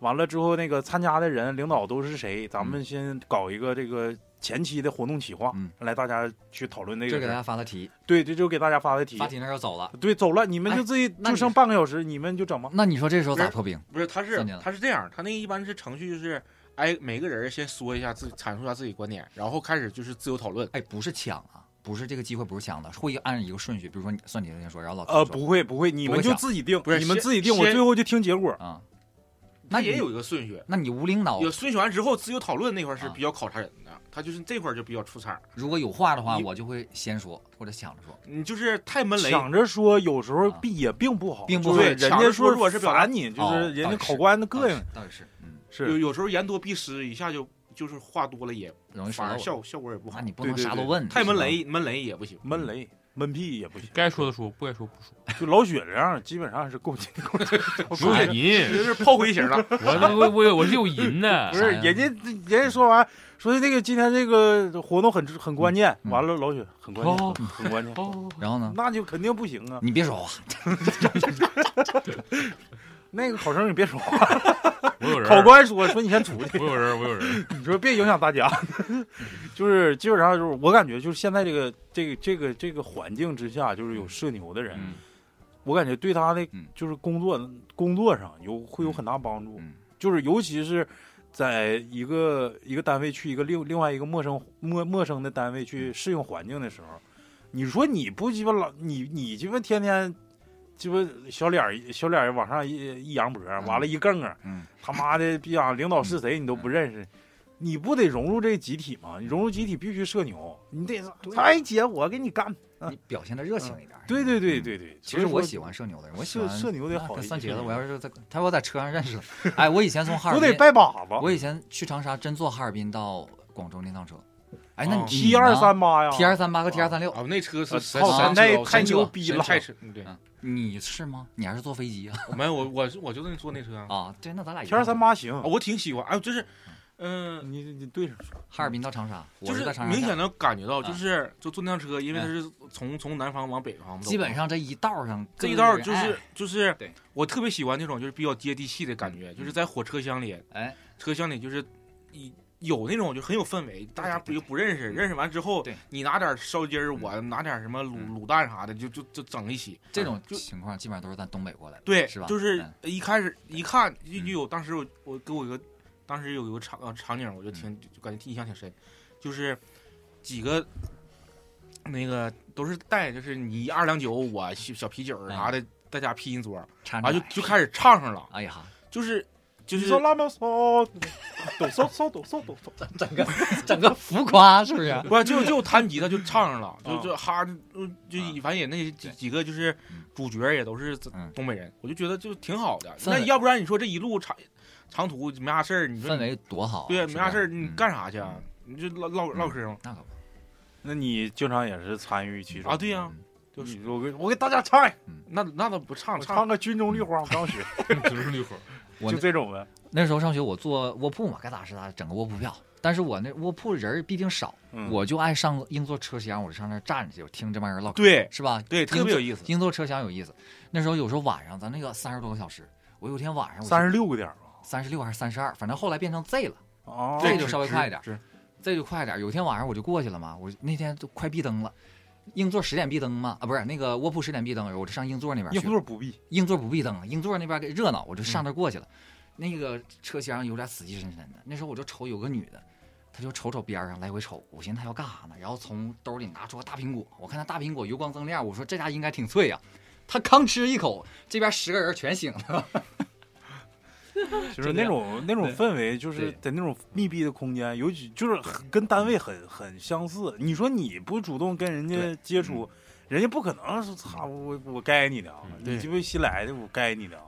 [SPEAKER 3] 完了之后，那个参加的人领导都是谁？
[SPEAKER 5] 嗯
[SPEAKER 3] 咱们先搞一个这个前期的活动企划，来大家去讨论这个
[SPEAKER 5] 嗯就
[SPEAKER 3] 事儿。
[SPEAKER 5] 给大家发的题，
[SPEAKER 3] 对，这就给大家发的题。
[SPEAKER 5] 发哎题那要走了。
[SPEAKER 3] 对，走了，你们就自己就剩半个小时，你们就整吧。
[SPEAKER 5] 那你说这时候咋
[SPEAKER 12] 不是
[SPEAKER 5] 破冰？
[SPEAKER 12] 不是，他是
[SPEAKER 5] 三年了
[SPEAKER 12] 他是这样，他那一般是程序就是，哎，每个人先说一下自己阐述一下自己观点，然后开始就是自由讨论。
[SPEAKER 5] 哎，不是抢啊，不是这个机会不是抢的，会按一个顺序，比如说你算你的先说，然后老
[SPEAKER 3] 呃，
[SPEAKER 5] 头说
[SPEAKER 3] 不会不会，你们就
[SPEAKER 5] 抢
[SPEAKER 3] 自己定，
[SPEAKER 5] 不是
[SPEAKER 3] 你们
[SPEAKER 5] 先
[SPEAKER 3] 自己定，我
[SPEAKER 5] 先
[SPEAKER 3] 最后就听结果
[SPEAKER 5] 啊。
[SPEAKER 12] 那
[SPEAKER 5] 你哦
[SPEAKER 12] 也有一个顺序，
[SPEAKER 5] 那你无领导
[SPEAKER 12] 有顺序完之后自由讨论那块儿
[SPEAKER 5] 啊
[SPEAKER 12] 是比较考察人的，他就是这块儿就比较出彩儿。
[SPEAKER 5] 如果有话的话，
[SPEAKER 12] 你
[SPEAKER 5] 我就会先说或者抢着说。
[SPEAKER 12] 你就是太闷雷，
[SPEAKER 3] 抢着说，有时候并也并不好，
[SPEAKER 5] 并不
[SPEAKER 3] 就
[SPEAKER 5] 好
[SPEAKER 12] 对
[SPEAKER 3] 是人
[SPEAKER 12] 抢
[SPEAKER 3] 家
[SPEAKER 12] 着说如果是表达
[SPEAKER 3] 烦你，就
[SPEAKER 12] 哦
[SPEAKER 3] 是人
[SPEAKER 12] 倒
[SPEAKER 3] 家
[SPEAKER 12] 也
[SPEAKER 3] 考
[SPEAKER 12] 是
[SPEAKER 3] 官的膈应，
[SPEAKER 5] 倒也是，嗯，
[SPEAKER 12] 有
[SPEAKER 3] 是
[SPEAKER 12] 有时候言多必失，一下就就是话多了也
[SPEAKER 5] 容易
[SPEAKER 12] 反
[SPEAKER 5] 说
[SPEAKER 12] 而
[SPEAKER 5] 漏
[SPEAKER 12] 效效果也不好。
[SPEAKER 5] 那你不
[SPEAKER 3] 对
[SPEAKER 5] 能
[SPEAKER 3] 对
[SPEAKER 5] 啥都
[SPEAKER 3] 对
[SPEAKER 5] 问，
[SPEAKER 12] 太
[SPEAKER 5] 是吧
[SPEAKER 12] 闷雷，闷雷也不行。
[SPEAKER 3] 闷雷。闷屁也不行，
[SPEAKER 4] 该说的说，不该说不说。
[SPEAKER 3] 就老雪这样，基本上是够劲够劲。
[SPEAKER 4] 有瘾
[SPEAKER 3] 就是炮灰型 了。
[SPEAKER 4] 我我我我是有瘾的
[SPEAKER 3] 不是
[SPEAKER 4] 啥呀
[SPEAKER 3] 人家人家说完说那个今天这个活动很很关键，完了老雪很关
[SPEAKER 5] 哦
[SPEAKER 3] 键，很关键。
[SPEAKER 5] 然后呢？
[SPEAKER 3] 那就肯定不行啊！
[SPEAKER 5] 你别 说话，
[SPEAKER 3] 那个考生你别说话。
[SPEAKER 4] 我有人
[SPEAKER 3] 考官说说你先出去。
[SPEAKER 4] 我有人，我有人。
[SPEAKER 3] 你说别影响大家，就是基本上就是我感觉就是现在这个这个这个这个环境之下，就是有社牛的人，我感觉对他的就是工作、工作上有会有很大帮助，就是尤其是在一个一个单位去一个另另外一个陌生陌陌生的单位去适应环境的时候，你说你不鸡巴老你你鸡巴天天。鸡巴小脸儿小脸儿往上一一扬脖儿，完了一更啊，他妈的逼啊！领导是谁你都不认识，你不得融入这集体吗？你融入集体必须社牛，你得哎姐，我给你干，嗯
[SPEAKER 5] 你表现的热情一点。 嗯
[SPEAKER 3] 对对对对对，
[SPEAKER 5] 其实我喜欢社牛的人，我喜欢
[SPEAKER 3] 社社牛得
[SPEAKER 5] 啊
[SPEAKER 3] 好一
[SPEAKER 5] 跟
[SPEAKER 3] 些。
[SPEAKER 5] 三杰子，我要是在他说我在车上认识 的，哎，我以前从哈尔
[SPEAKER 3] 我
[SPEAKER 5] 滨，
[SPEAKER 3] 得拜把子。
[SPEAKER 5] 我以前去长沙，真坐哈尔滨到广州那趟车。哎，那
[SPEAKER 3] 啊
[SPEAKER 5] 你
[SPEAKER 3] T 二三八呀
[SPEAKER 5] ？T 二三八和 T 二三六，
[SPEAKER 8] 哦那车是神
[SPEAKER 5] 啊
[SPEAKER 8] 神车神车神太车
[SPEAKER 12] 嗯
[SPEAKER 8] 对
[SPEAKER 5] 啊你是吗？你还是坐飞机啊？
[SPEAKER 8] 没有我我是我就那坐那车
[SPEAKER 5] 啊，对，那咱俩一
[SPEAKER 8] 天
[SPEAKER 5] 样
[SPEAKER 8] 儿
[SPEAKER 5] T238
[SPEAKER 3] 八行
[SPEAKER 12] 啊
[SPEAKER 8] 我挺喜欢，哎，就是，
[SPEAKER 12] 呃
[SPEAKER 8] 嗯，
[SPEAKER 3] 哦你你对上说，
[SPEAKER 5] 哈尔滨到长沙，
[SPEAKER 8] 就
[SPEAKER 5] 我是在长沙
[SPEAKER 8] 明显
[SPEAKER 5] 站
[SPEAKER 8] 能感觉到，
[SPEAKER 5] 啊
[SPEAKER 8] 就是就坐那辆车，因为它是从从南方往北方走，
[SPEAKER 5] 嗯基本上这一道上，
[SPEAKER 8] 这一道就是
[SPEAKER 5] 哎
[SPEAKER 8] 就是我特别喜欢那种就是比较接地气的感觉，
[SPEAKER 5] 嗯
[SPEAKER 8] 就是在火车厢里，
[SPEAKER 5] 哎，
[SPEAKER 8] 车厢里就是一有那种就很有氛围，大家不又不认识，
[SPEAKER 5] 嗯
[SPEAKER 8] 认识完之后，你拿点烧鸡儿，我拿点什么卤
[SPEAKER 5] 嗯
[SPEAKER 8] 卤蛋啥的，就就就整一起。
[SPEAKER 5] 这种情况基本上都是咱东北过来的，
[SPEAKER 8] 对，
[SPEAKER 5] 是吧？
[SPEAKER 8] 就是
[SPEAKER 5] 嗯
[SPEAKER 8] 一开始一看就就有，当时我我给我一个，当时有一个场呃场景，我就
[SPEAKER 5] 嗯
[SPEAKER 8] 挺就感觉印象挺深，就是几个那个都是带就是你二两酒，我小小啤酒
[SPEAKER 5] 哎
[SPEAKER 8] 儿啥的，大家拼一桌儿，
[SPEAKER 5] 着
[SPEAKER 8] 啊完就
[SPEAKER 5] 来
[SPEAKER 8] 就开始唱上了，
[SPEAKER 5] 哎 呀，
[SPEAKER 8] 就是就
[SPEAKER 3] 你
[SPEAKER 8] 是
[SPEAKER 3] 说拉面骚，抖骚骚抖骚抖骚，
[SPEAKER 5] 整个整个浮夸是不是
[SPEAKER 8] 不是，就就弹吉他就唱上了，
[SPEAKER 5] 嗯
[SPEAKER 8] 就
[SPEAKER 3] 啊
[SPEAKER 8] 就哈，就就反正也那几几个就是
[SPEAKER 5] 嗯
[SPEAKER 8] 主角也都是东北人，我就觉得就挺好的。
[SPEAKER 5] 氛围
[SPEAKER 8] 那要不然你说这一路长长途没啥事儿， 你说
[SPEAKER 5] 氛围多好啊
[SPEAKER 8] 对，没
[SPEAKER 5] 是
[SPEAKER 8] 啥
[SPEAKER 5] 不
[SPEAKER 8] 事
[SPEAKER 5] 是
[SPEAKER 8] 儿，你
[SPEAKER 3] 嗯
[SPEAKER 8] 干啥去啊？你就唠唠唠嗑吗？
[SPEAKER 5] 那可不，
[SPEAKER 3] 那你经常也是参与其中
[SPEAKER 8] 啊，对呀，
[SPEAKER 5] 嗯
[SPEAKER 8] 嗯
[SPEAKER 3] 就是嗯我给我给大家唱一，
[SPEAKER 8] 那那倒不唱，
[SPEAKER 3] 我唱个《军中绿花》，我刚学，
[SPEAKER 4] 《军中绿花
[SPEAKER 5] 我》
[SPEAKER 3] 就这种呗。
[SPEAKER 5] 那时候上学，我坐卧铺嘛，该咋是咋，整个卧铺票。但是我那卧铺人儿毕竟少，
[SPEAKER 3] 嗯
[SPEAKER 5] 我就爱上硬座车厢，我就上那儿站着去，我听这帮人唠嗑，
[SPEAKER 8] 对
[SPEAKER 5] 是吧？
[SPEAKER 8] 对
[SPEAKER 5] 硬座
[SPEAKER 8] 特别有意思
[SPEAKER 5] 硬座车厢有意思。那时候有时候晚上，咱那个三十多个小时，我有一天晚上
[SPEAKER 3] 三十六个点儿吧，
[SPEAKER 5] 三十六还是三十二，反正后来变成 Z 了。
[SPEAKER 3] 哦
[SPEAKER 5] Z 就稍微快一点
[SPEAKER 8] 是
[SPEAKER 5] ，Z 就快一点。有一天晚上我就过去了嘛，我那天都快闭灯了，硬座十点闭灯嘛，啊不是那个卧铺十点闭灯，我就上硬座那边去。
[SPEAKER 3] 硬座嗯不闭，
[SPEAKER 5] 硬座不闭灯，硬座那边给热闹，我就上那儿过去了。那个车厢有点死气沉沉的，那时候我就瞅有个女的，她就瞅瞅边上来回瞅，我寻思她要干啥呢？然后从兜里拿出个大苹果，我看她大苹果油光锃亮，我说这家应该挺脆呀、啊她刚吃一口，这边十个人全醒 了。
[SPEAKER 3] 就是那种那种氛围，就是在那种密闭的空间，尤其就是很跟单位很很相似。你说你不主动跟人家
[SPEAKER 5] 嗯
[SPEAKER 3] 接触，人家不可能说操我我该你的啊，
[SPEAKER 5] 嗯对
[SPEAKER 3] 你鸡巴新来的我该你的啊，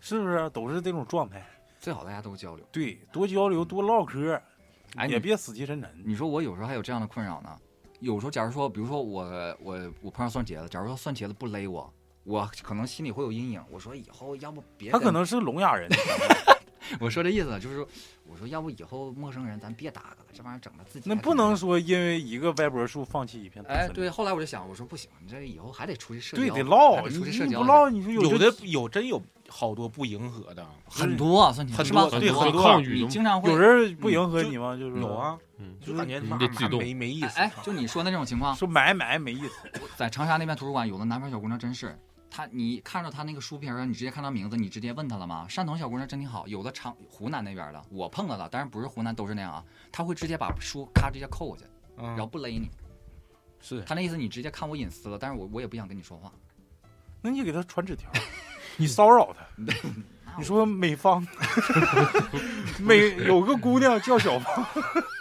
[SPEAKER 3] 是不是啊？都是这种状态。
[SPEAKER 5] 最好大家都交流，
[SPEAKER 3] 对，多交流多唠嗑，
[SPEAKER 5] 哎
[SPEAKER 3] 也
[SPEAKER 5] 你
[SPEAKER 3] 别死气沉沉。
[SPEAKER 5] 你说我有时候还有这样的困扰呢。有时候，假如说，比如说我我我碰上蒜茄子，假如说蒜茄子不勒我，我可能心里会有阴影。我说以后要不别
[SPEAKER 3] 他
[SPEAKER 5] 跟
[SPEAKER 3] 可能是聋哑人，
[SPEAKER 5] 我说这意思就是说，我说要不以后陌生人咱别打了，这玩意儿整的自己
[SPEAKER 3] 那
[SPEAKER 5] 还
[SPEAKER 3] 不能说因为一个歪脖树放弃一片大森
[SPEAKER 5] 哎，
[SPEAKER 3] 林。
[SPEAKER 5] 对，后来我就想，我说不行，你这以后还得出去社交，
[SPEAKER 3] 对得唠
[SPEAKER 5] 还得出去
[SPEAKER 3] 你
[SPEAKER 5] 社
[SPEAKER 3] 你
[SPEAKER 5] 交
[SPEAKER 3] 不
[SPEAKER 5] 去，
[SPEAKER 3] 唠你说有
[SPEAKER 8] 有
[SPEAKER 3] 这
[SPEAKER 8] 的有真有好多不迎合的，
[SPEAKER 3] 嗯
[SPEAKER 5] 很多啊，算起来
[SPEAKER 8] 很
[SPEAKER 5] 是吧
[SPEAKER 8] 多对
[SPEAKER 5] 很
[SPEAKER 8] 很
[SPEAKER 5] 多
[SPEAKER 8] 多
[SPEAKER 5] 抗拒你经常会
[SPEAKER 3] 有人不迎合你吗？就是
[SPEAKER 8] 有啊，就感觉
[SPEAKER 5] 你
[SPEAKER 8] 妈
[SPEAKER 5] 得自
[SPEAKER 8] 妈
[SPEAKER 5] 动
[SPEAKER 8] 没没意思。啊
[SPEAKER 5] 哎，就你说那种情况，
[SPEAKER 3] 说买买没意思。
[SPEAKER 5] 在长沙那边图书馆，有的南方小姑娘真是，她你看着她那个书评啊，你直接看她名字，你直接问她了吗？山东小姑娘真挺好，有的长湖南那边的，我碰到的，当然不是湖南都是那样啊，她会直接把书咔直接扣过去，
[SPEAKER 8] 嗯
[SPEAKER 5] 然后不勒你。
[SPEAKER 8] 是
[SPEAKER 5] 她那意思，你直接看我隐私了，但是我我也不想跟你说话。
[SPEAKER 3] 那你给他传纸条，你骚扰他，你说美方， 美有个姑娘叫小芳，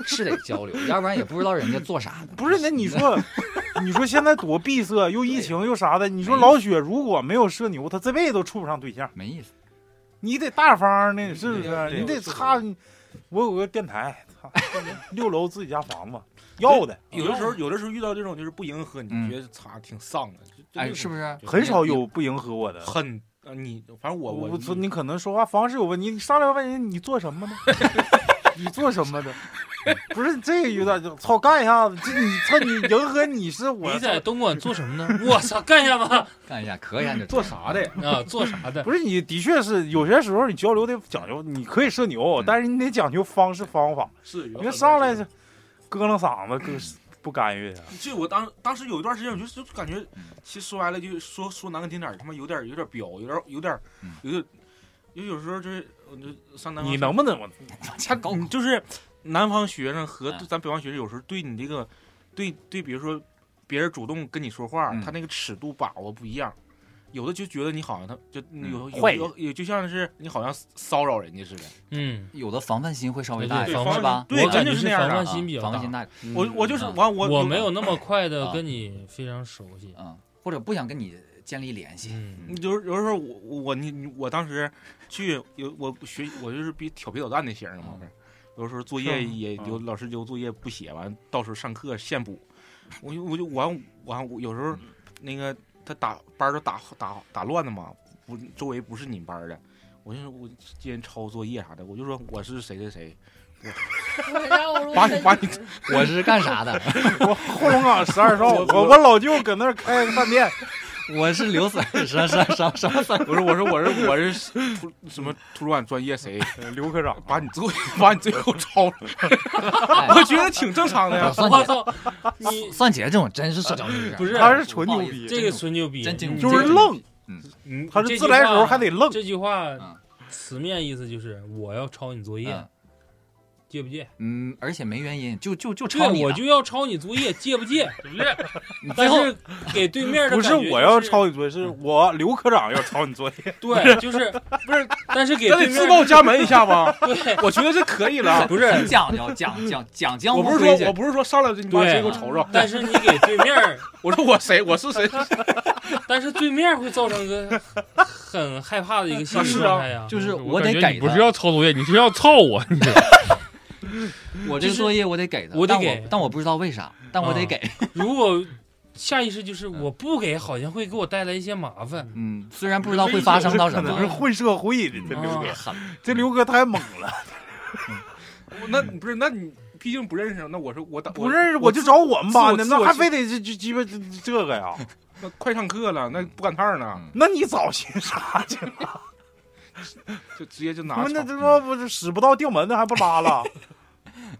[SPEAKER 5] 是得交流，要不然也不知道人家做啥的。
[SPEAKER 3] 不是？那你说， 你说现在多闭塞，又疫情又啥的，你说老雪如果没有社牛，她这辈子都处不上对象，
[SPEAKER 5] 没意思。
[SPEAKER 3] 你得大方呢，是不是？
[SPEAKER 5] 对
[SPEAKER 3] 你得
[SPEAKER 5] 是的
[SPEAKER 3] 擦，我有个电台，操，六楼自己家房子，要的。
[SPEAKER 8] 有的时
[SPEAKER 5] 哦
[SPEAKER 8] 候，有的时候遇到这种就是不迎合，你
[SPEAKER 3] 嗯
[SPEAKER 8] 觉得擦挺丧的，就
[SPEAKER 3] 哎
[SPEAKER 8] 就是
[SPEAKER 3] 不是
[SPEAKER 8] 就
[SPEAKER 3] 很少有不迎合我的
[SPEAKER 8] 很，呃你反正我
[SPEAKER 3] 我
[SPEAKER 8] 我
[SPEAKER 3] 说你可能说话方式有问题，你上来问人你做什么呢？你做什么的？ 不是这个有点就操干一下子，这你操你迎合你是我
[SPEAKER 4] 你在东莞做什么呢？我操，干一下吧，
[SPEAKER 5] 干一下，
[SPEAKER 4] 可以啊这
[SPEAKER 3] 做啥的
[SPEAKER 4] 啊做啥的
[SPEAKER 3] 不是你的确是有些时候你交流得讲究，你可以社牛，但是你得讲究方式方法。
[SPEAKER 8] 是有
[SPEAKER 3] 你看
[SPEAKER 8] 很多
[SPEAKER 3] 上来就咯楞嗓子，咯不甘愿啊。
[SPEAKER 8] 这我当当时有一段时间，我就就感觉，
[SPEAKER 5] 嗯
[SPEAKER 8] 其实说白了就说说难听点儿，他妈有点有点彪，有点有点
[SPEAKER 5] 嗯
[SPEAKER 8] 有点，有有时候就是我就上南方，
[SPEAKER 3] 你能不能我
[SPEAKER 8] 他你就是南方学生和
[SPEAKER 5] 嗯
[SPEAKER 8] 咱北方学生有时候对你这个对对，比如说别人主动跟你说话，
[SPEAKER 5] 嗯
[SPEAKER 8] 他那个尺度把握不一样。有的就觉得你好像他就有有
[SPEAKER 5] 坏
[SPEAKER 8] 有有就像是你好像骚扰人家似的，
[SPEAKER 4] 嗯，
[SPEAKER 5] 有的防范心会稍微
[SPEAKER 8] 对
[SPEAKER 5] 大一
[SPEAKER 8] 对
[SPEAKER 5] 点，
[SPEAKER 8] 防
[SPEAKER 5] 是吧？我
[SPEAKER 8] 对真
[SPEAKER 5] 感
[SPEAKER 8] 的
[SPEAKER 5] 觉
[SPEAKER 8] 是那样的
[SPEAKER 5] 防范
[SPEAKER 8] 啊
[SPEAKER 5] 心比较
[SPEAKER 8] 防
[SPEAKER 5] 大
[SPEAKER 8] 范心大
[SPEAKER 5] 嗯
[SPEAKER 8] 我我就是
[SPEAKER 5] 嗯
[SPEAKER 8] 完我
[SPEAKER 4] 我没有那么快
[SPEAKER 5] 啊
[SPEAKER 4] 的跟你非常熟悉
[SPEAKER 5] 啊，或者不想跟你建立联
[SPEAKER 4] 嗯
[SPEAKER 5] 系。
[SPEAKER 8] 你就是有时候我我你你我当时去有我学我就是比调皮捣蛋的型儿嘛，有时候作业
[SPEAKER 13] 是吗
[SPEAKER 8] 也
[SPEAKER 13] 啊
[SPEAKER 8] 有老师留作业不写完，到时候上课现补，我就我就完完我有时候那个他打班儿都打打打乱的嘛，不周围不是你们班儿的，我就说我今天抄作业啥的，我就说我是谁谁谁。我把你把你，
[SPEAKER 5] 我是干啥的
[SPEAKER 3] 我后龙岗啊十二少，
[SPEAKER 5] 我
[SPEAKER 3] 我我老舅搁那儿开个饭店，
[SPEAKER 5] 我是刘三什什什什么 三？
[SPEAKER 8] 我说我说我是我是图什么图书馆专业谁？
[SPEAKER 3] 刘科长
[SPEAKER 8] 把你最后把你最后抄了， 我觉得挺正常的呀。
[SPEAKER 5] 啊算
[SPEAKER 8] 我
[SPEAKER 5] 姐
[SPEAKER 8] 操，
[SPEAKER 4] 你
[SPEAKER 5] 算姐这种真是社交牛逼，
[SPEAKER 4] 不是
[SPEAKER 3] 他是纯牛逼，
[SPEAKER 4] 这个纯牛逼，
[SPEAKER 5] 真牛逼
[SPEAKER 3] 就是愣。
[SPEAKER 4] 嗯，
[SPEAKER 3] 他是自来的时候还得愣。
[SPEAKER 4] 这句
[SPEAKER 5] 啊
[SPEAKER 4] 话词面意思就是我要抄你作业
[SPEAKER 5] 嗯，
[SPEAKER 4] 借不借？
[SPEAKER 5] 嗯，而且没原因，就就就
[SPEAKER 4] 对
[SPEAKER 5] 抄，你的，
[SPEAKER 4] 我就要抄你作业，借不 借？对不对？
[SPEAKER 5] 最
[SPEAKER 4] 但
[SPEAKER 5] 后
[SPEAKER 4] 是给对面的
[SPEAKER 3] 不是嗯
[SPEAKER 4] 感觉
[SPEAKER 3] 我
[SPEAKER 4] 就
[SPEAKER 3] 要
[SPEAKER 4] 是
[SPEAKER 3] 抄你作业，是我刘科长要抄你作业。
[SPEAKER 4] 对，就是不是？但是给
[SPEAKER 8] 咱得
[SPEAKER 4] 对面。
[SPEAKER 8] 自报家哦门一下吧
[SPEAKER 4] 对，
[SPEAKER 8] 我觉得这 可以了。
[SPEAKER 4] 不是
[SPEAKER 5] 很讲究讲讲讲江湖
[SPEAKER 8] 我不是
[SPEAKER 5] 规矩
[SPEAKER 8] 说我不是说上来就你把
[SPEAKER 4] 对
[SPEAKER 8] 谁给我瞅瞅，
[SPEAKER 4] 但是你给对面儿，
[SPEAKER 8] 我说我谁我是谁，
[SPEAKER 4] 但是对面会造成个很害怕的一个心理状态 呀。
[SPEAKER 5] 就是
[SPEAKER 14] 我
[SPEAKER 5] 得
[SPEAKER 14] 感觉你
[SPEAKER 5] 给他
[SPEAKER 14] 不是要抄作业，你是要操我，你这
[SPEAKER 5] 我
[SPEAKER 4] 就
[SPEAKER 5] 这个
[SPEAKER 4] 是
[SPEAKER 5] 作业我得给他，
[SPEAKER 4] 我得
[SPEAKER 5] 但
[SPEAKER 4] 给
[SPEAKER 5] 但我不知道为啥，但我得给。
[SPEAKER 4] 如果下意识就是我不给，好像会给我带来一些麻烦。
[SPEAKER 5] 嗯，虽然不知道会发生到 什
[SPEAKER 3] 可能是
[SPEAKER 5] 么，
[SPEAKER 3] 混社会的，这刘哥
[SPEAKER 5] 啊狠，
[SPEAKER 3] 这刘哥太猛了，
[SPEAKER 8] 我那不是那你毕竟不认识，那我说我打
[SPEAKER 3] 不认识
[SPEAKER 8] 我
[SPEAKER 3] 我就找我们班的，
[SPEAKER 8] 自
[SPEAKER 3] 那
[SPEAKER 8] 我
[SPEAKER 3] 还
[SPEAKER 8] 自我
[SPEAKER 3] 非得这这鸡巴这这个 呀？
[SPEAKER 8] 那快上课了，那不赶趟儿
[SPEAKER 9] 嗯
[SPEAKER 8] 呢，
[SPEAKER 3] 那你早寻啥 去了？
[SPEAKER 8] 就直接就拿
[SPEAKER 3] 他们那
[SPEAKER 8] 抄
[SPEAKER 3] 他妈不是使不到定门的还不拉 了？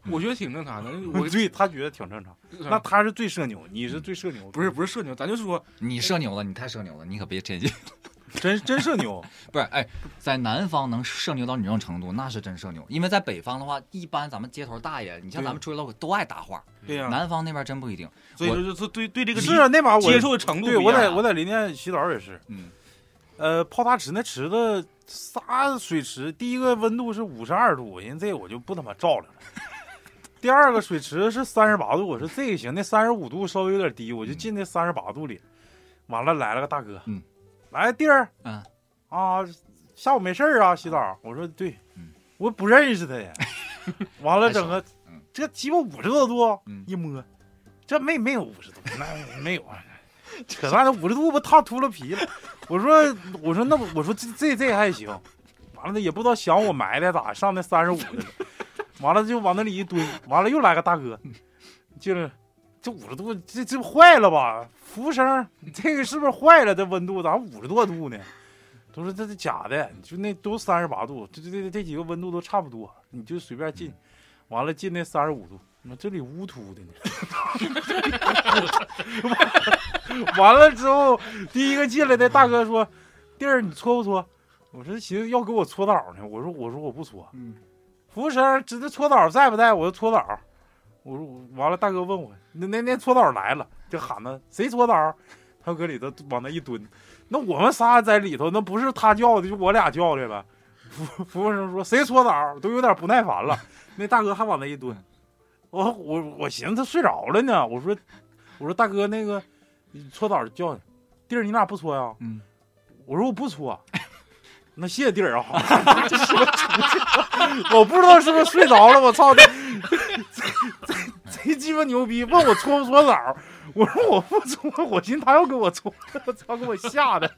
[SPEAKER 8] 我觉得挺正常的。 我
[SPEAKER 3] 对他觉得挺正常，那他是最社牛，你嗯是最社牛的，
[SPEAKER 8] 不是不是社牛，咱就说
[SPEAKER 5] 你社牛了，你太社牛了，你可别真进。
[SPEAKER 3] 真真社 牛，
[SPEAKER 5] 不是哎，在南方能社牛到你这种程度，那是真社牛。因为在北方的话，一般咱们街头大爷，你像咱们出去唠嗑都爱搭话，
[SPEAKER 8] 对呀
[SPEAKER 5] 南方那边真不一定。
[SPEAKER 8] 所以
[SPEAKER 5] 我
[SPEAKER 8] 说就是对对这个
[SPEAKER 3] 是啊，那把我
[SPEAKER 8] 接受的程度
[SPEAKER 3] 对
[SPEAKER 8] 不一
[SPEAKER 3] 我
[SPEAKER 8] 样啊
[SPEAKER 3] 在我在林甸洗澡也是，
[SPEAKER 5] 嗯，
[SPEAKER 3] 呃，泡大池那池子仨水池，第一个温度是五十二度，我寻思这我就不他妈照了。第二个水池是三十八度，我说这个行，那三十五度稍微有点低，
[SPEAKER 8] 嗯
[SPEAKER 3] 我就进那三十八度里。完了来了个大哥，
[SPEAKER 5] 嗯，
[SPEAKER 3] 来弟儿，
[SPEAKER 5] 嗯
[SPEAKER 3] 啊，下午没事儿啊，洗澡。我说对，我不认识他呀。完了整个这鸡巴五十多度，一摸，这没没有五十度，那没有啊。扯淡，那五十度不烫秃噜皮了。我说，我说那不我说这这这还行，完了也不知道想我埋汰咋上那三十五的了，完了就往那里一蹲，完了又来个大哥，进来，这五十度这这坏了吧？服务生，这个是不是坏了？这温度咋五十多度呢？都说这是假的，就那都三十八度，这这这这几个温度都差不多，你就随便进，完了进那三十五度，妈这里乌秃的呢。 完了之后，第一个进来的大哥说：“弟儿，你搓不搓？”我说：“寻思要给我搓澡呢。”我说：“我说我不搓。”服务生知道搓澡在不在，我就搓澡。我说我完了，大哥问我那那那搓澡来了，就喊他谁搓澡，他搁里头往那一蹲。那我们仨在里头，那不是他叫的，就我俩叫的呗。服服务生说谁搓澡，都有点不耐烦了。那大哥还往那一蹲，我我我寻思他睡着了呢。我说我说大哥那个你搓澡就叫你，弟儿你咋不搓呀？
[SPEAKER 5] 嗯，
[SPEAKER 3] 我说我不搓。那谢地儿啊， 这什么出去？我不知道是不是睡着了，我操！这这鸡巴牛逼，问我搓不搓澡儿，我说我不搓，我寻思他要给我搓，我操，给我吓的。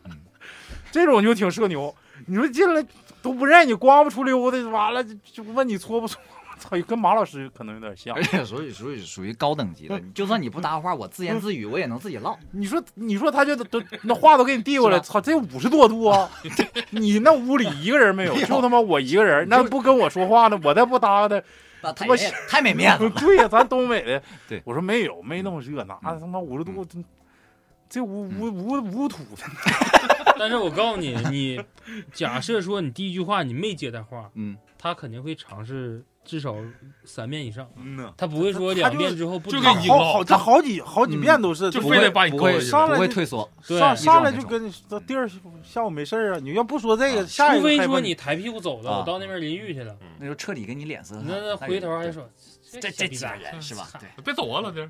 [SPEAKER 3] 这种就挺社牛，你说进来都不认你，光不出溜达，完了就就问你搓不搓？我操，跟马老师可能有点像
[SPEAKER 5] 而。且所以所以属于高等级的，就算你不搭话，我自言自语我也能自己唠。
[SPEAKER 3] 你说，你说他就都那话都给你递过来，操，这五十多度啊！你那屋里一个人没有，就他妈我一个人，那不跟我说话呢，我再不搭他，
[SPEAKER 5] 那太
[SPEAKER 3] 我
[SPEAKER 5] 没太没面 子了。
[SPEAKER 3] 对呀、咱东北的，
[SPEAKER 5] 对
[SPEAKER 3] 我说没有，没那么热，哪他妈五十度，这这无无无无土的，
[SPEAKER 4] 但是我告诉你，你假设说你第一句话你没接他话，
[SPEAKER 5] 嗯，
[SPEAKER 4] 他肯定会尝试至少三遍以上，
[SPEAKER 3] 嗯呐，
[SPEAKER 4] 他不会说
[SPEAKER 3] 他
[SPEAKER 4] 两遍之后不
[SPEAKER 3] 就
[SPEAKER 4] 知道
[SPEAKER 3] 好好，他好几好几遍都是，
[SPEAKER 5] 就
[SPEAKER 3] 他
[SPEAKER 5] 非得把你
[SPEAKER 3] 不
[SPEAKER 5] 勾
[SPEAKER 3] 会
[SPEAKER 5] 下去
[SPEAKER 3] 上来
[SPEAKER 5] 不会
[SPEAKER 3] 就
[SPEAKER 5] 退缩
[SPEAKER 4] 对
[SPEAKER 3] 上上来
[SPEAKER 5] 一直
[SPEAKER 3] 就
[SPEAKER 5] 往
[SPEAKER 3] 跟你说第二下午没事儿啊，你要不说这个，下一
[SPEAKER 4] 除
[SPEAKER 3] 个
[SPEAKER 4] 非
[SPEAKER 3] 还
[SPEAKER 4] 说
[SPEAKER 3] 问
[SPEAKER 4] 你抬屁股走了，
[SPEAKER 5] 啊
[SPEAKER 4] 我到那边淋浴去了，
[SPEAKER 3] 嗯
[SPEAKER 5] 那就彻底给你脸色
[SPEAKER 4] 那那
[SPEAKER 5] 看。
[SPEAKER 4] 回头还说
[SPEAKER 5] 这这几
[SPEAKER 4] 家
[SPEAKER 5] 个人是吧？对，
[SPEAKER 9] 别走啊，老弟。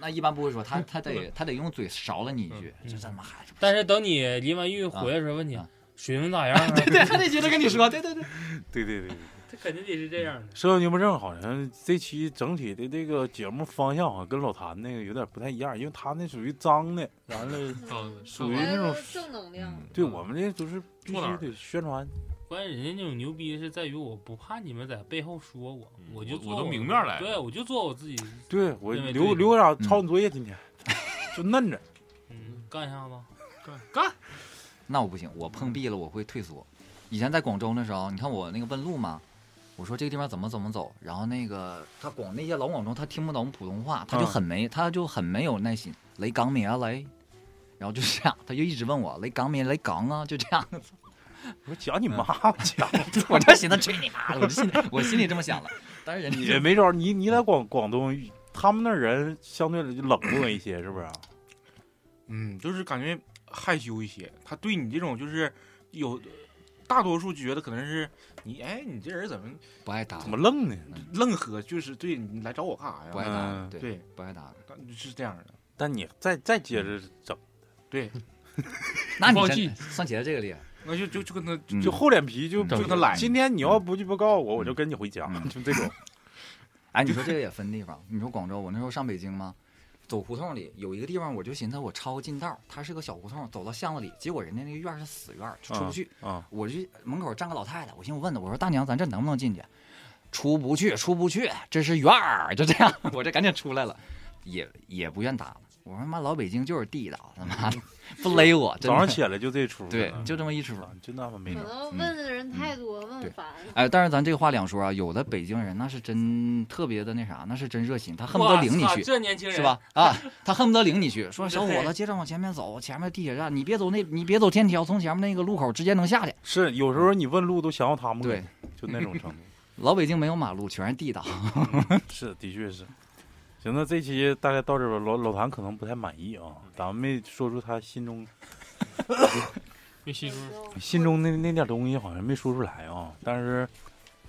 [SPEAKER 5] 那一般不会说，他他得他得用嘴勺了你一句，就这么喊。
[SPEAKER 4] 但是等你淋完浴回来的时候，问你水温咋 样啊？
[SPEAKER 5] 对，他得接着跟你说，对对对，
[SPEAKER 3] 对对对。对
[SPEAKER 4] 他肯定得是这样的。
[SPEAKER 3] 社交牛不正好像这期整体的这个节目方向好像跟老谭那个有点不太一样，因为他那属于脏的，完了
[SPEAKER 6] 嗯
[SPEAKER 3] 属于那种
[SPEAKER 10] 正能量。
[SPEAKER 3] 对我们这都是必
[SPEAKER 4] 坐哪
[SPEAKER 3] 须
[SPEAKER 4] 儿
[SPEAKER 3] 得宣传。
[SPEAKER 4] 关键人家那种牛逼是在于我不怕你们在背后说我，
[SPEAKER 5] 嗯
[SPEAKER 4] 我就
[SPEAKER 9] 我
[SPEAKER 4] 做
[SPEAKER 9] 我都
[SPEAKER 4] 的
[SPEAKER 9] 明面
[SPEAKER 8] 哦
[SPEAKER 9] 来了
[SPEAKER 4] 对我就做我自己，
[SPEAKER 3] 对我
[SPEAKER 4] 因为
[SPEAKER 3] 留
[SPEAKER 4] 对
[SPEAKER 3] 留俩
[SPEAKER 5] 嗯
[SPEAKER 3] 抄你作业今 天，就嫩着。
[SPEAKER 4] 嗯，干一下子。
[SPEAKER 5] 那我不行，我碰壁了，我会退缩。以前在广州的时候，你看我那个问路嘛，我说这个地方怎么怎么走，然后那个他广那些老广州他听不懂普通话，他就很没、他就很没有耐心，雷港咩雷，然后就这样，他就一直问我雷港咩雷港啊，就这样。
[SPEAKER 3] 我说讲你妈，我讲
[SPEAKER 5] 我就寻思去你妈的，我就心里我心里这么想了，但是人家
[SPEAKER 3] 也没招儿。你你在广广东，他们那儿人相对冷漠一些，是不是啊？
[SPEAKER 12] 嗯，就是感觉害羞一些。他对你这种就是有大多数觉得可能是你，哎，你这人怎么
[SPEAKER 5] 不爱搭
[SPEAKER 3] 怎么愣呢？
[SPEAKER 9] 嗯
[SPEAKER 12] 愣喝？就是对你来找我干啥呀？
[SPEAKER 5] 不爱搭
[SPEAKER 3] 嗯，
[SPEAKER 5] 对
[SPEAKER 12] 对，
[SPEAKER 5] 不爱搭，
[SPEAKER 12] 是这样的。
[SPEAKER 3] 但你再再接着整，
[SPEAKER 12] 对，
[SPEAKER 5] 那
[SPEAKER 12] 放
[SPEAKER 5] 你
[SPEAKER 12] 弃
[SPEAKER 5] 真算起来这个厉害，
[SPEAKER 12] 那就就就跟他
[SPEAKER 5] 嗯
[SPEAKER 3] 就厚脸皮就
[SPEAKER 5] 整
[SPEAKER 3] 就
[SPEAKER 12] 他懒
[SPEAKER 3] 今天你要不就不告诉我，我就跟你回家，
[SPEAKER 5] 嗯
[SPEAKER 3] 就这种。
[SPEAKER 5] 哎，你说这个也分地方。你说广州，我那时候上北京嘛，走胡同里有一个地方，我就寻思我抄近道，它是个小胡同，走到巷子里，结果人家那个院儿是死院儿，就出不去。
[SPEAKER 3] 啊，
[SPEAKER 5] 我就门口站个老太太，我寻思我问她，我说大娘，咱这能不能进去？出不去，出不去，这是院儿，就这样， 我这赶紧出来了，也也不愿打了。我说妈，老北京就是地道，他妈的不勒我，真的
[SPEAKER 3] 早上起来就这出。
[SPEAKER 5] 对，就嗯这么一出。
[SPEAKER 3] 啊，就那么没
[SPEAKER 10] 可
[SPEAKER 3] 招儿。
[SPEAKER 10] 能问的人太多，
[SPEAKER 5] 对
[SPEAKER 10] 问烦。
[SPEAKER 5] 哎，但是咱这话两说啊，有的北京人那是真特别的那啥，那是真热心，他恨不得领你
[SPEAKER 4] 哇操
[SPEAKER 5] 去。
[SPEAKER 4] 这年轻人
[SPEAKER 5] 是吧？？啊，他恨不得领你去，说小伙
[SPEAKER 4] 对
[SPEAKER 5] 子，接着往前面走，前面地铁站，你别走那，你别走天桥，从前面那个路口直接能下去。
[SPEAKER 3] 是有时候你问路都想要他们给
[SPEAKER 5] 对，
[SPEAKER 3] 就那种 程度。
[SPEAKER 5] 老北京没有马路，全是地道。
[SPEAKER 3] 是，的确是。行，那这期大概到这吧。老老谭可能不太满意啊，咱们没说出他心中
[SPEAKER 9] 没吸住。
[SPEAKER 3] 心中那那点东西，好像没说出来啊。但是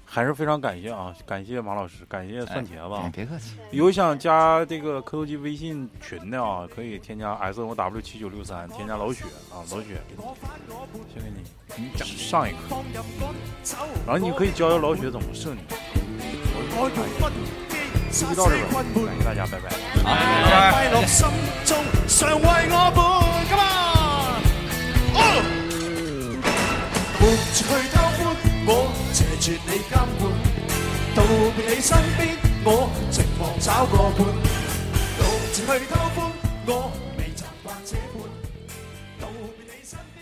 [SPEAKER 3] 还是非常感谢啊，感谢马老师，感谢蒜茄子。
[SPEAKER 5] 哎，
[SPEAKER 3] 啊。
[SPEAKER 5] 别客气，
[SPEAKER 3] 有想加这个磕头机微信群的啊，可以添加 S O W 七九六三，添加老雪啊，老雪给你，先给你
[SPEAKER 5] 你整
[SPEAKER 3] 上一个，然后你可以教教老雪怎么设你。我是就到这吧，感谢大家，拜拜。
[SPEAKER 2] 快乐心中常为我伴。Come on，哦豁出去偷欢，我謝絕你監管，道別你身邊，我寂寞找個伴。豁出去偷歡，我未習慣這般，道別你身邊。